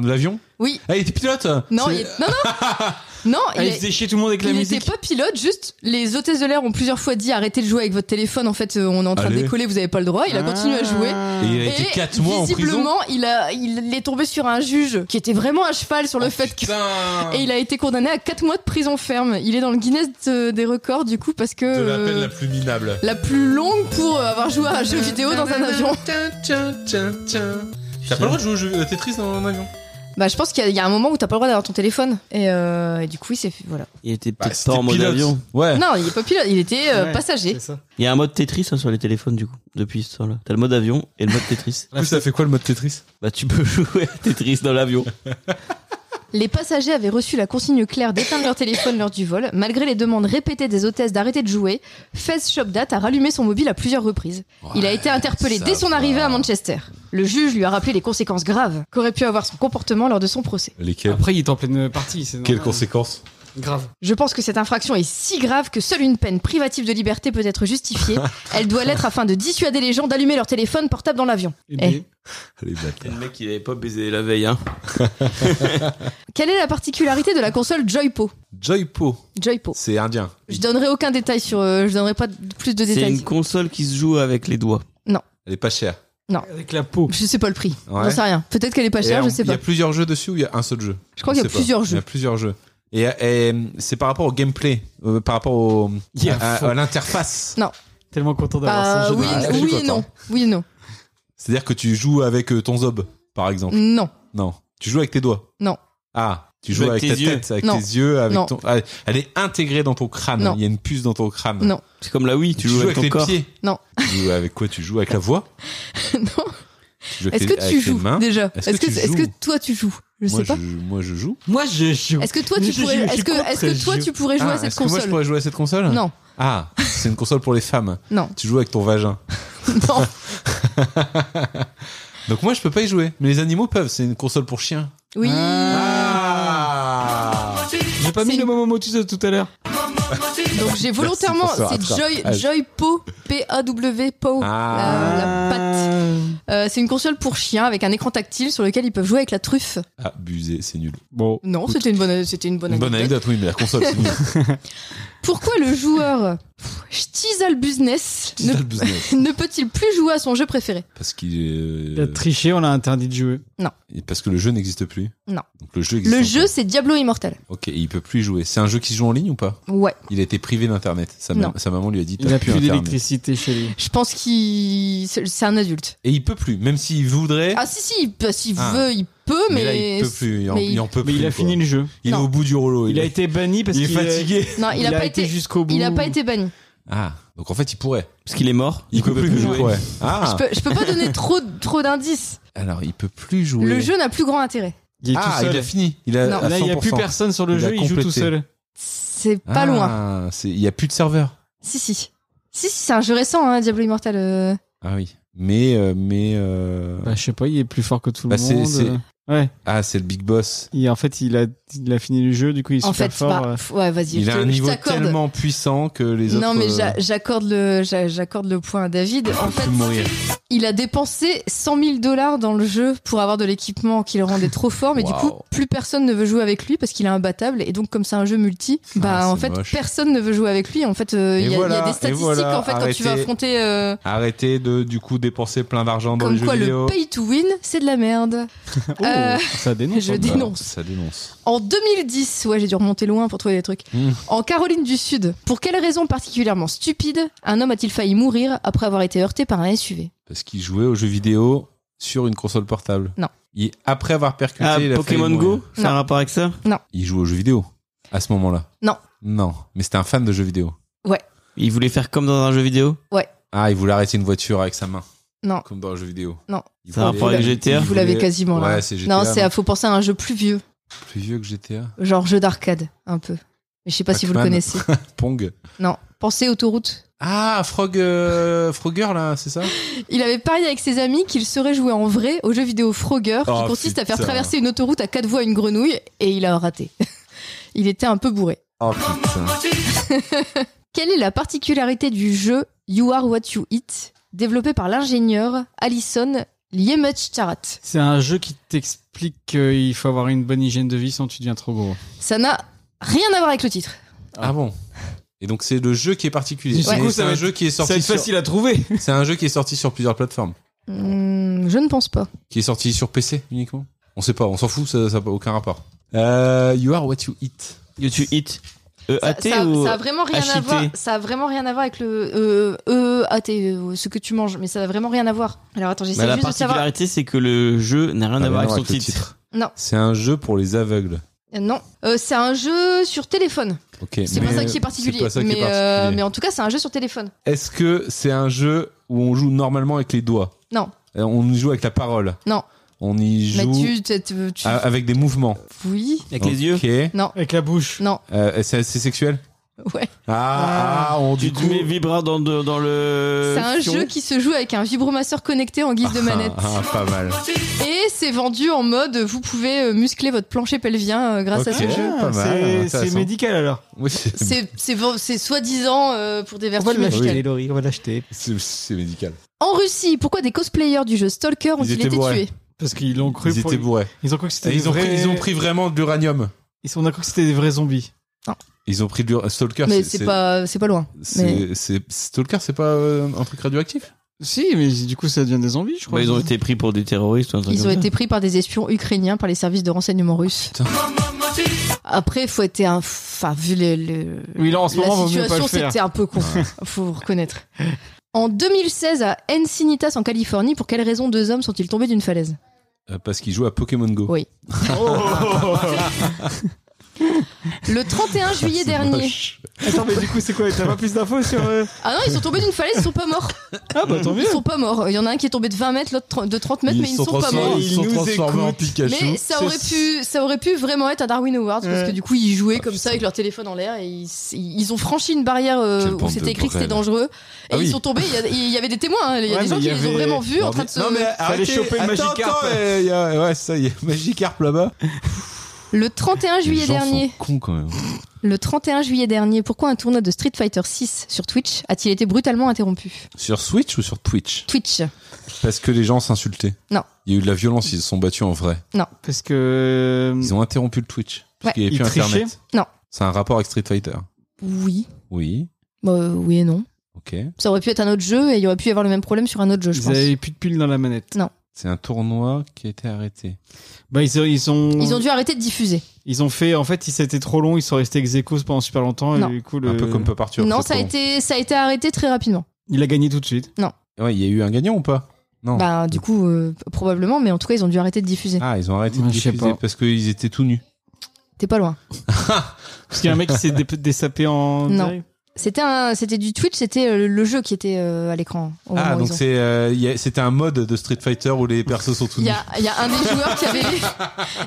S3: dans l'avion.
S4: Oui.
S3: Ah, il était pilote
S4: Non,
S3: C'est-
S4: il... non, non. Non,
S1: Ah,
S4: il
S1: il
S4: est-
S1: faisait chier tout le monde avec la
S4: Il
S1: musique.
S4: n'était pas pilote, juste les hôtesses de l'air ont plusieurs fois dit arrêtez de jouer avec votre téléphone, en fait euh, on est en train
S3: Allez.
S4: de décoller, vous n'avez pas le droit, il a continué à jouer.
S3: Et il a
S4: Et
S3: été 4 mois en prison.
S4: visiblement, il, a, il est tombé sur un juge qui était vraiment à cheval sur le fait
S3: Oh,
S4: que...
S3: Putain
S4: Et il a été condamné à 4 mois de prison ferme. Il est dans le Guinness de- des records du coup parce que...
S3: De la peine
S4: euh,
S3: la plus minable.
S4: la plus longue pour euh, avoir joué à un jeu vidéo dans un avion.
S3: T'as pas le droit de jouer au jeu à Tetris dans un avion
S4: Bah je pense qu'il y, a- il y a un moment où t'as pas le droit d'avoir ton téléphone. Et, euh, et du coup il s'est fait... Voilà.
S2: Il était
S3: Bah,
S2: peut-être
S3: c'était
S2: pas en mode
S3: pilote.
S2: avion.
S3: Ouais.
S4: Non, il est pas pilote, il était euh,
S1: Ouais,
S4: passager.
S1: c'est ça.
S2: Il y a un mode Tetris hein, sur les téléphones du coup, depuis ce temps-là. T'as le mode avion et le mode Tetris.
S3: Du coup, ça fait quoi le mode Tetris
S2: bah tu peux jouer à Tetris dans l'avion.
S4: Les passagers avaient reçu la consigne claire d'éteindre leur téléphone lors du vol. Malgré les demandes répétées des hôtesses d'arrêter de jouer, Fez Shopdat a rallumé son mobile à plusieurs reprises. Il a été interpellé
S3: ça
S4: dès son
S3: va.
S4: arrivée à Manchester. Le juge lui a rappelé les conséquences graves qu'aurait pu avoir son comportement lors de son procès.
S3: Lesquels
S1: Après, il est en pleine partie. c'est
S3: Quelles
S1: normal.
S3: conséquences
S1: Grave.
S4: Je pense que cette infraction est si grave que seule une peine privative de liberté peut être justifiée. Elle doit l'être afin de dissuader les gens d'allumer leur téléphone portable dans l'avion.
S1: Et
S4: Eh.
S1: des-
S3: Les bâtards.
S2: Le mec il avait pas baisé la veille hein.
S4: Quelle est la particularité de la console Joypo
S3: Joypo,
S4: Joypo.
S3: c'est indien.
S4: Je donnerai aucun détail sur. euh, je donnerai pas de- plus de
S2: C'est
S4: détails.
S2: une console qui se joue avec les doigts.
S3: Elle est pas chère.
S1: Avec la peau.
S4: Je sais pas le prix.
S3: Ouais.
S4: J'en sais rien. Peut-être qu'elle est pas
S3: Et
S4: chère,
S3: on-
S4: Ah, je sais
S3: Il y
S4: pas.
S3: a plusieurs jeux dessus ou il y a un seul jeu
S4: Je crois qu'il y a
S3: On sait pas.
S4: plusieurs
S3: Il y
S4: jeux.
S3: a plusieurs jeux. Et, et, euh, c'est par rapport au gameplay, euh, par rapport au,
S1: Il y a
S3: à,
S1: faux.
S3: à l'interface.
S1: Tellement content d'avoir
S4: Euh,
S1: son jeu.
S4: oui,
S1: dans
S3: Ah,
S1: la-
S3: je suis
S4: oui et
S3: content.
S4: non. Oui et non.
S3: C'est-à-dire que tu joues avec euh, ton zob, par exemple.
S4: Non.
S3: Non. Tu joues avec tes doigts.
S4: Mm. Non.
S3: Ah, tu
S2: Tu
S3: joues
S2: joues
S3: avec,
S2: avec
S3: ta
S2: tes yeux.
S3: tête, avec
S4: Non.
S3: tes yeux, avec
S4: Non.
S3: ton. ah, Elle est intégrée dans ton crâne.
S4: Non.
S3: Il y a une puce dans ton crâne.
S4: Non.
S2: C'est comme la Wii, tu, joues avec ton
S3: les
S2: corps.
S3: pieds.
S4: Non.
S3: Tu joues avec quoi Tu joues avec la voix
S4: non.
S3: Tu joues avec
S4: Est-ce
S3: les-
S4: que
S3: avec les
S4: tu joues
S3: mains
S4: déjà
S3: Est-ce
S4: Est-ce
S3: que
S4: que,
S3: tu
S4: est-ce
S3: joues
S4: que toi tu joues Je
S3: moi,
S4: sais pas.
S3: Je, moi, je joue.
S1: Moi, je joue.
S4: Est-ce que toi tu
S1: Je- je-
S4: pourrais
S1: je- je
S4: Est-ce que
S1: contre,
S4: est-ce que
S1: je
S4: toi
S1: joue.
S4: tu pourrais jouer
S3: Ah,
S4: à cette
S3: est-ce que moi, je
S4: console
S3: pourrais jouer à cette console
S4: Non.
S3: Ah, c'est une console pour les femmes.
S4: Non.
S3: Tu joues avec ton vagin.
S4: Non.
S3: Donc moi, je peux pas y jouer. Mais les animaux peuvent. C'est une console pour chiens.
S4: Oui.
S3: Ah
S1: J'ai pas mis
S4: C'est-
S1: le moment motus de tout à l'heure.
S4: Donc j'ai volontairement
S3: Merci pour ce
S4: c'est Joy
S3: rattrapage.
S4: Joypo P A W Po.
S3: Ah.
S4: Euh, la patte. Euh, c'est une console pour chiens avec un écran tactile sur lequel ils peuvent jouer avec la truffe.
S3: Abusé, c'est nul.
S1: Bon.
S4: Non, c'était une bonne c'était une bonne
S3: Une bonne
S4: anecdote.
S3: anecdote, oui, mais la console, c'est nul.
S4: Pourquoi le joueur Pff, Stizal Business ne,
S3: Stizal Business.
S4: ne peut-il plus jouer à son jeu préféré
S3: Parce qu'il est... euh,
S1: Il a triché, on l'a interdit de jouer.
S4: Non.
S3: Et Parce que le jeu n'existe plus.
S4: Non.
S3: Donc le jeu existe.
S4: Le
S3: encore.
S4: jeu, c'est Diablo Immortal.
S3: Ok, et il peut plus y jouer. C'est un jeu qui se joue en ligne ou pas
S4: Ouais.
S3: Il a été privé d'internet. Sa, ma-
S4: Non.
S3: sa maman lui a dit
S1: Il
S3: t'as
S1: a plus
S3: Internet.
S1: d'électricité chez lui.
S4: Je pense qu'il. C'est c'est un adulte.
S3: Et il peut plus, même s'il voudrait.
S4: Ah, si, si, il peut- s'il
S3: Ah.
S4: veut, il peut, mais.
S3: mais là, il peut plus. Il en,
S4: mais
S3: il en peut
S1: Mais
S3: plus.
S1: il a
S3: quoi.
S1: fini le jeu.
S3: Il est
S4: Non.
S3: au bout du rouleau.
S1: Il a été banni parce
S3: il est
S1: qu'il euh,
S3: fatigué.
S4: Non, Ah, il, a, pas été,
S1: jusqu'au bout.
S4: Il a pas été banni.
S3: Ah, donc en fait, il pourrait.
S2: Parce qu'il est mort.
S3: Il, peut, plus, jouer. Ouais. Ah,
S4: Je, peux, je peux pas donner trop, trop d'indices.
S3: alors il peut plus jouer.
S4: Le jeu n'a plus grand intérêt.
S1: Il est tout
S3: ah,
S1: seul.
S3: il a fini. Il a,
S4: Non.
S3: à
S1: Là, il n'y a plus
S3: 100%.
S1: personne sur le
S3: Il a
S1: jeu, il joue tout
S3: complété.
S1: seul.
S4: C'est pas
S3: Ah,
S4: loin.
S3: c'est- Il y a plus de serveur.
S4: Si, si. Si, si, c'est un jeu récent, hein, Diablo Immortal. euh.
S3: Ah oui. Mais euh, mais euh,
S1: Bah, je sais pas, il est plus fort que tout
S3: Bah,
S1: le
S3: c'est-
S1: monde.
S3: c'est-
S1: Ouais.
S3: ah c'est le big boss.
S1: Et en fait, il a, il a fini le jeu, du coup, il est
S4: En
S1: super
S4: fait, bah, c'est
S1: fort.
S4: pas.
S1: euh.
S4: F- Ouais, vas-y,
S3: Il
S4: je
S3: a un
S4: te- je
S3: niveau
S4: t'accorde.
S3: tellement puissant que les autres.
S4: Non, mais
S3: euh,
S4: j'a- j'accorde le, j'a- j'accorde le point à David. En
S3: peuvent
S4: fait,
S3: plus mourir.
S4: il a dépensé 100 000 dollars dans le jeu pour avoir de l'équipement qui le rendait trop fort, mais du
S3: Waouh.
S4: coup, plus personne ne veut jouer avec lui parce qu'il est imbattable. Et donc, comme c'est un jeu multi, bah
S3: Ah,
S4: en
S3: c'est
S4: fait,
S3: moche.
S4: personne ne veut jouer avec lui. En fait, euh,
S3: Et
S4: il y, a- il y
S3: voilà,
S4: a
S3: et
S4: des statistiques
S3: voilà,
S4: en fait quand tu vas
S3: arrêtez.
S4: affronter. euh,
S3: Arrêtez de du coup dépenser plein d'argent dans les
S4: Comme
S3: jeux
S4: quoi,
S3: vidéo.
S4: le pay to win, c'est de la merde.
S1: Oh,
S4: Euh,
S1: ça dénonce.
S4: je
S1: hein.
S4: dis- dénonce.
S3: Bah, Ça dénonce.
S4: En 2010, ouais, j'ai dû remonter loin pour trouver des trucs.
S3: Mmh.
S4: En Caroline du Sud, pour quelle raison particulièrement stupide, un homme a-t-il failli mourir après avoir été heurté par un SUV
S3: Parce qu'il jouait aux jeux vidéo sur une console portable.
S4: Non.
S3: Il, après avoir percuté,
S2: Ah,
S3: il a
S2: Pokémon
S3: failli mourir.
S2: Go C'est un rapport avec ça
S3: Il joue aux jeux vidéo à ce moment-là.
S4: Non.
S3: Non, mais c'était un fan de jeux vidéo.
S2: Il voulait faire comme dans un jeu vidéo
S3: Ah, il voulait arrêter une voiture avec sa main.
S4: Non.
S3: Comme dans un jeu vidéo.
S4: Non.
S3: Il
S2: Ça a un
S3: voulait-
S2: rapport avec
S3: il
S2: GTA
S4: Vous
S3: voulait-
S4: l'avez quasiment là.
S3: Ouais, c'est GTA.
S4: non, c'est faut penser à un jeu plus vieux,
S3: Plus vieux que GTA.
S4: genre jeu d'arcade, un peu. Mais je sais pas si vous le
S3: Pac-Man.
S4: connaissez.
S3: Pong.
S4: Non, pensez autoroute.
S3: Ah, Frog, euh, Frogger, là, c'est ça
S4: Il avait parié avec ses amis qu'il serait joué en vrai au jeu vidéo Frogger, qui
S3: Oh,
S4: consiste à faire
S3: putain.
S4: traverser une autoroute à quatre voies à une grenouille, et il a raté. il était un peu bourré.
S3: Oh putain.
S4: Quelle est la particularité du jeu You Are What You Eat, développé par l'ingénieur Alison Liemech Charat
S1: C'est un jeu qui t'explique qu'il faut avoir une bonne hygiène de vie sinon tu deviens trop gros.
S4: Ça n'a rien à voir avec le titre.
S3: Ah bon Et donc, c'est le jeu qui est particulier.
S1: Du
S3: C'est-
S1: coup,
S3: c'est
S1: ça
S3: un
S1: va être-
S3: jeu qui est
S1: Ça va
S3: sorti.
S1: être
S3: sur-
S1: facile à trouver.
S3: C'est un jeu qui est sorti sur plusieurs plateformes.
S4: Hmm, je ne pense pas.
S3: Qui est sorti sur PC uniquement On sait pas, on s'en fout, ça n'a aucun rapport. Euh, you are what you eat.
S2: You to eat e
S4: Ça, ça-
S2: ou
S4: ça a vraiment rien à
S2: HIT?
S4: voir. Ça a vraiment rien à voir avec le euh, euh, ah, t'es, euh, ce que tu manges, mais ça a vraiment rien à voir. Alors attends,
S2: Bah,
S4: j'essaie
S2: la
S4: juste de savoir.
S2: particularité, c'est que le jeu n'a Ah, rien
S3: Ça
S2: à
S3: a
S2: voir
S3: rien
S2: avec son
S3: le
S2: titre.
S4: Non.
S3: C'est un jeu pour les aveugles.
S4: Euh, Non, Euh, c'est un jeu sur téléphone.
S3: Ok.
S4: C'est
S3: mais-
S4: pas ça qui est particulier.
S3: c'est pas ça qui est
S4: mais, euh,
S3: particulier.
S4: mais en tout cas, c'est un jeu sur téléphone.
S3: Est-ce que c'est un jeu où on joue normalement avec les doigts
S4: Non.
S3: Euh, On y joue avec la parole
S4: Non.
S3: On y joue
S4: Mais tu, tu- tu- tu-
S3: a- avec des mouvements.
S4: oui,
S2: Avec les yeux
S3: Ok. Euh,
S1: Avec la bouche.
S4: non,
S3: c'est c'est sexuel
S4: ouais.
S3: ah, ah, on
S2: Tu
S3: du
S2: te
S3: coup-
S2: mets vibra dans, de- dans le.
S4: C'est un
S2: fion.
S4: jeu qui se joue avec un vibromasseur connecté en guise de manette.
S3: Euh, Ah, ah, pas mal.
S4: Et c'est vendu en mode vous pouvez euh, muscler votre plancher pelvien euh, grâce
S3: Ok.
S4: à ce jeu.
S3: Ah, pas mal,
S1: C'est- C'est
S3: intéressant.
S1: médical alors.
S3: Oui, c'est-
S4: C'est- C'est vo- c'est soi-disant euh, pour des
S1: On va
S4: vertus médicales.
S1: l'acheter, Ah Laurie, on va l'acheter.
S3: C'est c'est médical.
S4: En Russie, pourquoi des cosplayers du jeu Stalker
S3: Ils
S4: ont-ils
S3: étaient
S4: été
S3: bourrés.
S4: tués
S1: Parce qu'ils l'ont cru.
S3: Ils
S1: pour-
S3: étaient bourrés.
S1: Ils ont cru que
S3: Et
S1: c'était des
S3: Ils ont, pris,
S1: vrais-
S3: ils ont pris vraiment de l'uranium.
S1: Ils sont d'accord que c'était des vrais zombies.
S3: Ils ont pris de l'uranium. Stalker,
S4: Mais c'est pas, c'est pas loin.
S3: c'est-
S4: mais-
S3: c'est- Stalker, c'est pas euh, un truc radioactif
S1: Si, mais du coup, ça devient des zombies, je crois.
S2: Bah, ils ont été pris pour des terroristes. ou un truc
S4: Ils ont
S2: comme ça.
S4: été pris par des espions ukrainiens par les services de renseignement russes.
S3: Putain.
S4: Après, faut être un, enfin, vu les- le-
S1: Oui, là, en ce
S4: la
S1: moment, vaut mieux pas le
S4: situation,
S1: faire.
S4: c'était un peu con. faut reconnaître. En 2016, à Encinitas, en Californie, pour quelle raison deux hommes sont-ils tombés d'une falaise
S3: Euh, Parce qu'ils jouent à Pokémon Go.
S4: Oui. Le 31 juillet
S3: Ah, C'est
S4: dernier.
S3: moche.
S1: Attends, mais du coup, c'est quoi T'as pas plus d'infos sur. euh,
S4: Ah non, ils sont tombés d'une falaise, ils sont pas morts.
S1: Ah, bah tant
S4: Ils
S1: mieux.
S4: sont pas morts. Il y en a un qui est tombé de 20 mètres, l'autre tr- de 30 mètres, mais ils ne sont pas
S3: transformés-
S4: morts.
S3: Ils sont
S1: Ils nous
S3: transformés en
S1: écoutent.
S3: Pikachu.
S4: Mais ça aurait pu, ça aurait pu vraiment être un Darwin Awards parce
S1: Ouais.
S4: que du coup ils jouaient
S3: Ah,
S4: comme
S3: putain.
S4: ça avec leur téléphone en l'air et ils, ils ont franchi une barrière euh,
S3: Quelle
S4: où
S3: bande de
S4: c'était écrit que c'était
S3: bordel.
S4: dangereux et
S3: Ah oui.
S4: ils sont tombés. Il y a- Il y, avait des témoins, hein. il y a
S1: Ouais,
S4: des gens
S1: mais
S4: qui
S1: il y
S4: les ont
S1: avait-
S4: vraiment vus en
S3: Non,
S4: train
S3: mais-
S4: de se.
S3: Non, mais arrêtez.
S1: choper le
S3: Attends,
S1: Magikarp.
S3: attends, euh, y a- ouais, ça y est, Magikarp là-bas.
S4: Le 31 juillet
S3: Les gens
S4: dernier,
S3: sont cons, quand même.
S4: le 31 juillet dernier, pourquoi un tournoi de Street Fighter 6 sur Twitch a-t-il été brutalement interrompu
S3: Sur Switch ou sur Twitch
S4: Twitch.
S3: Parce que les gens s'insultaient.
S4: Non.
S3: Il y a eu de la violence, ils se sont battus en vrai.
S1: Parce que. euh,
S3: Ils ont interrompu le Twitch. Parce
S4: Ouais.
S3: qu'il n'y avait
S1: Ils
S3: plus
S1: trichaient
S3: Internet.
S4: Non.
S3: C'est un rapport avec Street Fighter.
S4: Oui.
S3: Oui.
S4: Bah, oui et non.
S3: Ok.
S4: Ça aurait pu être un autre jeu et il y aurait pu y avoir le même problème sur un autre jeu, je
S1: Vous
S4: pense.
S1: avez plus de piles dans la manette.
S4: Non.
S3: C'est un tournoi qui a été arrêté.
S1: Bah, ils, sont- ils sont.
S4: Ils ont dû arrêter de diffuser.
S1: Ils ont fait. En fait, ils- c'était trop long. Ils sont restés ex aequo pendant super longtemps.
S4: Non.
S1: Et du coup, le...
S3: Un peu comme Pop Arthur.
S4: non,
S3: c'est
S4: ça a,
S3: con.
S4: été, ça a été arrêté très rapidement.
S1: Il a gagné tout de suite.
S4: Non.
S3: Ouais, il y a eu un gagnant ou pas Non.
S4: Bah, du coup, euh, probablement, mais en tout cas, ils ont dû arrêter de diffuser.
S3: Ah, ils ont arrêté de
S1: Ouais, je sais
S3: diffuser
S1: pas.
S3: parce qu'ils étaient tout nus.
S4: T'es pas loin.
S1: Parce qu'il y a un mec qui s'est dé- désapé en.
S4: Non. C'était un, c'était du Twitch, c'était euh, le jeu qui était euh, à l'écran. au moment
S3: Ah,
S4: où
S3: donc
S4: ils ont-
S3: c'est, euh, il y a- c'était un mode de Street Fighter où les persos sont tout
S4: Il
S3: nus.
S4: y a, il y a un des joueurs qui avait,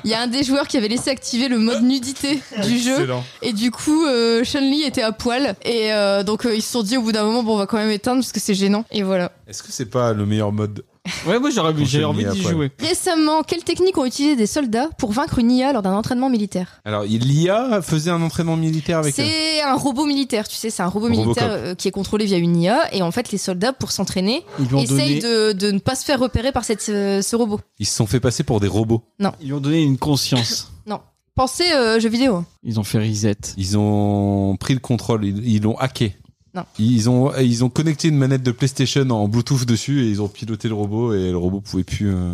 S4: il y a un des joueurs qui avait laissé activer le mode nudité du jeu.
S3: Excellent.
S4: Et du coup, euh, Chun-Li était à poil. Et euh, donc, euh, ils se sont dit au bout d'un moment, bon, on va quand même éteindre parce que c'est gênant. Et voilà.
S3: Est-ce que c'est pas le meilleur mode
S1: Ouais, moi j'aurais
S3: Quand
S1: j'ai
S3: je
S1: envie
S3: l'ai mis
S1: d'y
S3: après.
S1: jouer.
S4: Récemment, quelle technique ont utilisé des soldats pour vaincre une IA lors d'un entraînement militaire
S3: Alors, il- l'IA faisait un entraînement militaire Ah, avec euh, eux.
S4: C'est un robot militaire, tu sais, c'est un robot
S3: Robocop.
S4: militaire euh, qui est contrôlé via une IA. Et en fait, les soldats, pour s'entraîner,
S1: Ils lui ont
S4: essayent
S1: donné-
S4: de, de ne pas se faire repérer par cette, euh, ce robot.
S3: Ils se sont fait passer pour des robots.
S1: Ils lui ont donné une conscience.
S4: Non. Pensez euh, jeux vidéo.
S1: Ils ont fait reset.
S3: Ils ont pris le contrôle, ils ils l'ont hacké.
S4: Non.
S3: Ils ont, ils ont connecté une manette de PlayStation en Bluetooth dessus et ils ont piloté le robot et le robot pouvait plus. euh,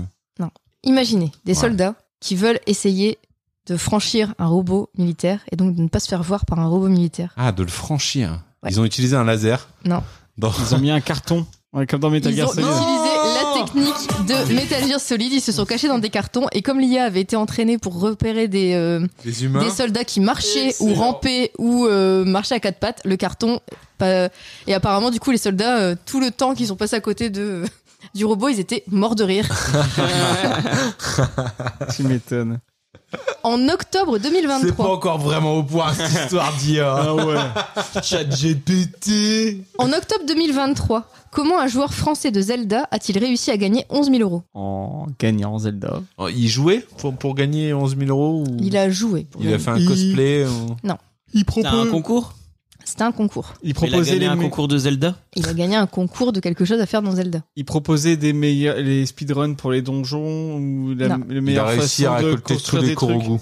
S4: Imaginez des
S3: Ouais.
S4: soldats qui veulent essayer de franchir un robot militaire et donc de ne pas se faire voir par un robot militaire.
S3: Ah, de le franchir.
S4: Ouais.
S3: Ils ont utilisé un laser.
S4: Non.
S3: Dans...
S1: Ils ont mis un carton. Ouais, comme dans Metal
S4: Ils ont
S1: Gear
S3: hein.
S1: Solid.
S4: utilisé la technique
S3: Ah,
S4: de Metal Gear Solid, ils se sont cachés dans des cartons et comme l'IA avait été entraînée pour repérer des, euh,
S3: Les humains.
S4: des soldats qui marchaient ou rampaient ou euh, marchaient à quatre pattes, le carton... pas- Et apparemment, du coup, les soldats, euh, tout le temps qu'ils sont passés à côté de... Du robot, ils étaient morts de rire.
S1: Tu m'étonnes.
S4: En octobre 2023.
S3: encore vraiment au point cette histoire d'IA.
S1: Ah ouais. Chat GPT.
S4: En octobre 2023, comment un joueur français de Zelda a-t-il réussi à gagner 11 000 euros
S1: En gagnant Zelda.
S3: Ils jouaient Oh, pour, pour gagner 11 000 euros ou...
S4: Il a joué.
S3: Il a fait un
S1: Il-
S3: cosplay. euh ou-
S1: Il
S2: T'as un concours
S4: C'était un concours.
S1: Il
S2: Il a
S1: proposait
S2: gagné
S1: les
S2: un
S1: me-
S2: concours de Zelda
S4: Il a gagné un concours de quelque chose à faire dans Zelda.
S1: Il proposait des meilleurs les speedruns pour les donjons ou la
S4: Non.
S1: le
S3: Il a
S1: meilleure
S3: réussi à
S1: façon de
S3: récolter tous
S1: construire
S3: les
S1: des trucs.
S3: Korogu.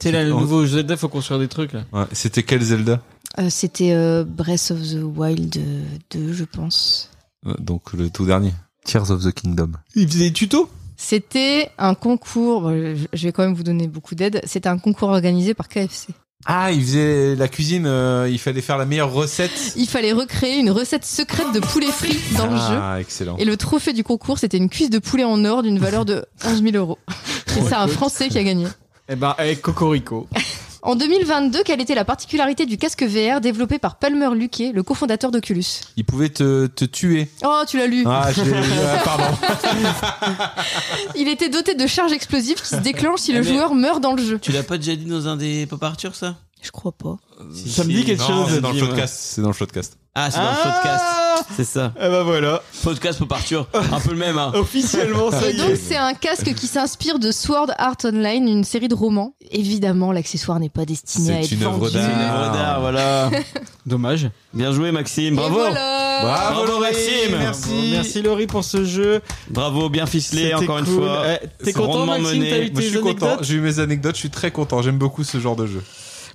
S1: Tu sais là le
S3: On-
S1: nouveau Zelda faut construire des trucs là.
S3: Ouais, C'était quel Zelda
S4: Euh, C'était euh, Breath of the Wild euh, 2, je pense.
S3: Euh, Donc le tout dernier. Tears of the Kingdom.
S1: Il faisait des tutos
S4: C'était un concours. bon, je- je vais quand même vous donner beaucoup d'aide. C'était un concours organisé par KFC.
S3: Ah, il faisait la cuisine, euh, il fallait faire la meilleure recette.
S4: Il fallait recréer une recette secrète de poulet frit dans le jeu.
S3: Ah, excellent.
S4: Et le trophée du concours, c'était une cuisse de poulet en or d'une valeur de 11 000 euros.
S3: Oh,
S4: Et c'est un Français qui a gagné.
S1: Eh ben avec Cocorico.
S4: En 2022, quelle était la particularité du casque VR développé par Palmer Luckey, le cofondateur d'Oculus
S3: Il pouvait te, te tuer.
S4: Oh, tu l'as lu
S3: Ah, je l'ai- ah, pardon.
S4: Il était doté de charges explosives qui se déclenchent si le
S2: Mais-
S4: joueur meurt dans le jeu.
S2: Tu l'as pas déjà dit dans un des Pop Arthur, ça
S4: Je crois pas.
S1: Ça me dit quelque
S3: Non,
S1: chose,
S3: C'est dans le
S1: Jim.
S3: podcast. C'est dans le podcast.
S2: Ah, c'est dans le podcast. C'est ça.
S1: Eh ben voilà.
S2: Podcast Pop Arthur. Un peu le même, hein.
S1: Officiellement ça
S4: Et
S1: y
S4: donc
S1: Ah, est.
S4: c'est un casque qui s'inspire de Sword Art Online, une série de romans. Évidemment, l'accessoire n'est pas destiné à
S3: C'est
S4: être
S3: une œuvre
S4: vendu.
S2: C'est une
S3: d'art.
S2: œuvre d'art, voilà.
S1: Dommage.
S2: Bien joué, Maxime.
S4: Et
S2: Bravo.
S4: voilà.
S2: Bravo,
S1: Laurie,
S2: Maxime.
S1: Euh, Merci. Merci Laurie pour ce jeu.
S2: Bravo, bien ficelé,
S1: C'était
S2: encore une
S1: cool.
S2: fois.
S1: Eh, T'es
S2: C'est
S1: content
S2: rondement
S1: Maxime
S2: mené.
S1: T'as eu
S3: Moi, je
S1: tes
S3: suis content.
S1: anecdotes
S3: J'ai eu mes anecdotes. Je suis très content. J'aime beaucoup ce genre de jeu.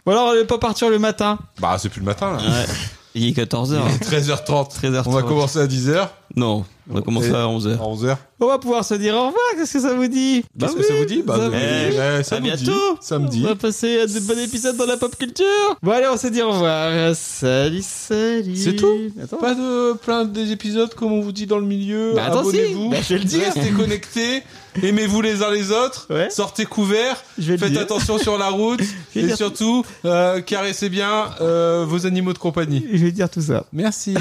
S1: Ou alors le Pop Arthur le matin.
S3: Bah, c'est plus le matin. Là.
S2: Ouais. Il est
S1: Ah,
S2: hein. 14h.
S3: Il est 13h30.
S2: 13h30.
S3: On va commencer à 10h,
S2: Non, on va commencer
S3: Et-
S2: à
S3: à
S2: 11h.
S3: 11h.
S1: On va pouvoir se dire au revoir. Qu'est-ce que ça vous dit
S3: Qu'est-ce que ça vous dit
S1: ça
S3: Bah,
S1: vous
S2: Eh,
S1: dit.
S3: ouais, ça
S2: à
S3: vous
S2: bientôt.
S3: dit. Samedi.
S1: On va passer à de bons épisodes dans la pop culture. Bon, allez, on se dit au revoir. Salut, salut.
S3: C'est tout
S1: Attends.
S3: Pas de plein des épisodes comme on vous dit dans le milieu.
S1: Bah, attends, si.
S3: Abonnez-vous.
S1: Bah, je vais le dire.
S3: Restez connectés. Aimez-vous les uns les autres.
S1: Ouais.
S3: Sortez couverts.
S1: Je vais le
S3: Faites
S1: dire.
S3: attention sur la route.
S1: vais le
S3: et
S1: dire.
S3: surtout, euh, caressez bien euh, vos animaux de compagnie.
S1: Je vais dire tout ça.
S3: Merci.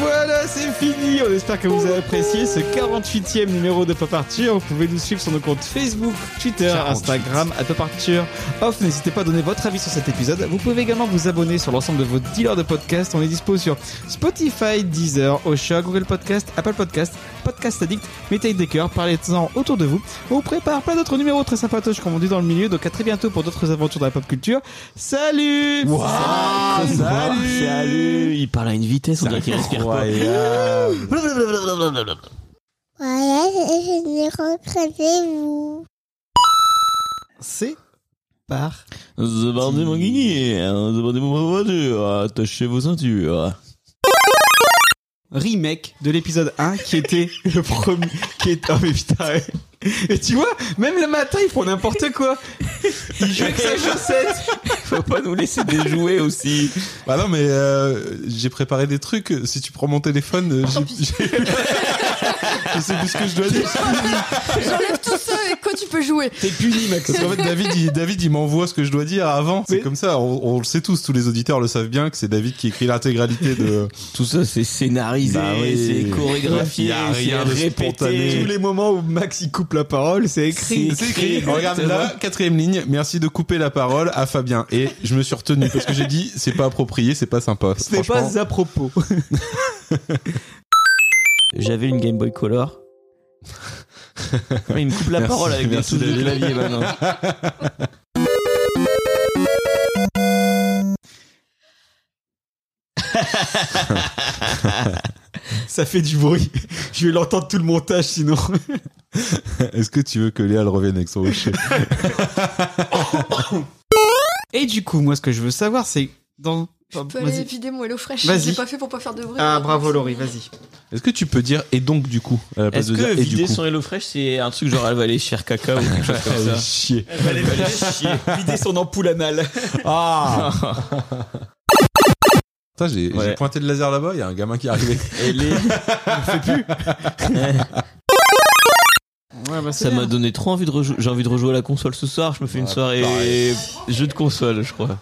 S1: Voilà, c'est fini. On espère que vous avez apprécié ce 48e numéro de Pop Arthur. Vous pouvez nous suivre sur nos comptes Facebook, Twitter,
S3: 48.
S1: Instagram, à Pop Arthur. Off, n'hésitez pas à donner votre avis sur cet épisode. Vous pouvez également vous abonner sur l'ensemble de vos dealers de podcasts. On est dispo sur Spotify, Deezer, Osha, Google Podcast, Apple Podcast, Podcast Addict, Métaille des cœurs. Parlez-en autour de vous. On vous prépare plein d'autres numéros très sympatoches comme on dit dans le milieu. Donc à très bientôt pour d'autres aventures dans la pop culture. Salut
S2: Ah,
S1: Salut
S2: salut. salut. Il parle à une vitesse, on dirait qu'il respire pas.
S1: euh.
S5: Voilà, je, je l'ai recréé, vous.
S1: C'est par
S2: The Bandit Guigny, The Bandit hein. mon voiture, attachez vos ceintures.
S1: Remake de l'épisode 1 qui était le premier. Qui est... Oh mais putain, ouais. Et tu vois, même le matin, ils font n'importe quoi. Ils jouent avec sa chaussette.
S2: Faut pas nous laisser déjouer aussi.
S3: Bah non, mais euh, j'ai préparé des trucs. Si tu prends mon téléphone, euh, j'ai- j'ai- je sais plus ce que je dois dire.
S4: J'enlève tout ça et quoi tu peux jouer
S1: T'es puni, Max.
S3: Parce qu'en fait, David, il, David, il m'envoie ce que je dois dire avant. C'est comme ça, on, on le sait tous, tous les auditeurs le savent bien que c'est David qui écrit l'intégralité de.
S2: Tout ça, c'est scénarisé,
S3: Bah oui.
S2: c'est chorégraphié,
S3: Y a
S2: c'est
S3: rien de spontané.
S2: répété.
S1: Tous les moments où Max il coupe la parole, c'est écrit.
S3: C'est écrit. Regarde là, quatrième ligne. Merci de couper la parole à Fabien. Et je me suis retenu parce que j'ai dit, c'est pas approprié, c'est pas sympa.
S1: Ce n'est
S3: Franchement,
S1: pas à propos.
S2: J'avais une Game Boy Color. Ouais, il me coupe la
S3: Merci,
S2: parole avec des
S3: merci,
S2: sous de
S3: David.
S2: clavier maintenant.
S1: Ça fait du bruit. Je vais l'entendre tout le montage sinon.
S3: Est-ce que tu veux que Léa le revienne avec son rocher
S1: Et du coup, moi, ce que je veux savoir, c'est dans.
S4: Je peux
S1: Vas-y.
S4: aller vider mon Hello Fresh.
S1: Vas-y.
S4: J'ai pas fait pour pas faire de bruit.
S1: Ah, bravo, Laurie, vas-y.
S3: Est-ce que tu peux dire et donc du coup à la place
S2: Est-ce
S3: de
S2: que
S3: dire et du
S2: vider
S3: coup
S2: son HelloFresh, c'est un truc genre elle va aller chercher caca ou quelque chose comme
S3: Ah,
S2: ça
S3: chier.
S2: Elle va aller- elle va aller chier.
S1: Vider son ampoule anale.
S3: Ah Putain, j'ai j'ai
S2: Ouais.
S3: pointé le laser là-bas, il y a un gamin qui est arrivé.
S2: Elle est-
S1: Ouais, bah,
S2: Ça m'a donné trop envie de rejouer. J'ai envie de rejouer à la console ce soir. Je me fais une
S3: Ouais,
S2: soirée
S3: pareil.
S2: jeu de console, je crois.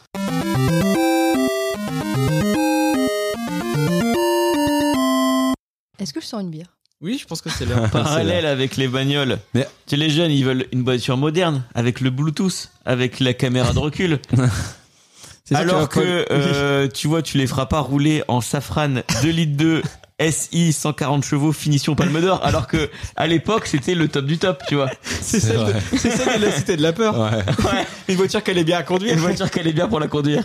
S4: Est-ce que je sens une bière
S1: Oui, je pense que c'est là.
S2: Parallèle avec les bagnoles.
S3: Mais-
S2: Tu sais, les jeunes, ils veulent une voiture moderne avec le Bluetooth, avec la caméra de recul. Alors que euh, tu vois, tu les feras pas rouler en safran 2 litres 2 SI 140 chevaux finition Palme d'Or. Alors que à l'époque, c'était le top du top, tu vois.
S1: c'est celle,
S3: vrai.
S1: de, c'est celle de la cité de la peur.
S3: Ouais.
S1: Une voiture qu'elle est bien à conduire.
S2: Une voiture qu'elle est bien pour la conduire.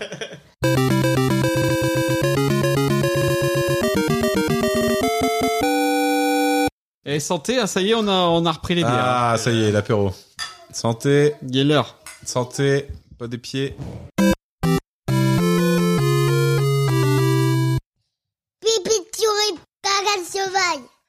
S1: Et santé, ah, ça y est, on a, on a repris les bières.
S3: Ah, ça y est, l'apéro. Santé,
S1: Il est l'heure.
S3: santé, pas des pieds.
S5: Pipi, tu riz, pareil, cheval.